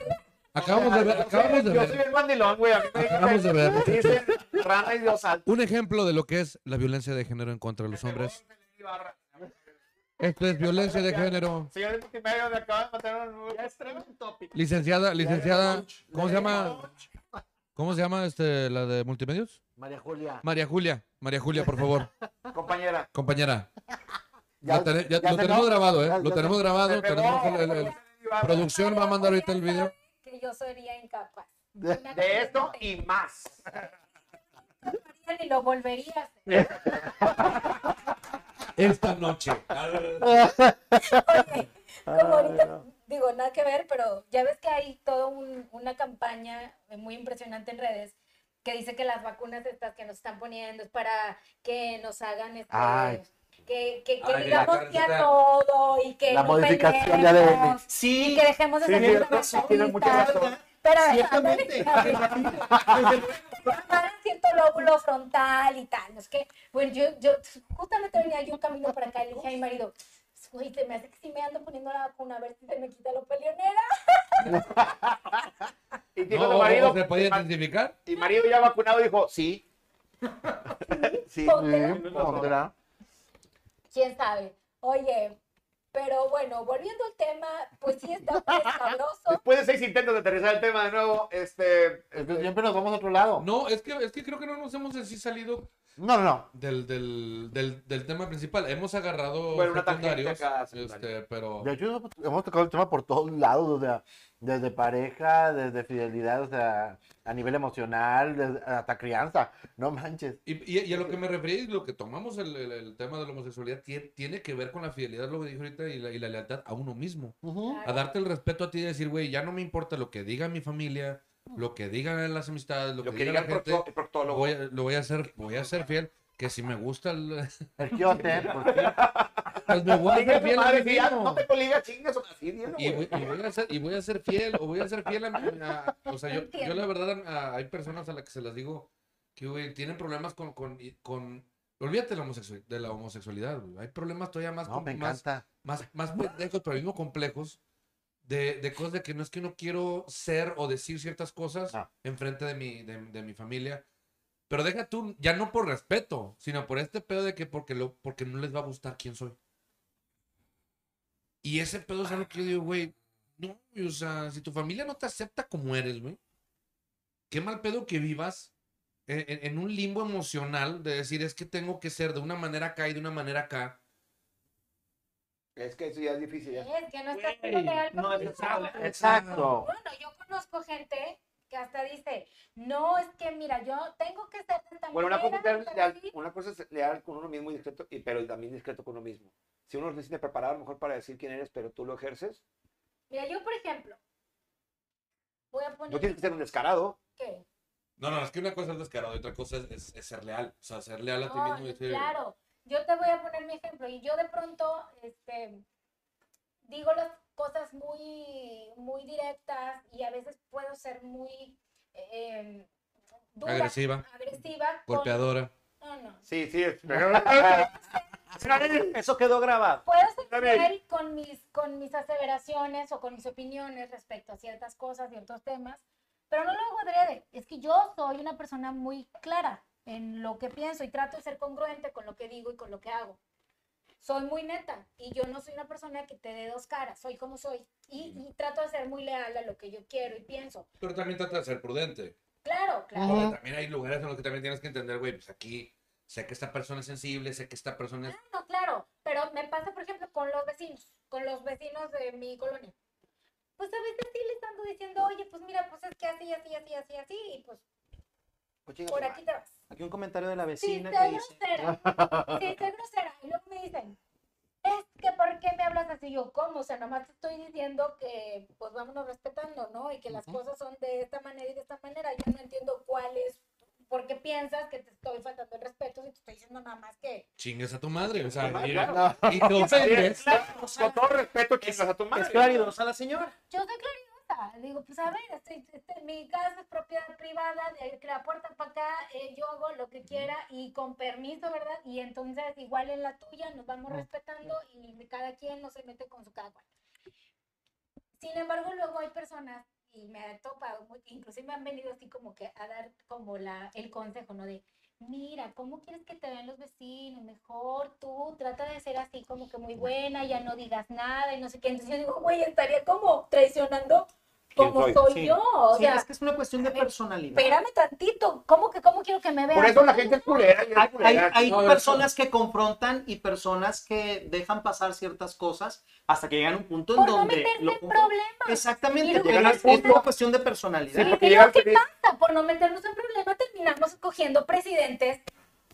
Acabamos de ver,
Yo soy-
acabamos de
Yo soy
ver,
el mandilón, güey. A mí me dicen-
acabamos de ver.
Dicen rana y Dios santo.
Un ejemplo de lo que es la violencia de género en contra de los hombres. Esto es violencia de género.
Señores multimedia, me acaban de matar a un...
Ya es tremendo topic.
Licenciada, licenciada, ¿cómo se llama? ¿Cómo se llama este, la de multimedios?
María Julia.
María Julia, María Julia, por favor,
Compañera.
compañera.
Ya-
lo tene- ya-
ya
lo
se
tenemos
no-
grabado,
ya-
¿eh? Lo
ya
tenemos
me
grabado.
pegó.
tenemos el- el- el- producción va a mandar ahorita el video.
Que yo sería incapaz.
De esto y más.
Y lo volvería a hacer.
Esta noche.
Oye, como ahorita, digo, nada que ver, pero ya ves que hay toda un- una campaña muy impresionante en redes que dice que las vacunas estas que nos están poniendo es para que nos hagan este,
Ay.
que, que, que
Ay,
digamos
la
que a
receta.
todo y que
La
no
modificación de ADN.
peleemos y
Sí,
que dejemos de
Sí,
salir
cierto, sí, tienes mucha razón.
Pero
ciertamente.
Mamá, siento lóbulo frontal y tal. no Es que, bueno, yo, yo justamente venía yo camino para acá y le dije a mi marido, güey, se me hace que si me ando poniendo la vacuna a ver si se me quita lo peleonera.
Y dijo
No,
tu
o-
marido.
o ¿Se puede
y ma-
identificar?
Y marido ya vacunado dijo, sí.
Sí,
Pondrá.
sí, pondrá.
¿Quién sabe? Oye, pero bueno, volviendo al tema, pues sí está muy escabroso.
Después de seis intentos de aterrizar el tema de nuevo, este.
Entonces, siempre nos vamos a otro lado. No,
No, es que, es que creo que no nos hemos en sí salido
no, no.
del, del, del, del tema principal. Hemos agarrado
Bueno, una tangente
secundarios.
acá, secundaria.
este, pero.
De hecho, hemos tocado el tema por todos lados, o sea, desde pareja, desde fidelidad, o sea, a nivel emocional, desde- hasta crianza. No manches.
Y, y- y a lo que me referí, lo que tomamos el, el- el tema de la homosexualidad tie- tiene que ver con la fidelidad, lo que dije ahorita, y la, y la lealtad a uno mismo.
Ujú.
A darte el respeto a ti y decir, güey, ya no me importa lo que diga mi familia, lo que digan las amistades, lo,
Lo
que,
que diga
diga la
el
gente,
procto- el
lo
proctólogo.
voy, a, lo voy a hacer, voy a ser fiel, que si me gusta, el,
El quiote, pues sí.
pues me voy a
Diga
ser
a tu
fiel a
madre,
mí
si ya
mismo.
no te coligas, chingas o así, dilo,
Y
güey.
voy, y voy a ser, y voy a ser fiel, o voy a ser fiel a mi. a- o sea, yo, yo la
Entiendo.
verdad, a- hay personas a las que se las digo que, güey, tienen problemas con. con, y- con olvídate de la, homosexual- de la homosexualidad, güey. Hay problemas todavía más.
No,
com-
pues, me
más,
encanta.
más, más pendejos, pero mismo complejos. De, de cosas de que no es que no quiero ser o decir ciertas cosas
Ah.
enfrente de mi, de, de mi familia. Pero deja tú, ya no por respeto, sino por este pedo de que porque, lo, porque no les va a gustar quién soy. Y ese pedo es algo que yo digo, güey. No, güey, o sea, si tu familia no te acepta como eres, güey. Qué mal pedo que vivas en, en- en un limbo emocional de decir es que tengo que ser de una manera acá y de una manera acá.
Es que eso ya es difícil. ya.
Es que no está siendo leal
no,
contigo.
es exacto.
Exacto.
Bueno, yo conozco gente que hasta dice, no, es que mira, yo tengo que ser de esta
Bueno, una cosa, es
manera,
ser leal,
así".
una cosa es leal con uno mismo y discreto, y- pero también discreto con uno mismo. Si uno necesita preparar a lo mejor para decir quién eres, pero tú lo ejerces,
Mira, yo por ejemplo, voy a poner...
no tienes que ser un descarado.
¿Qué?
No, no, es que una cosa es descarado y otra cosa es, es- es ser leal. O sea, ser leal a ti
No,
mismo
sí,
y decir,
claro. Yo te voy a poner mi ejemplo. Y yo de pronto, este, digo las cosas muy, muy directas y a veces puedo ser muy eh, dura,
Agresiva.
agresiva con-
Golpeadora.
No, no.
Sí, sí. es-
Eso quedó grabado.
Puedo ser
Está bien.
cruel con mis, con mis aseveraciones o con mis opiniones respecto a ciertas cosas, ciertos temas, pero no lo hago adrede. Es que yo soy una persona muy clara en lo que pienso y trato de ser congruente con lo que digo y con lo que hago. Soy muy neta y yo no soy una persona que te dé dos caras, soy como soy y, y trato de ser muy leal a lo que yo quiero y pienso.
Pero también trata de ser prudente.
Claro, claro.
Porque también hay lugares en los que también tienes que entender, güey, pues aquí sé que esta persona es sensible, sé que esta persona es...
No, claro, pero me pasa, por ejemplo, con los vecinos, con los vecinos de mi colonia. Pues a veces sí les ando diciendo, oye, pues mira, pues es que así, así, así, así, así, y pues por aquí te vas.
Aquí un comentario de la
Sí,
vecina que
soy
dice.
grosera, sí, soy grosera. Y luego me dicen, es que ¿por qué me hablas así? Yo, ¿cómo? O sea, nomás te estoy diciendo que, pues vámonos respetando, ¿no? Y que las cosas son de esta manera y de esta manera. Yo no entiendo cuál es, por qué piensas que te estoy faltando el respeto si te estoy diciendo nada más que...
Chingues a tu madre, o sea,
Ajá,
y,
claro.
y te ofendes.
Con todo respeto, chingas a tu madre.
Es claridosa la señora.
yo soy claridosa. Digo, pues a ver, estoy- este, mi casa es propiedad privada, de ahí que la puerta para acá, eh, yo hago lo que quiera y con permiso, ¿verdad? Y entonces, igual en la tuya, nos vamos respetando y cada quien no se mete con su cada cual. Sin embargo, luego hay personas, y me ha topado, mu- inclusive me han venido así como que a dar como la, el consejo, ¿no? De, mira, ¿cómo quieres que te vean los vecinos? Mejor tú trata de ser así como que muy buena, ya no digas nada y no sé qué. Entonces yo digo, güey, estaría como traicionando
¿Quién
como
soy?
soy,
Sí.
yo. O
Sí,
sea,
es que es una cuestión de
a ver,
personalidad.
espérame tantito, ¿cómo que cómo quiero que me vean?
Por eso la gente es culera. y es
Hay, hay-
culera.
hay
No, eso-
personas que confrontan y personas que dejan pasar ciertas cosas hasta que llegan a un punto en
Por no
donde...
meterme
lo
en
confron-
problemas.
Exactamente,
Y luego
pero
llegan
es,
al
es una
punto-
cuestión de
Sí,
personalidad.
Y
porque
digo,
llegan
¿qué
feliz-
pasa? Por no meternos en problemas terminamos cogiendo presidentes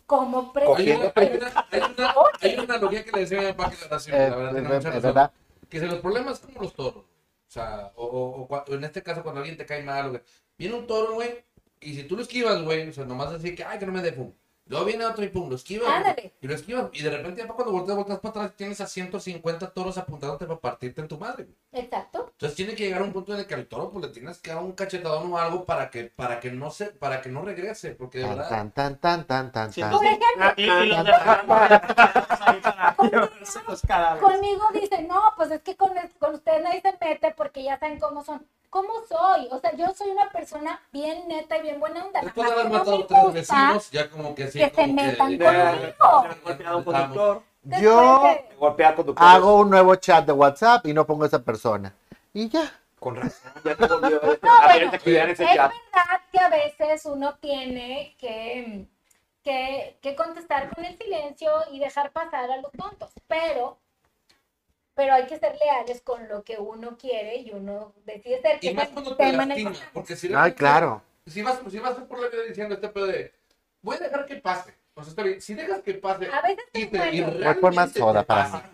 como
Hay
presidente.
una, hay, una, hay, una, hay una analogía que le decía a mi papá que la nació,
Eh,
la verdad,
es
tiene
ver-
mucha
es
razón.
verdad.
Que si los problemas son como los toros. O sea, o, o- o cua- en este caso cuando alguien te cae mal, o que- viene un toro, güey, y si tú lo esquivas, güey, o sea, nomás decir que, ay, que no me dé pum. Luego viene otro y pum, lo esquivas. güey,
Ándale.
Y lo esquivas. Y de repente, ya cuando volteas, volteas para atrás, tienes a 150 toros apuntándote para partirte en tu madre. güey.
Exacto.
Entonces tiene que llegar un punto en el que al toro, pues le tienes que dar un cachetadón o algo para que, para que, no, se, para que no regrese. Porque de verdad.
Tan, tan, tan, tan, tan,
Sí,
tan.
Por ejemplo,
Y- y los dejamos ahí para llevarse los cadáveres.
conmigo dicen, no, pues es que con, con ustedes nadie se mete porque ya saben cómo son. ¿Cómo soy? O sea, yo soy una persona bien neta y bien buena onda. Nada
Después
más
de haber
que no me
matado tres
gusta
vecinos, ya como que sí.
que se
como
metan
conmigo.
Han golpeado a un conductor.
después
Yo
de-
Golpea conductores.
hago un nuevo chat de WhatsApp y no pongo a esa persona. Y ya.
Con razón. Ya te volvió.
bueno. eh,
Abierta a cuidar ese
Es
chat.
verdad que a veces uno tiene que, que, que contestar con el silencio y dejar pasar a los tontos, pero, pero hay que ser leales con lo que uno quiere y uno decide ser. que
Y más
es
cuando
el
te
tema en el
lastima,
que-
porque si
Ay,
realmente-
claro.
Si vas, si vas por la vida diciendo este pedo de, voy a dejar que pase. O sea, está bien, si dejas que pase,
A veces
y
es
te- y
bueno.
realmente
por más
te
soda para
pasa, o sea,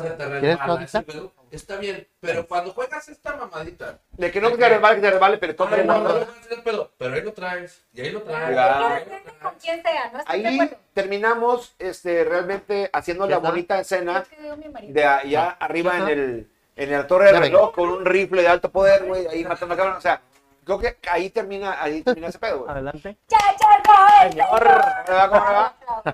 se te
¿Quieres
resbala
codita?
ese pedo, está bien, pero cuando juegas esta mamadita,
De que no se resbale, que se resbale, pero
ay,
toma
no,
la
no,
mano.
no, ese pedo, pero ahí lo traes, y ahí lo traes.
Cuidado.
y ahí lo
Depende
traes.
con quién sea, ¿no? ¿Estás de
Ahí
acuerdo?
terminamos este, realmente haciendo la
¿Ya está?
bonita escena
Es que digo mi marido.
de allá arriba en
Ajá.
el en la torre del
Ya
reloj con un rifle de alto poder, güey, ahí matando a cabrón. O sea, creo que ahí termina, ahí termina ese pedo, güey.
Adelante.
¡Ya, ya, ya!
Señor, ¿cómo le va? ¿Cómo le va?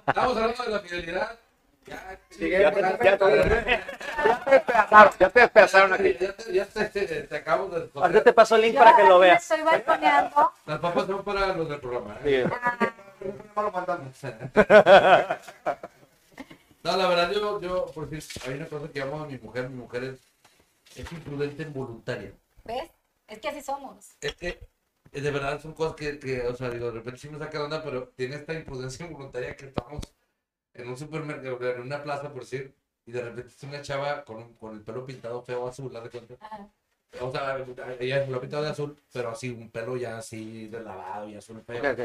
Estamos hablando de la fidelidad. Ya, chingue,
ya te-
ya-
ya Ya te despedazaron, ya te despedazaron aquí.
Ya te- ya te- te- te acabo de.
Ahorita te paso el link
Yo
para que lo
ahora sí
veas.
Estoy balconeando.
Las papas son para los del programa. ¿eh?
Sí.
No, la verdad, yo, yo, por decir, hay una cosa que amo a mi mujer, mi mujer es, es imprudente involuntaria.
¿Ves? Es que así somos.
Es que, eh, de verdad, son cosas que, que, o sea, digo, de repente sí me saca de onda, pero tiene esta imprudencia involuntaria que estamos en un supermercado, en una plaza, por decir, y de repente es una chava con, un- con el pelo pintado feo azul, haz de cuenta.
Ajá.
O sea, ella lo ha pintado de azul, pero así, un pelo ya así deslavado y azul feo.
Ok, ok.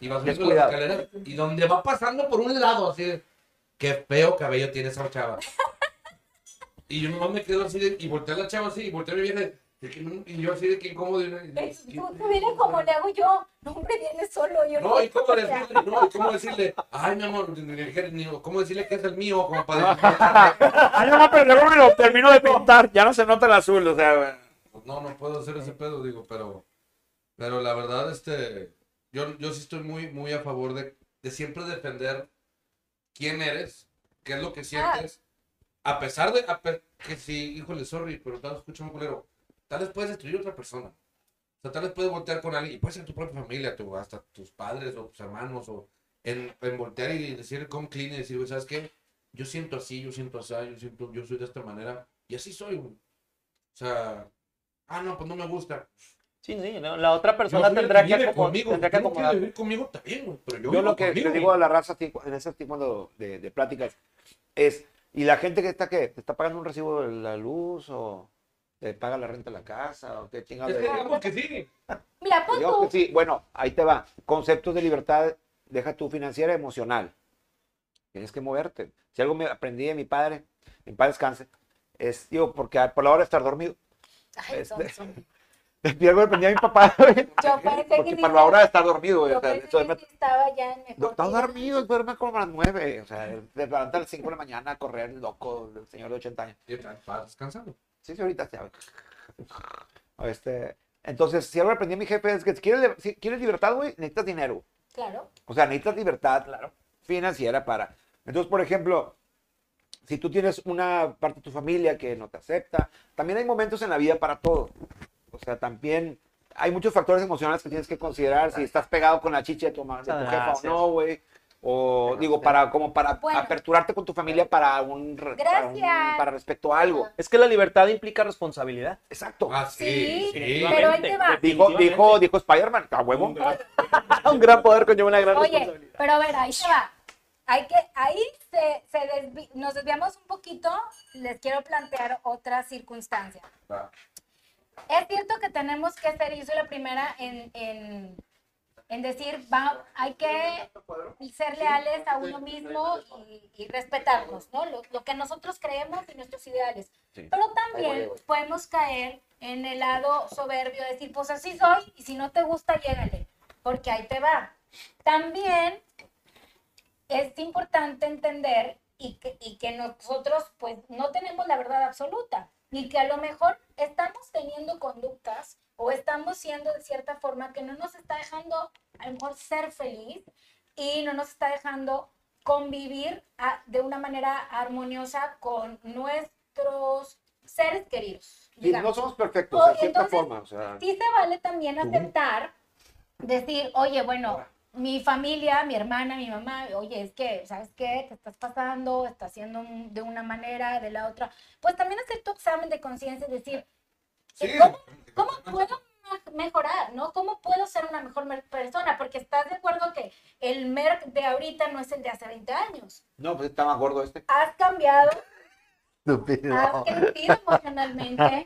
Y va subiendo las
Descuidado.
escaleras y donde va pasando por un lado, así de, qué feo cabello tiene esa chava. Y yo nomás me quedo así de- y volteé a la chava así y volteé a mi vieja, De que no- y yo así de que incómodo. y-
Ve,
y-
Tú, tú vienes como le hago yo. No, hombre, vienes solo. Yo
No, ¿y cómo
o sea,
decirle? No, ¿y cómo decirle? Ay, mi amor, ni- ni- ¿cómo decirle que es el mío? Como para...
Ay, Ah, no, pero luego me lo termino de pintar. Ya no se nota el azul, o sea, bueno.
Pues No, no puedo hacer ese pedo, digo, pero... Pero la verdad, este... Yo, yo sí estoy muy, muy a favor de, de siempre defender quién eres, qué es lo que sientes. A pesar de... a pe- que sí, híjole, sorry, pero tal vez escucha un culero. Tal vez puedes destruir a otra persona. O sea, tal vez puedes voltear con alguien. Y puede ser tu propia familia, tu, hasta tus padres o tus hermanos. O en, en voltear y decir, con clean y decir, güey, ¿sabes qué? Yo siento así, yo siento así, yo siento, yo soy de esta manera. Y así soy, güey. O sea, ah, no, pues no me gusta.
Sí, sí, no, la otra
Yo
persona
soy el
tendrá que,
vive
acomo- tendrá que
tú no quieres
acomodar.
vivir conmigo también, güey, pero yo,
Yo
vivo
lo que
conmigo,
le digo a
güey.
la raza ti- en ese tipo de, de pláticas es, ¿y la gente que está que te está pagando un recibo de la luz o te paga la renta de la casa o qué chingada?
Es que
de-
digamos que sí.
Mira, pon
Digamos
tú.
que sí, bueno, ahí te va. Conceptos de libertad, deja tu financiera emocional. Tienes que moverte. Si algo me aprendí de mi padre, mi padre descanse, es, digo, porque a- por la hora de estar dormido,
Ay,
este-
Thompson.
de algo aprendí a mi papá, güey,
Yo pensé que
porque
sí
para la hora de estar dormido, güey, o
Yo
sea,
pensé
eso
que
me-
sí estaba ya en mejor.
Está
vida.
dormido, duerme como a las nueve. O sea, se levanta a las cinco de la mañana a correr loco, el señor de 80 años.
Y está- está descansando.
Sí, sí, ahorita se abre. Este, entonces, si algo aprendí a mi jefe es que si quieres, li- si quieres libertad, güey, necesitas dinero.
Claro.
O sea, necesitas libertad financiera para. Entonces, por ejemplo, si tú tienes una parte de tu familia que no te acepta, también hay momentos en la vida para todo. O sea, también hay muchos factores emocionales que tienes que considerar. Si estás pegado con la chicha de tu, ma- de tu jefa o
Gracias.
no, güey. O digo, para, como para
Bueno.
aperturarte con tu familia para un, re- para, un-
Gracias.
para respecto a algo.
Es que la libertad implica responsabilidad.
Exacto.
Ah,
Sí,
sí, sí.
pero ahí te va.
dijo, dijo, dijo Spider-Man, a huevo.
Ah,
un gran poder conlleva una gran
Oye,
responsabilidad.
pero a ver, ahí se va. Hay que, ahí se, se desvi- nos desviamos un poquito. Les quiero plantear otra circunstancia.
Va.
Es cierto que tenemos que ser, yo soy la primera en, en, en decir, va, hay que ser leales a uno mismo y, y respetarnos, ¿no? Lo, lo que nosotros creemos y nuestros ideales. Pero también podemos caer en el lado soberbio, decir, pues así soy, y si no te gusta, llégale, porque ahí te va. También es importante entender y que, y que nosotros pues no tenemos la verdad absoluta y que a lo mejor estamos teniendo conductas o estamos siendo de cierta forma que no nos está dejando a lo mejor ser feliz y no nos está dejando convivir a- de una manera armoniosa con nuestros seres queridos.
Y
digamos
no somos perfectos,
Oh,
de cierta
entonces,
forma. O sea,
sí se vale también aceptar, decir, oye, bueno, mi familia, mi hermana, mi mamá, oye, es que, ¿sabes qué? Te estás pasando, estás haciendo un- de una manera, de la otra. Pues también hacer tu examen de conciencia y decir,
Sí.
¿cómo, cómo puedo me- mejorar, no? ¿Cómo puedo ser una mejor mer- persona? Porque estás de acuerdo que el Merck de ahorita no es el de hace 20 años.
no, pues está más gordo este.
Has cambiado,
Estúpido.
has crecido Ah, emocionalmente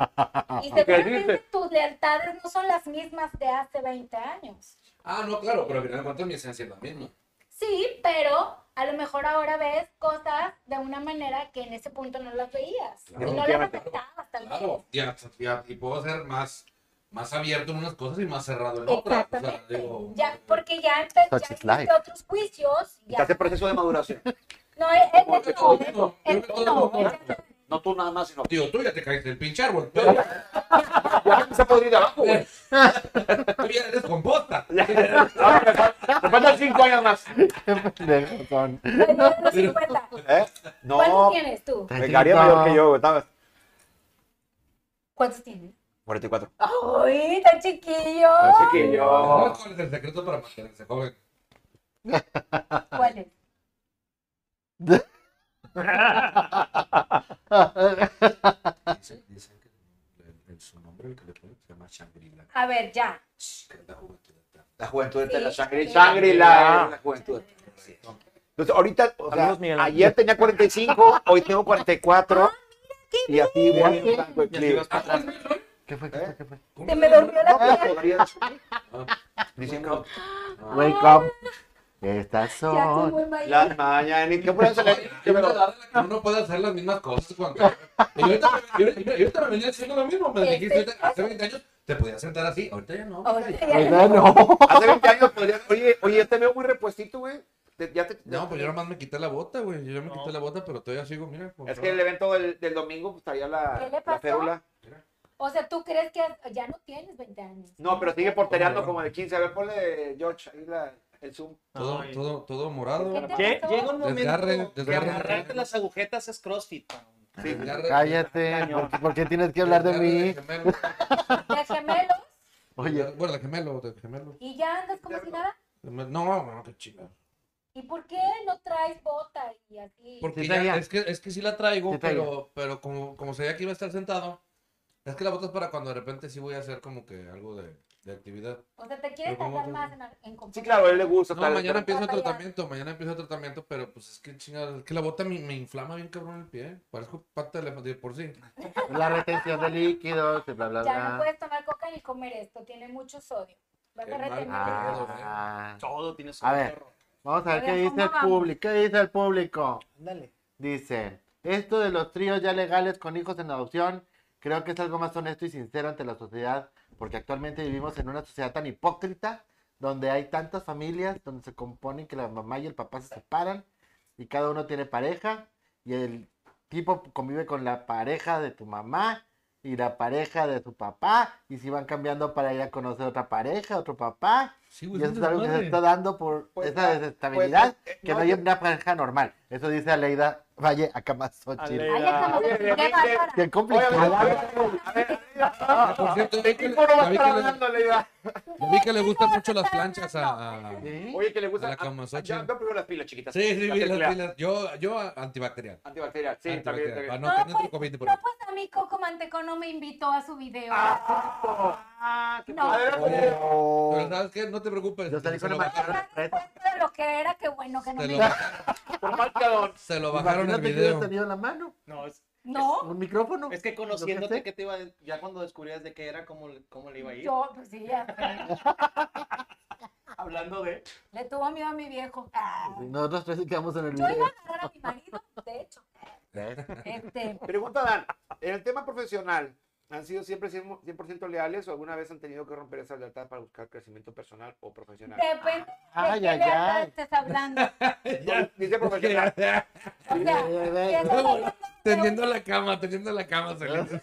y seguramente tus lealtades no son las mismas de hace 20 años.
Ah, no, claro, pero al final de cuentas mi esencia es la misma.
Sí, pero a lo mejor ahora ves cosas de una manera que en ese punto no las veías. y no las
Definitivamente.
aceptabas tal vez.
Claro, y, hasta- y a- y puedo ser más, más abierto en unas cosas y más cerrado en otras. O sea,
Exactamente.
digo,
ya, porque ya empe-
Such
ya
is life.
hiciste otros juicios.
Está
Ya.
ese proceso de maduración.
No, es, es,
Porque
no,
todo-
es- es-
todo-
no,
todo-
es-
No tú nada más, sino.
Digo, tú ya te caíste del pinche árbol. Tú ya,
Ya se podría ir abajo, güey.
tú ya eres composta.
Me faltan cinco años más.
Qué pendejos son.
es de los 50.
¿Eh?
¿Cuántos
No.
tienes tú?
Me quedaría mayor que yo, güey. estaba-
¿Cuántos tienes?
44.
¡Ay, tan chiquillo!
Así que
No.
yo.
¿Cuál es el secreto para mantenerse joven?
¿Cuál es?
Dicen, dicen que el- el- su nombre, el que le ponen, se llama Shangri-La,
A ver, ya.
que es la juventud eterna.
La juventud de la
Sí.
sangre.
Shangri-La.
La juventud eterna, sí. Entonces, ahorita, o sea,
Saludos, Miguel Ángel.
ayer tenía 45, hoy tengo
Ah,
44. Y así voy en blanco el
Y así
clip.
vas para atrás.
¿Qué fue? ¿Qué fue? ¿Qué fue?
Se me durmió la
No, pues,
piel.
podría- Diciendo,
Wake up. Estas
Ah. Ya estoy
son.
muy mayor.
Las mañanitas. ¿Por eso le-
Hay una edad en la que uno puede hacer las mismas cosas, Juan Carlos. Y ahorita, y ahorita- y ahorita me venía diciendo lo mismo. Me
Este
dijiste ahorita, hace 20 años te podías sentar así. Ahorita ya no.
Ahorita
mira,
ya-
Oiga, Pues, no.
Hace 20 años podrías. Oye, oye, yo te veo muy repuestito, güey. Te- ya te-
No, pues yo nomás me quité la bota, güey. Yo ya me
No.
quité la bota, pero todavía sigo, mira. con-
Es que el evento del, del domingo pues, traía
¿Qué
la,
le
la
pasó?
férula.
O sea, ¿tú crees que ya no tienes 20 años?
No, pero sigue portereando como de 15. A ver, ponle, George, ahí la, el zoom.
Todo,
Ay.
todo, todo morado.
¿Qué te
Lle-
pasó?
Llega un momento
Desgarre,
que
desgarre.
agarrarte las agujetas es CrossFit. cabrón.
Ah,
Sí.
Desgarre-
Cállate. ¿por qué- ¿Por qué tienes que hablar de
desgarre
mí?
gemelo.
De gemelos
Oye,
Bueno, de gemelo, de gemelo.
y ya andas como si nada.
Gemelo. No, no, qué chingada.
¿Y por qué no traes bota y así?
Porque
Sí
ya-
traía.
es que, es que sí la traigo,
Sí traía.
pero, pero como, como sabía que iba a estar sentado, es que la bota es para cuando de repente sí voy a hacer como que algo de, de actividad.
O sea, te quieres
Pero ¿cómo
gastar
te-
más en, en comprar.
Sí, claro, a él le gusta.
No,
tal,
mañana
pero-
empiezo el
Ah, ya.
tratamiento, mañana empiezo el tratamiento, pero pues es que chingada, es que la bota me, me inflama bien cabrón el pie, parezco pata de, elef- de por sí.
la retención de líquidos, y bla, bla,
Ya no
bla.
puedes tomar coca ni comer esto, tiene mucho sodio. Vas
Qué
a
mal
retener.
pedo.
líquido.
Ah,
Todo tiene su
A ver.
perro.
vamos a ver
A
qué
ver,
dice
¿cómo
el
vamos?
público. ¿Qué dice el público?
Ándale.
Dicen, esto de los tríos ya legales con hijos en adopción, creo que es algo más honesto y sincero ante la sociedad, porque actualmente vivimos en una sociedad tan hipócrita, donde hay tantas familias, donde se componen que la mamá y el papá se separan, y cada uno tiene pareja, y el tipo convive con la pareja de tu mamá, y la pareja de tu papá, y si van cambiando para ir a conocer otra pareja, otro papá,
Sí,
y
güey,
eso es algo que se
desmadre.
está dando por
Pues,
esa
ah,
desestabilidad
pues, eh,
que
no,
no hay
yo-
una pareja normal. Eso dice Aleida Valle Acamazochil.
Ay, hasta me
Oye,
puse
mi
qué
amiga-
bárbara.
Qué
Oye, a
complicado.
ver, a ver, a ver, a ver.
Por cierto, vi que,
El
le-
tipo no va a
vi que
estar
le-
hablando, le diga.
vi que le gustan mucho las planchas a... a-
¿Sí?
Oye, que le gusta.
A la
ah,
cama,
ah, Ya,
Xochitl.
no, primero las pilas, chiquitas.
Sí, sí,
La
vi las
tecla.
pilas. Yo, yo a- antibacterial.
Antibacterial, sí, también.
antibacterial,
también.
Para no
No,
tener otro COVID por ahí.
No, pues a mí Coco Mantecono me invitó a su video.
Ah, qué
No.
padre.
Oh. Pero
Oh.
sabes qué, no te preocupes.
Yo salí
se
con
lo
la
bajaron,
machorra.
Después de lo que era, qué bueno que no
se
me...
lo bajaron,
Por mal cadón.
se lo bajaron el
Imagínate que hubieras
video.
tenido en la mano
No, es,
No,
un micrófono.
es que
Lo que
conociéndote
sé.
que te iba a- ya cuando descubrías de qué era, cómo, le- cómo le iba a ir.
yo, pues sí, ya sé.
Hablando de...
Le tuvo miedo a mi viejo. Ah.
Nosotros tres quedamos en el
Yo iba
video.
a agarrar a mi marido, de hecho. Este,
Pregunta Dan, en el tema profesional, ¿han sido siempre 100%, leales o alguna vez han tenido que romper esa lealtad para buscar crecimiento personal o profesional?
depende de
Ay,
qué
ay,
lealtad
ay.
estés hablando.
Ya,
Dice profesional.
ya,
O sea,
Ve,
si
ve,
estás
ve.
hablando
Tendiendo la cama, tendiendo la cama. se le-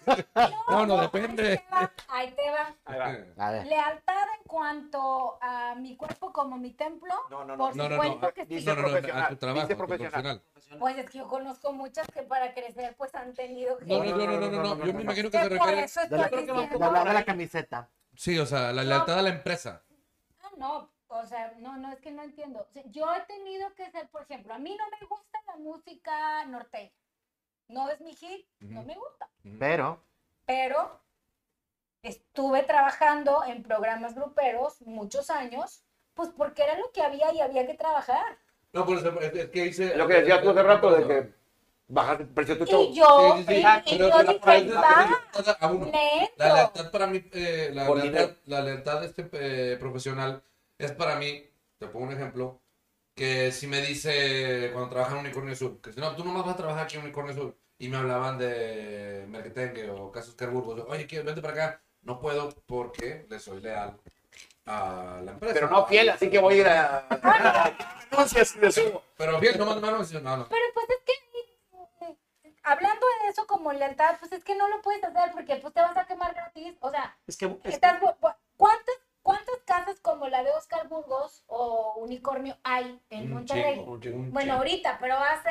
No, no,
Ahí
depende.
te va, ahí te va.
Ahí va.
A ver.
Lealtad en cuanto a mi cuerpo como mi templo.
No, no, no.
Por
No, no,
supuesto
no.
que sí.
Dice
No, no, no, a tu
profesional,
trabajo, a
dice
tu
profesional.
profesional.
Pues es que yo conozco muchas que para crecer pues han tenido que...
No, no, no, no, no,
no, no,
no, Yo me
no.
imagino que
Que
se
por
refiere.
eso
Yo
estoy
creo que va un
diciendo...
Le hablaba de la camiseta.
Sí, o sea, la lealtad a la empresa.
Ah, no, o sea, no, no, es que no entiendo. O sea, yo he tenido que ser, por ejemplo, a mí no me gusta la música norteña. No es mi hit, no
Ujú.
me gusta.
Pero,
Pero estuve trabajando en programas gruperos muchos años, pues porque era lo que había y había que trabajar.
No, por eso es es que dice.
Lo que decías tú hace rato de que bajaste el precio de tu show.
Y yo,
Sí, sí,
Oh, y,
sí. Ah,
y
Pero
yo
la- por ahí
dije,
es
va,
la- a uno. La
lento.
lealtad para mí, eh, la,
Por
lealtad,
dinero.
la lealtad este, eh, profesional es para mí, te pongo un ejemplo, que si me dice cuando trabajaba en Unicornio Sur, que si no, tú nomás vas a trabajar aquí en Unicornio Sur, y me hablaban de Merquetengue o Casos Carburgos, oye, ¿quieres? vente para acá, no puedo porque le soy leal a la empresa.
Pero no fiel, así que voy a ir a. Anuncias de subo.
Pero fiel, no, no, no, no, no, no.
Pero pues es que eh, hablando de eso como lealtad, pues es que no lo puedes hacer porque pues te vas a quemar gratis. O sea,
Es que... es-
estás bu- bu- ¿cuántas, cuántas casas como la de Oscar Burgos o Unicornio hay en
Un
Monterrey?
chingo, un chingo, un
Bueno,
chingo.
ahorita, pero hace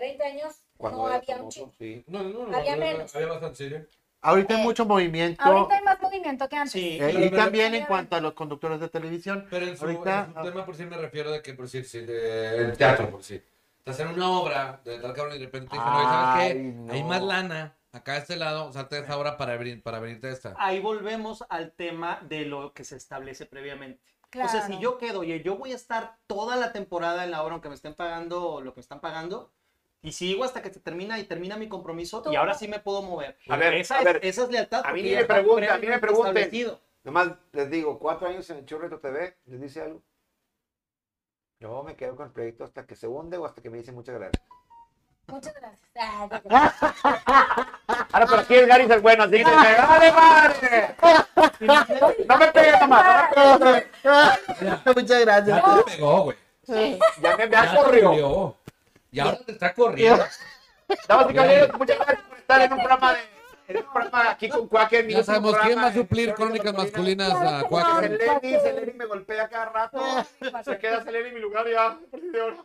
20 años no había un chingo.
Sí.
No, no, no,
había
no,
menos.
Había bastante, sí, sí.
ahorita hay
Eh,
mucho movimiento.
Ahorita hay más movimiento que antes.
Sí,
eh,
pero-
y
pero-
también en cuanto a los conductores de televisión.
Pero en su,
Ahorita,
en su
ah.
tema, por si me refiero de que, por si, si de- el teatro, por si. Te hacen una obra de tal cabrón y de repente te dicen, oye, ¿sabes qué?
Ay, no.
Hay más lana acá de este lado, salte de esta obra para, abrir, para venirte a esta.
ahí volvemos al tema de lo que se establece previamente.
Claro.
O sea, si yo quedo, oye, yo voy a estar toda la temporada en la obra, aunque me estén pagando lo que me están pagando, y sigo hasta que se termina y termina mi compromiso,
Tú-
y ahora sí me puedo mover.
A ver,
esa,
a
es,
ver,
esa es lealtad.
a mí
porque
ni
ya
me
está
pregunten, a mí me
previamente
pregunten.
establecido.
Nomás les digo, cuatro años en el Churreto TV, les dice algo. Yo me quedo con el proyecto hasta que se hunde o hasta que me dicen muchas gracias.
Muchas gracias. Ah, ya, ya.
Ahora, pero aquí el Gary es el bueno, así que ¡Dale, madre! ¡No me pegues, mamá! ¡No me pegues!
Muchas gracias.
Ya te pegó, güey.
Ya me, me
Ya
ha
te
corrido.
corrió. Y ahora te está corriendo.
Damas y caballeros, muchas gracias por estar en un programa de. En un programa aquí con Quaker. mi
Ya
último
sabemos quién va a
programa eh. en
suplir
Crónicas
crónicas masculinas a
Se
Quaker.
Seleni, Seleni me golpea cada rato. Se queda Seleni en mi lugar ya. A partir de ahora.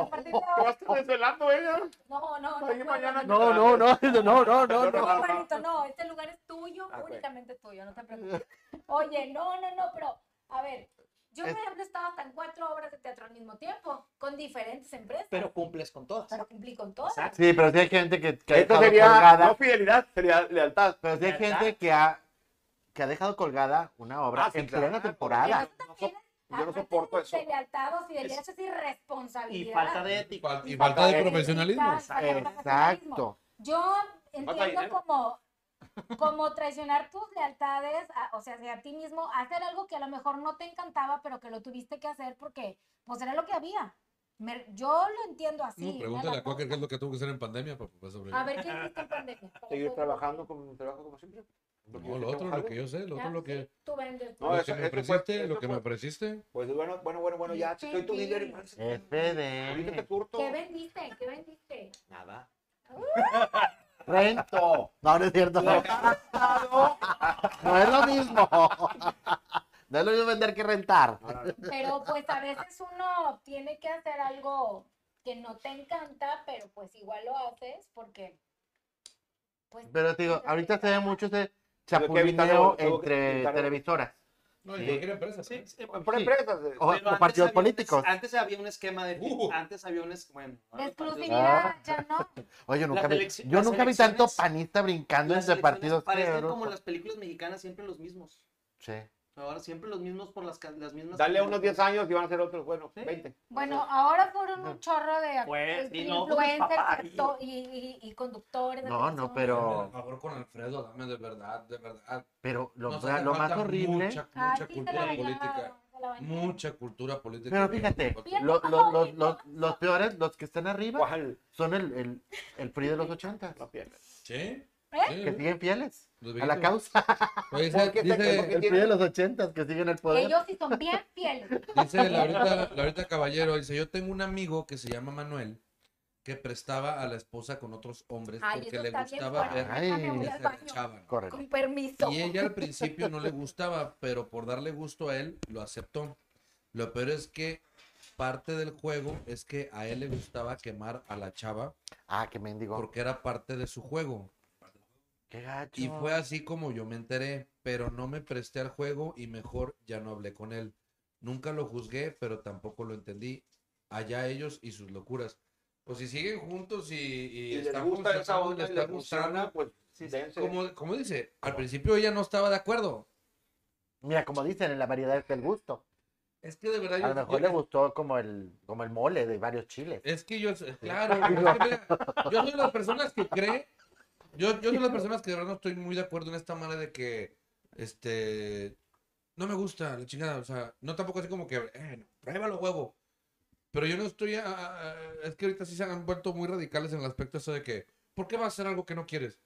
A partir de
¿Te vas a
ahora-
estar desvelando, eh? ella?
No, no, no.
Ahí
puedo.
mañana-
No, no, no, no, no, no.
No,
no, no.
Juanito, no, este lugar es tuyo,
Ah, ok.
únicamente tuyo, no te preocupes. Oye, no, no, no, pero, a ver, yo por ejemplo he estado hasta en cuatro obras de teatro al mismo tiempo, con diferentes empresas, pero,
Pero cumples con todas.
cumplí con todas.
Exacto.
Sí, pero sí hay gente que, que ha
Esto
dejado
sería
colgada.
no fidelidad, sería lealtad.
Pero sí hay
¿Verdad?
gente que ha, que ha dejado colgada una obra
Ah, sí,
en
claro.
plena
Porque
temporada.
nosotros también,
yo no
aparte
soporto
de
eso.
De lealtad o fidelidad, eso es
Y
irresponsabilidad.
falta de ética.
Y falta de
ética,
profesionalismo.
falta de profesionalismo.
Exacto.
Yo entiendo
dinero.
como, como traicionar tus lealtades, a- o sea, hacia ti mismo, hacer algo que a lo mejor no te encantaba, pero que lo tuviste que hacer porque, pues, era lo que había. Me- yo lo entiendo así.
No,
me
pregúntale
la
a Quaker qué
pongo.
es lo que tuvo que hacer en pandemia para poder
A
sobrevivir.
ver, ¿qué hiciste en pandemia?
Seguir trabajando con mi trabajo como siempre. Porque
No,
yo
lo
tengo
otro,
jale.
lo que yo sé, lo
Ah,
otro, lo que,
sí, tú vendes.
No,
lo
eso-
que me
eso fue-
ofreciste,
eso
lo que me
fue-
ofreciste.
Pues bueno, bueno, bueno, bueno, ya,
Sí,
estoy tu
sí.
líder. Ahorita te
FD.
curto.
¿Qué vendiste? ¿Qué vendiste?
Nada.
Rento. No, no es cierto. No, es lo mismo. No es lo mismo vender que rentar.
Pero pues a veces uno tiene que hacer algo que no te encanta, pero pues igual lo haces porque... Pues,
Pero te digo, ahorita se ve mucho ese chapulineo
evitarlo, tengo que
entre
evitarlo.
televisoras.
No,
Sí.
y cualquier empresa.
Sí, sí,
Por
sí.
empresas. eh.
O,
Pero
o
antes
partidos
había un es-
políticos.
antes había un esquema de.
Uh.
Antes había un es- Bueno. pues,
De
ahora partidos-
exclusividad, ya no.
Oye, nunca
Las
vi,
elecci-
yo
las
nunca vi tanto
elecciones-
panista brincando
Las
entre
elecciones
partidos.
Parecen
pero-
como las películas mexicanas, siempre los mismos.
Sí.
Ahora siempre los mismos por las, ca- las mismas.
Dale
campañas.
unos 10 años y van a ser otros, bueno,
Sí.
20.
Bueno, ahora fueron un chorro de ac-
Pues,
de
y no, pues, papá,
influencers
y-
acto- y, y- y conductores. de
No, no,
televisión.
Por
pero,
favor, con Alfredo, dame de verdad, de verdad.
pero lo,
Nos hace
lo más
falta
horrible.
Mucha,
Ay,
mucha
sí, se la
cultura
bañaron,
política.
se la bañaron.
Mucha cultura política.
Pero fíjate,
Bien,
lo-
por
lo-
favor,
los,
bien,
los- los peores, los que están arriba,
¿Cuál?
son el, el, el PRI de los 80,
No pierdes.
¿Sí?
¿Eh?
Sí,
que siguen fieles
los
a la
viejitos.
causa.
Oye,
¿Por
dice,
qué te- por qué
dice,
El PRI de los 80 que siguen el poder.
Ellos sí son bien fieles.
dice Laurita, Laurita Caballero, dice, yo tengo un amigo que se llama Manuel que prestaba a la esposa con otros hombres
Ay,
porque
eso
le
está bien
gustaba
fuerte.
ver
Ay.
Déjame, voy
que
al
se
baño.
echaban.
Correcto.
Con permiso.
Y ella al principio no le gustaba, pero por darle gusto a él, lo aceptó. Lo peor es que parte del juego es que a él le gustaba quemar a la chava
Ah, qué mendigo.
porque era parte de su juego.
Qué gacho.
Y fue así como yo me enteré, pero no me presté al juego y mejor ya no hablé con él. Nunca lo juzgué, pero tampoco lo entendí. Allá ellos y sus locuras. Pues si siguen juntos y, y
Si les
están
gusta esa
funcionando,
onda
les
y les
está
funciona,
gustando,
pues
Sí, sí.
dense.
Como, como dice, al principio ella no estaba de acuerdo.
Mira, como dicen, en la variedad está el gusto.
Es que Eh. de verdad
A
yo,
lo
yo-
mejor le gustó como el, como el mole de varios chiles.
Es que yo, claro, es que mira, yo soy de las personas que cree, yo, yo soy de las personas que de verdad no estoy muy de acuerdo en esta manera de que, este, no me gusta la chingada, o sea, no tampoco así como que, eh, no, pruébalo huevo, pero yo no estoy, a- a- a- es que ahorita sí se han vuelto muy radicales en el aspecto eso de que, ¿por qué vas a hacer algo que no quieres?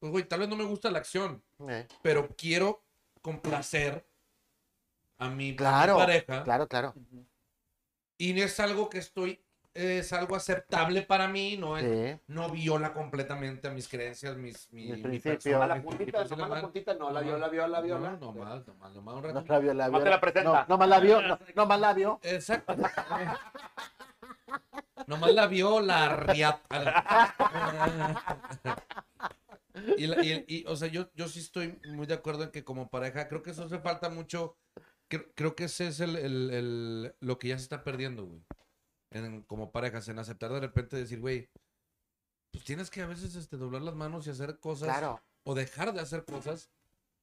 Pues güey, tal vez no me gusta la acción,
Eh,
pero quiero complacer a mi, a mi
Claro,
pareja
Claro, claro.
y no es algo que estoy, es algo aceptable para mí, no es
Sí.
no viola completamente a mis creencias, mis, mi,
Mis
mi
principios.
A
persona,
la
mis
puntita,
principios,
nomás la
nomás-
puntita, no, la
nomás-
viola, viola, viola.
No, nomás, nomás, nomás un
No
ratito.
la vio, la
No
vio.
te la presenta.
No, más la vio, no, más la vio.
Exacto. nomás la vio la riata. y, la- y- y, o sea, yo, yo sí estoy muy de acuerdo en que como pareja, creo que eso hace falta mucho. Cre- creo que ese es el, el- el- lo que ya se está perdiendo, güey. En, como parejas, en aceptar de repente decir, güey, pues tienes que a veces este, doblar las manos y hacer cosas
Claro,
o dejar de hacer cosas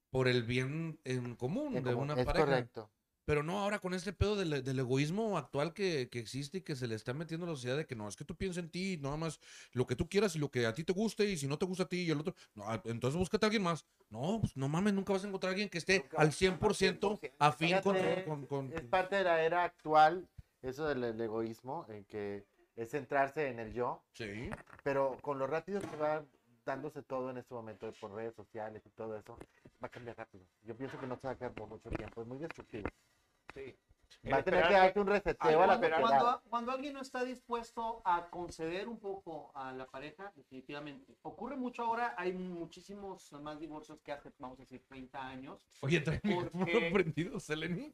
por el bien en común
es
de
como-
una
es
pareja.
correcto.
Pero no ahora con este pedo del, del egoísmo actual que, que existe y que se le está metiendo a la sociedad de que no, es que tú piensas en ti, nada más lo que tú quieras y lo que a ti te guste y si no te gusta a ti y el otro, no, ah, entonces búscate a alguien más. No, pues no mames, nunca vas a encontrar a alguien que esté
Nunca
al
vas a encontrar
100%
100%.
afín con...
Fíjate,
con- con-
Es parte de la era actual eso del del egoísmo, en que es centrarse en el yo,
Sí.
pero con lo rápido que va dándose todo en este momento por redes sociales y todo eso, va a cambiar rápido. Yo pienso que no se va a quedar por mucho tiempo, es muy destructivo.
Sí.
Eh,
Va a tener que darte un reseteo a la
Cuando,
sociedad.
cuando- cuando alguien no está dispuesto a conceder un poco a la pareja, definitivamente. Ocurre mucho ahora, hay muchísimos más divorcios que hace, vamos a decir, 30 años,
Oye, trae el
¿Por
micrófono
qué?
prendido, Seleni.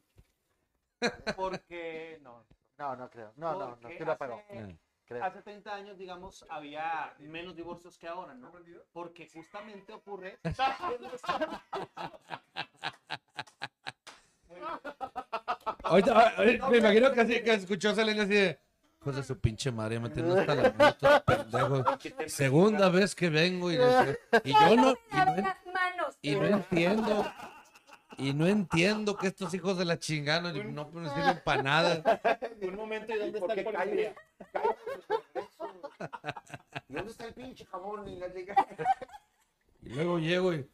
porque no.
No, no creo. No, no, no,
porque
tú lo apagó.
hace-
Mm, creo.
Hace 30 años, digamos, había menos divorcios que ahora, ¿no? Porque justamente ocurre.
Ahorita, ah, ah, me imagino que, así, que escuchó Seleni así de. Pues de su pinche madre, ya metiendo hasta la mano, estos pendejos. Segunda vez que vengo y, les- y yo no. y no en-
las manos.
Y no entiendo. Y no entiendo que estos hijos de la chingada no, pues, no sirven para nada.
un momento y dónde está
Porque
el policía?
calla. Calla. ¿Y dónde está el pinche jabón? Y la liga-
Y luego llego y.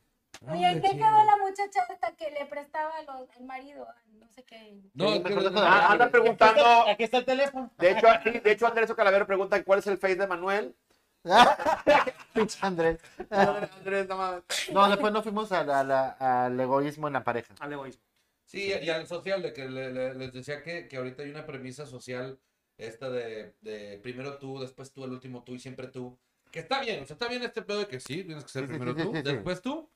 Oye, ¿en qué quedó la muchacha hasta que le prestaba los, el marido? No sé qué.
No,
Sí,
que-
me acuerdo
Ah, anda preguntando.
Aquí está el teléfono.
De hecho, aquí, de hecho Andrés Calavero pregunta cuál es el face de Manuel.
Pinche Andrés.
Andrés, no mames.
No, después nos fuimos a la- a la- al egoísmo en la pareja.
Al egoísmo.
Sí, y al social, de que le- le- les decía que, que ahorita hay una premisa social, esta de, de primero tú, después tú, el último tú y siempre tú. Que está bien, o sea, está bien este pedo de que sí, tienes que ser
Sí, sí,
primero
sí,
tú,
sí, sí.
después tú,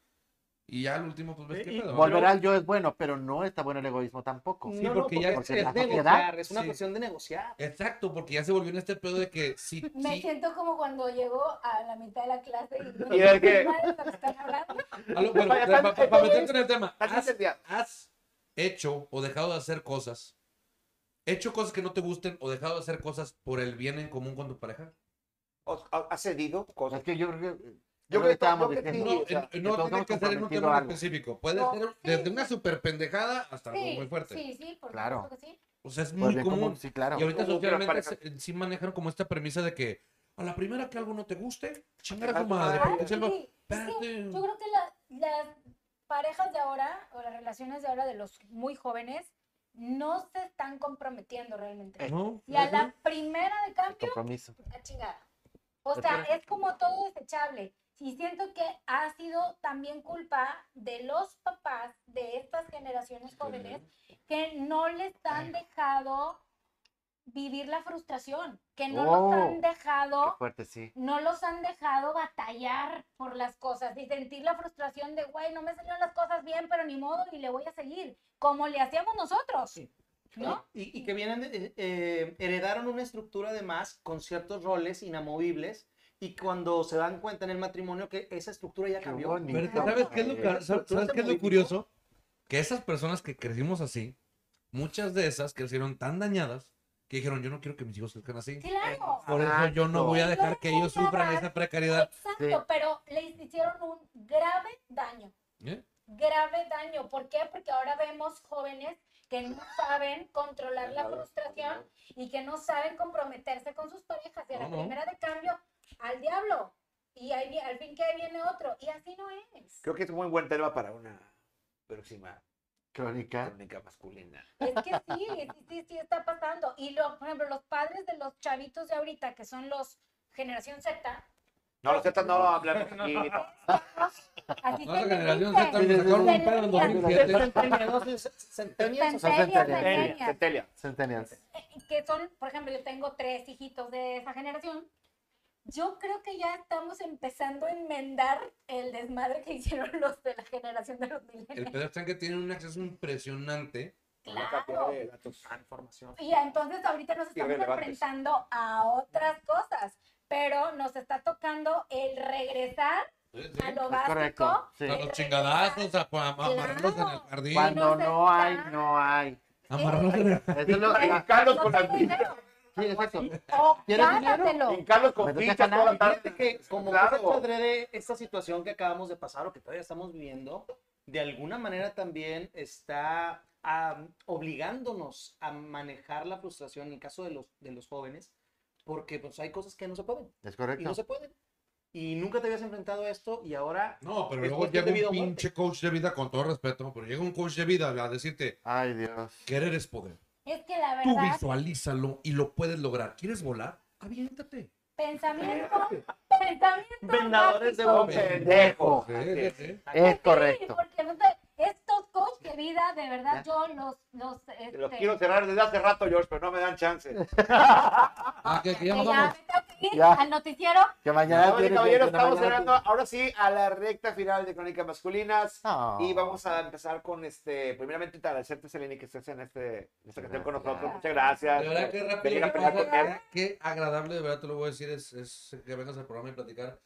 y ya el último, pues ves
Sí,
qué
y
pedo. ¿no?
Volver al yo es bueno, pero no está bueno el egoísmo tampoco.
Sí, porque ya
porque
es-
la sociedad-
es negociar, es una
sí.
cuestión de negociar.
Exacto, porque ya se volvió en este pedo de que sí,
Me
sí,
siento como cuando llego a la mitad de la clase y no
Y de
sé
que-
nada de lo que están hablando.
A lo- bueno,
Para-
para,
para-
para- para meterte en el tema, ah,
Así
¿has,
entendía.
has hecho o dejado de hacer cosas? ¿Hecho cosas que no te gusten o dejado de hacer cosas por el bien en común con tu pareja?
¿Os- os- ¿Ha cedido
Es
cosas?
que yo creo que.
Yo
Yo
creo que
estábamos
yo creo que
diciendo.
No,
o sea,
en- no
todos
tiene
hemos
que ser en un
comprometido
tema en
algo.
específico. Puede
No,
ser
sí.
desde una super pendejada hasta algo
Sí,
muy fuerte.
Sí, sí, por
Claro.
supuesto que sí.
O sea, es
Pues
muy
de
común.
cómo- sí, claro.
Y ahorita
Como que las
socialmente
parejas-
se- eh, sí manejan como esta premisa de que a la primera que algo no te guste, chingar
Chingar
a tu
a tu
madre.
madre.
Ah,
porque es algo-
sí, es que
espérate.
yo creo que la- las parejas de ahora o las relaciones de ahora de los muy jóvenes no se están comprometiendo realmente.
Eh, No,
Y a la primera de
El
cambio,
compromiso.
a chingar. O sea, es como todo desechable. Y siento que ha sido también culpa de los papás de estas generaciones jóvenes que no les han dejado vivir la frustración, que no
Oh,
los han dejado
Qué fuerte, sí.
no los han dejado batallar por las cosas y sentir la frustración de, güey, no me salieron las cosas bien, pero ni modo, y le voy a seguir, como le hacíamos nosotros.
Sí.
¿No?
Y, y que vienen, de- eh, eh, heredaron una estructura además con ciertos roles inamovibles y cuando se dan cuenta en el matrimonio que esa estructura ya
Qué
cambió.
bonito.
Pero es que ¿sabes qué es lo, ca-
Eso-
sab-
eso
¿sabes
te
qué es lo
modificó.
curioso? Que esas personas que crecimos así, muchas de esas crecieron tan dañadas que dijeron, yo no quiero que mis hijos crezcan así.
Claro.
Por eso yo no voy a
Exacto.
dejar que ellos sufran esa precariedad.
Exacto,
Sí.
pero les hicieron un grave daño,
¿Eh?
grave daño. ¿Por qué? Porque ahora vemos jóvenes que no saben controlar la frustración y que no saben comprometerse con sus parejas. Y a la
No, no.
primera de cambio, al diablo. Y ahí vi- al fin que ahí viene otro. Y así no es.
Creo que es muy buen tema para una próxima
Crónica.
crónica masculina.
Es que sí, sí, sí, sí está pasando. Y lo, por ejemplo, los padres de los chavitos de ahorita, que son los generación Z,
No, los Zetas no hablamos aquí. no.
así
Toda la
se
generación
dicen,
Z me sacaron un pedo en 2007.
Centennials, cen- centennials, o sea,
centennials,
centennials.
Cetelia,
millennials,
Cetelia.
Centennials.
eh, que son, por ejemplo, yo tengo tres hijitos de esa generación. Yo creo que ya estamos empezando a enmendar el desmadre que hicieron los de la generación de los
El
millennials.
pedo está en que tienen un acceso impresionante.
Una cantidad de datos.
ah, información.
Y entonces ahorita nos estamos
Irrelevantes.
enfrentando a otras cosas, pero nos está tocando el regresar
¿sí?
a lo
Es
básico.
correcto. Sí.
A los chingadazos, a, a- a amarrarlos en el jardín.
Cuando
no se
no hay,
está.
no hay.
Amarrarlos en el
Eso es lo
Eh,
ah,
Carlos
no
con las
tengo dinero.
Sí, exacto.
O
¿Quieres
gánatelo.
En Carlos con
Métete a
fichas toda la
ganar.
tarde.
Fíjate que como
Claro.
claro. hecho adrede esta situación que acabamos de pasar o que todavía estamos viviendo, de alguna manera también está ah, obligándonos a manejar la frustración en el caso de los, de los jóvenes, porque pues hay cosas que no se pueden
Es
y no
correcto.
se pueden. Y nunca te habías enfrentado a esto y ahora
No, pero
Es
luego
cuestión
llega
de vida
un
o muerte.
pinche coach de vida, con todo respeto, pero llega un coach de vida a decirte,
Ay, Dios.
querer es poder.
Es que la
Tú
verdad,
visualízalo y lo puedes lograr. ¿Quieres volar? Aviéntate.
pensamiento, pensamiento
Vendadores de
mágico.
bombas.
Pendejo.
Es
Sí,
correcto.
porque no te- estos coach de vida, de verdad, yo los, los, este,
Los quiero cerrar desde hace rato, George, pero no me dan chance.
Ah, que, que ya
que
nos
ya
vamos.
me tengo que ir
Ya.
al noticiero.
Que mañana
Damas y
tiene-
caballeros,
que
estamos
mañana
llegando ahora sí a la recta final de Crónicas Masculinas.
No.
Y vamos a empezar con este, primeramente te agradecerte, Selene, que estés en este, en esta canción con nosotros. Muchas gracias.
De verdad que rápido
Venir a
que
pelear
pasa,
con él.
Qué agradable, de verdad te lo voy a decir, es, es que vengas al programa y platicar.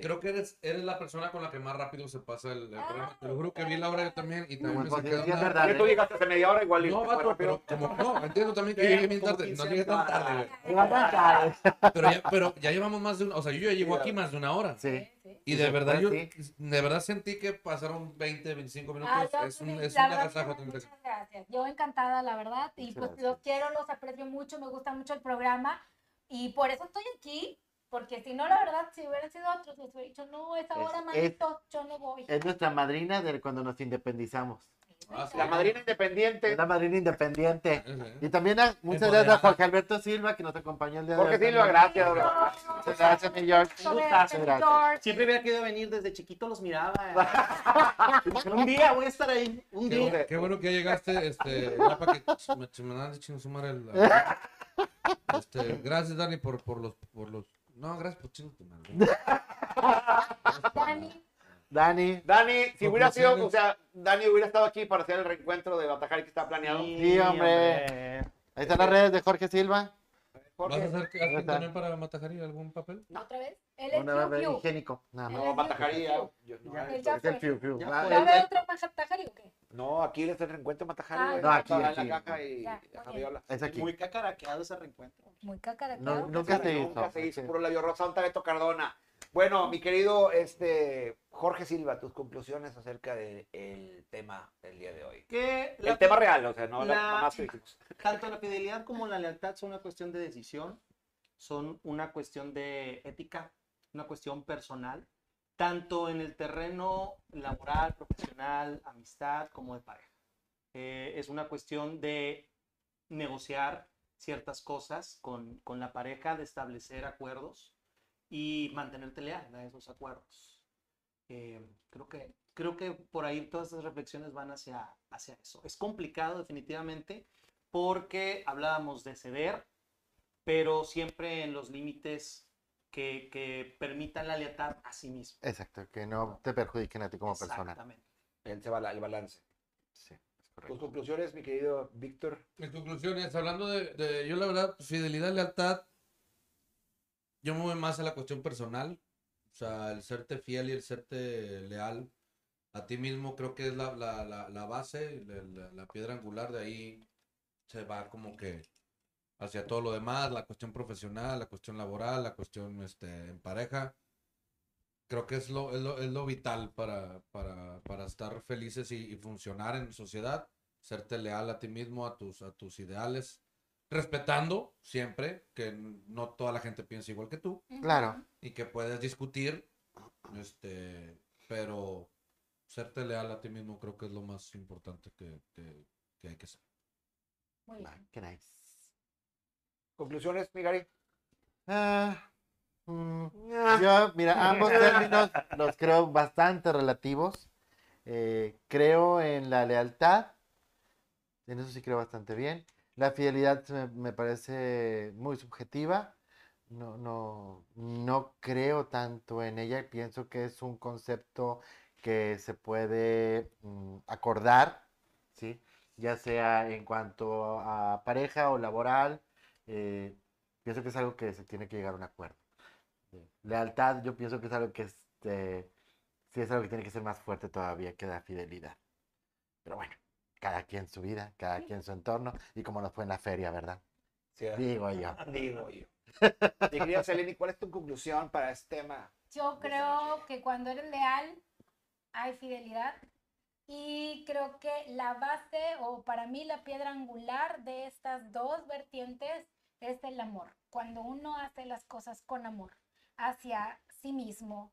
Creo que eres, eres la persona con la que más rápido se pasa el, el programa.
Ah,
Te lo juro que vi la hora yo también y
No,
también me
pues,
saqué
sí,
de
sí, es
onda.
verdad.
Que tú llegaste hace media hora igual y
No,
te fue
vato,
rápido.
pero como, no, entiendo también que
Sí,
yo llegué bien
como
tarde. No
15
llegué tan
para-
tarde, güey.
tiene- Iba a sacar.
Pero ya, pero ya llevamos más de una, o sea, yo ya llevo aquí más de una hora.
Sí.
Sí.
Y
Sí,
de
se
verdad,
puede,
yo
sí.
de verdad sentí que pasaron 20, 25 minutos.
Ah, yo,
es
sí,
un, es un
la verdad,
agasajo.
muchas
tengo que decir.
gracias. Yo encantada, la verdad. Y
Muchas
pues
gracias.
los quiero, los aprecio mucho, me gusta mucho el programa. Y por eso estoy aquí, porque si no, la verdad, si hubieran sido otros, les hubiera dicho, no, esta
Es-
hora,
es-
manito, yo no voy.
Es nuestra madrina de cuando nos independizamos.
Ah, sí.
La madrina
Es
independiente.
la madrina independiente.
Ujú.
Y también a- muchas
Empoderada.
gracias a Jorge Alberto Silva que nos acompañó el día
Porque
de hoy.
sí, lo
también.
gracias, bro.
Muchas gracias, mi George. Un gustazo, gracias.
Siempre había querido venir, desde chiquito los miraba. un día voy a estar ahí, un
Qué,
día.
bueno- qué bueno que ya llegaste, este, ya para que ch- me ch- me dan de chino sumar el... la- Este, gracias, Dani, por, por los, por los... No, gracias por chino tu madre.
Dani,
Dani,
Dani, si hubiera sido,
Conclusiones.
o sea, Dani hubiera estado aquí para hacer el reencuentro de Batajari que está planeado.
Sí, hombre. ahí están las redes de Jorge Silva.
¿Vas a
Jorge,
hacer que-
¿Dónde está?
también para Matajari algún papel?
otra vez. Él es
Una
Fiu
vez
Fiu.
higiénico. Nada más.
no, Batajari ya. yo- no,
Él
eh,
ya
Es el
fue.
fiu fiu.
Ya
Ah,
fue.
¿Va a
él-
haber otro Manhattan o qué?
No, aquí es el reencuentro Matajari,
Ah,
güey.
no,
aquí,
Está en
aquí.
la caja y
Ya,
y
ok.
Fabiola.
Es aquí.
Muy cacaraqueado ese reencuentro.
Muy caca de
No,
acá.
nunca se hizo.
Nunca se hizo, puro labio rosa, un Beto Cardona. Bueno, mi querido este, Jorge Silva, tus conclusiones acerca del tema del día de hoy.
Que
El
la-
tema real, o sea, no la,
la-
mamás que dijimos.
Tanto la fidelidad como la lealtad son una cuestión de decisión, son una cuestión de ética, una cuestión personal, tanto en el terreno laboral, profesional, amistad, como de pareja. Eh, es una cuestión de negociar ciertas cosas con, con la pareja, de establecer acuerdos y mantenerte leal a esos acuerdos. Eh, creo, que, creo que por ahí todas estas reflexiones van hacia, hacia eso. Es complicado definitivamente, porque hablábamos de ceder, pero siempre en los límites que, que permitan la lealtad a sí mismo.
Exacto, que no te perjudiquen a ti como persona.
Exactamente.
Él se va la- el balance.
Sí, es
Tus
correcto.
conclusiones, mi querido Víctor.
Mis conclusiones, hablando de, de- yo la verdad, fidelidad, lealtad, yo me voy más a la cuestión personal, o sea, el serte fiel y el serte leal a ti mismo creo que es la, la, la, la base, la, la- la piedra angular, de ahí se va como que hacia todo lo demás, la cuestión profesional, la cuestión laboral, la cuestión este, en pareja. Creo que es lo, es lo, es lo vital para, para, para estar felices y- y funcionar en sociedad serte leal a ti mismo, a tus, a tus ideales, respetando siempre que n- no toda la gente piensa igual que tú
Claro,
y que puedes discutir, este, pero serte leal a ti mismo creo que es lo más importante que, que- que hay que ser.
Muy
va,
bien.
qué nice.
Conclusiones, mi Gary. Ah.
Ah, mm, Yo, mira, ambos términos los creo bastante relativos. Eh, creo en la lealtad, en eso sí creo bastante bien. La fidelidad se me, me parece muy subjetiva. No, no, no creo tanto en ella y pienso que es un concepto que se puede mm, acordar, ¿sí? ya sea en cuanto a pareja o laboral. eh, pienso que es algo que se tiene que llegar a un acuerdo. Sí. Lealtad, yo pienso que es algo que este, sí es algo que tiene que ser más fuerte todavía que la fidelidad. Pero bueno, cada quien su vida, cada quien su entorno y como nos fue en la feria, ¿verdad?
Sí, ¿verdad?
Digo yo.
Digo yo. Mi querida Selene, ¿cuál es tu conclusión para este tema?
Yo creo que cuando eres leal hay fidelidad y creo que la base o para mí la piedra angular de estas dos vertientes es el amor. Cuando uno hace las cosas con amor hacia sí mismo,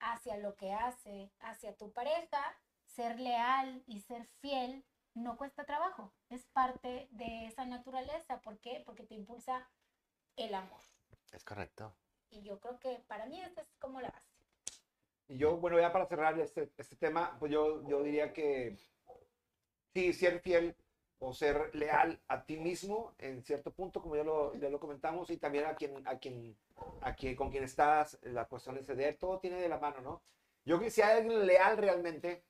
hacia lo que hace, hacia tu pareja, ser leal y ser fiel no cuesta trabajo. Es parte de esa naturaleza. ¿Por qué? Porque te impulsa el amor.
Es correcto.
Y yo creo que para mí esta es como la base.
Y yo, bueno, ya para cerrar este, este tema, pues yo, yo diría que sí, ser fiel o ser leal a ti mismo en cierto punto, como ya lo, ya lo comentamos, y también a quien, a quien, a quien, con quien estás, la cuestión de ceder, todo tiene de la mano, ¿no? Yo creo que si hay alguien leal realmente,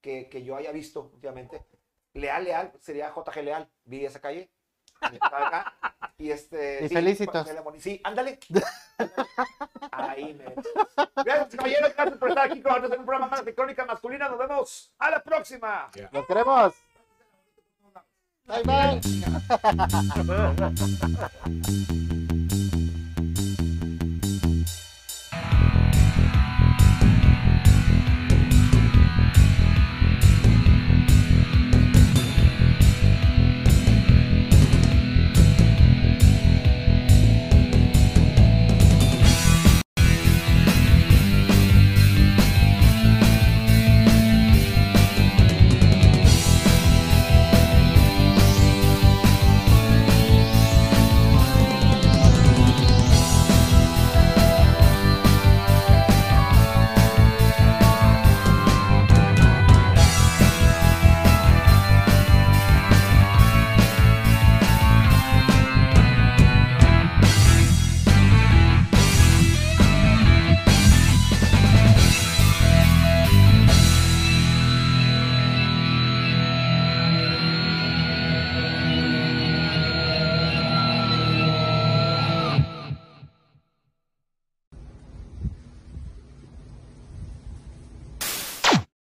que, que yo haya visto últimamente, leal, leal, sería JG Leal, vi esa calle, estaba acá, y este...
Mis
sí,
felicitos.
de la moni- Sí, ándale. Ahí me... Gracias, caballeros, gracias por estar aquí con nosotros en un programa más de Crónica Masculina. Nos vemos a la próxima.
¡Los queremos! Bye, bye.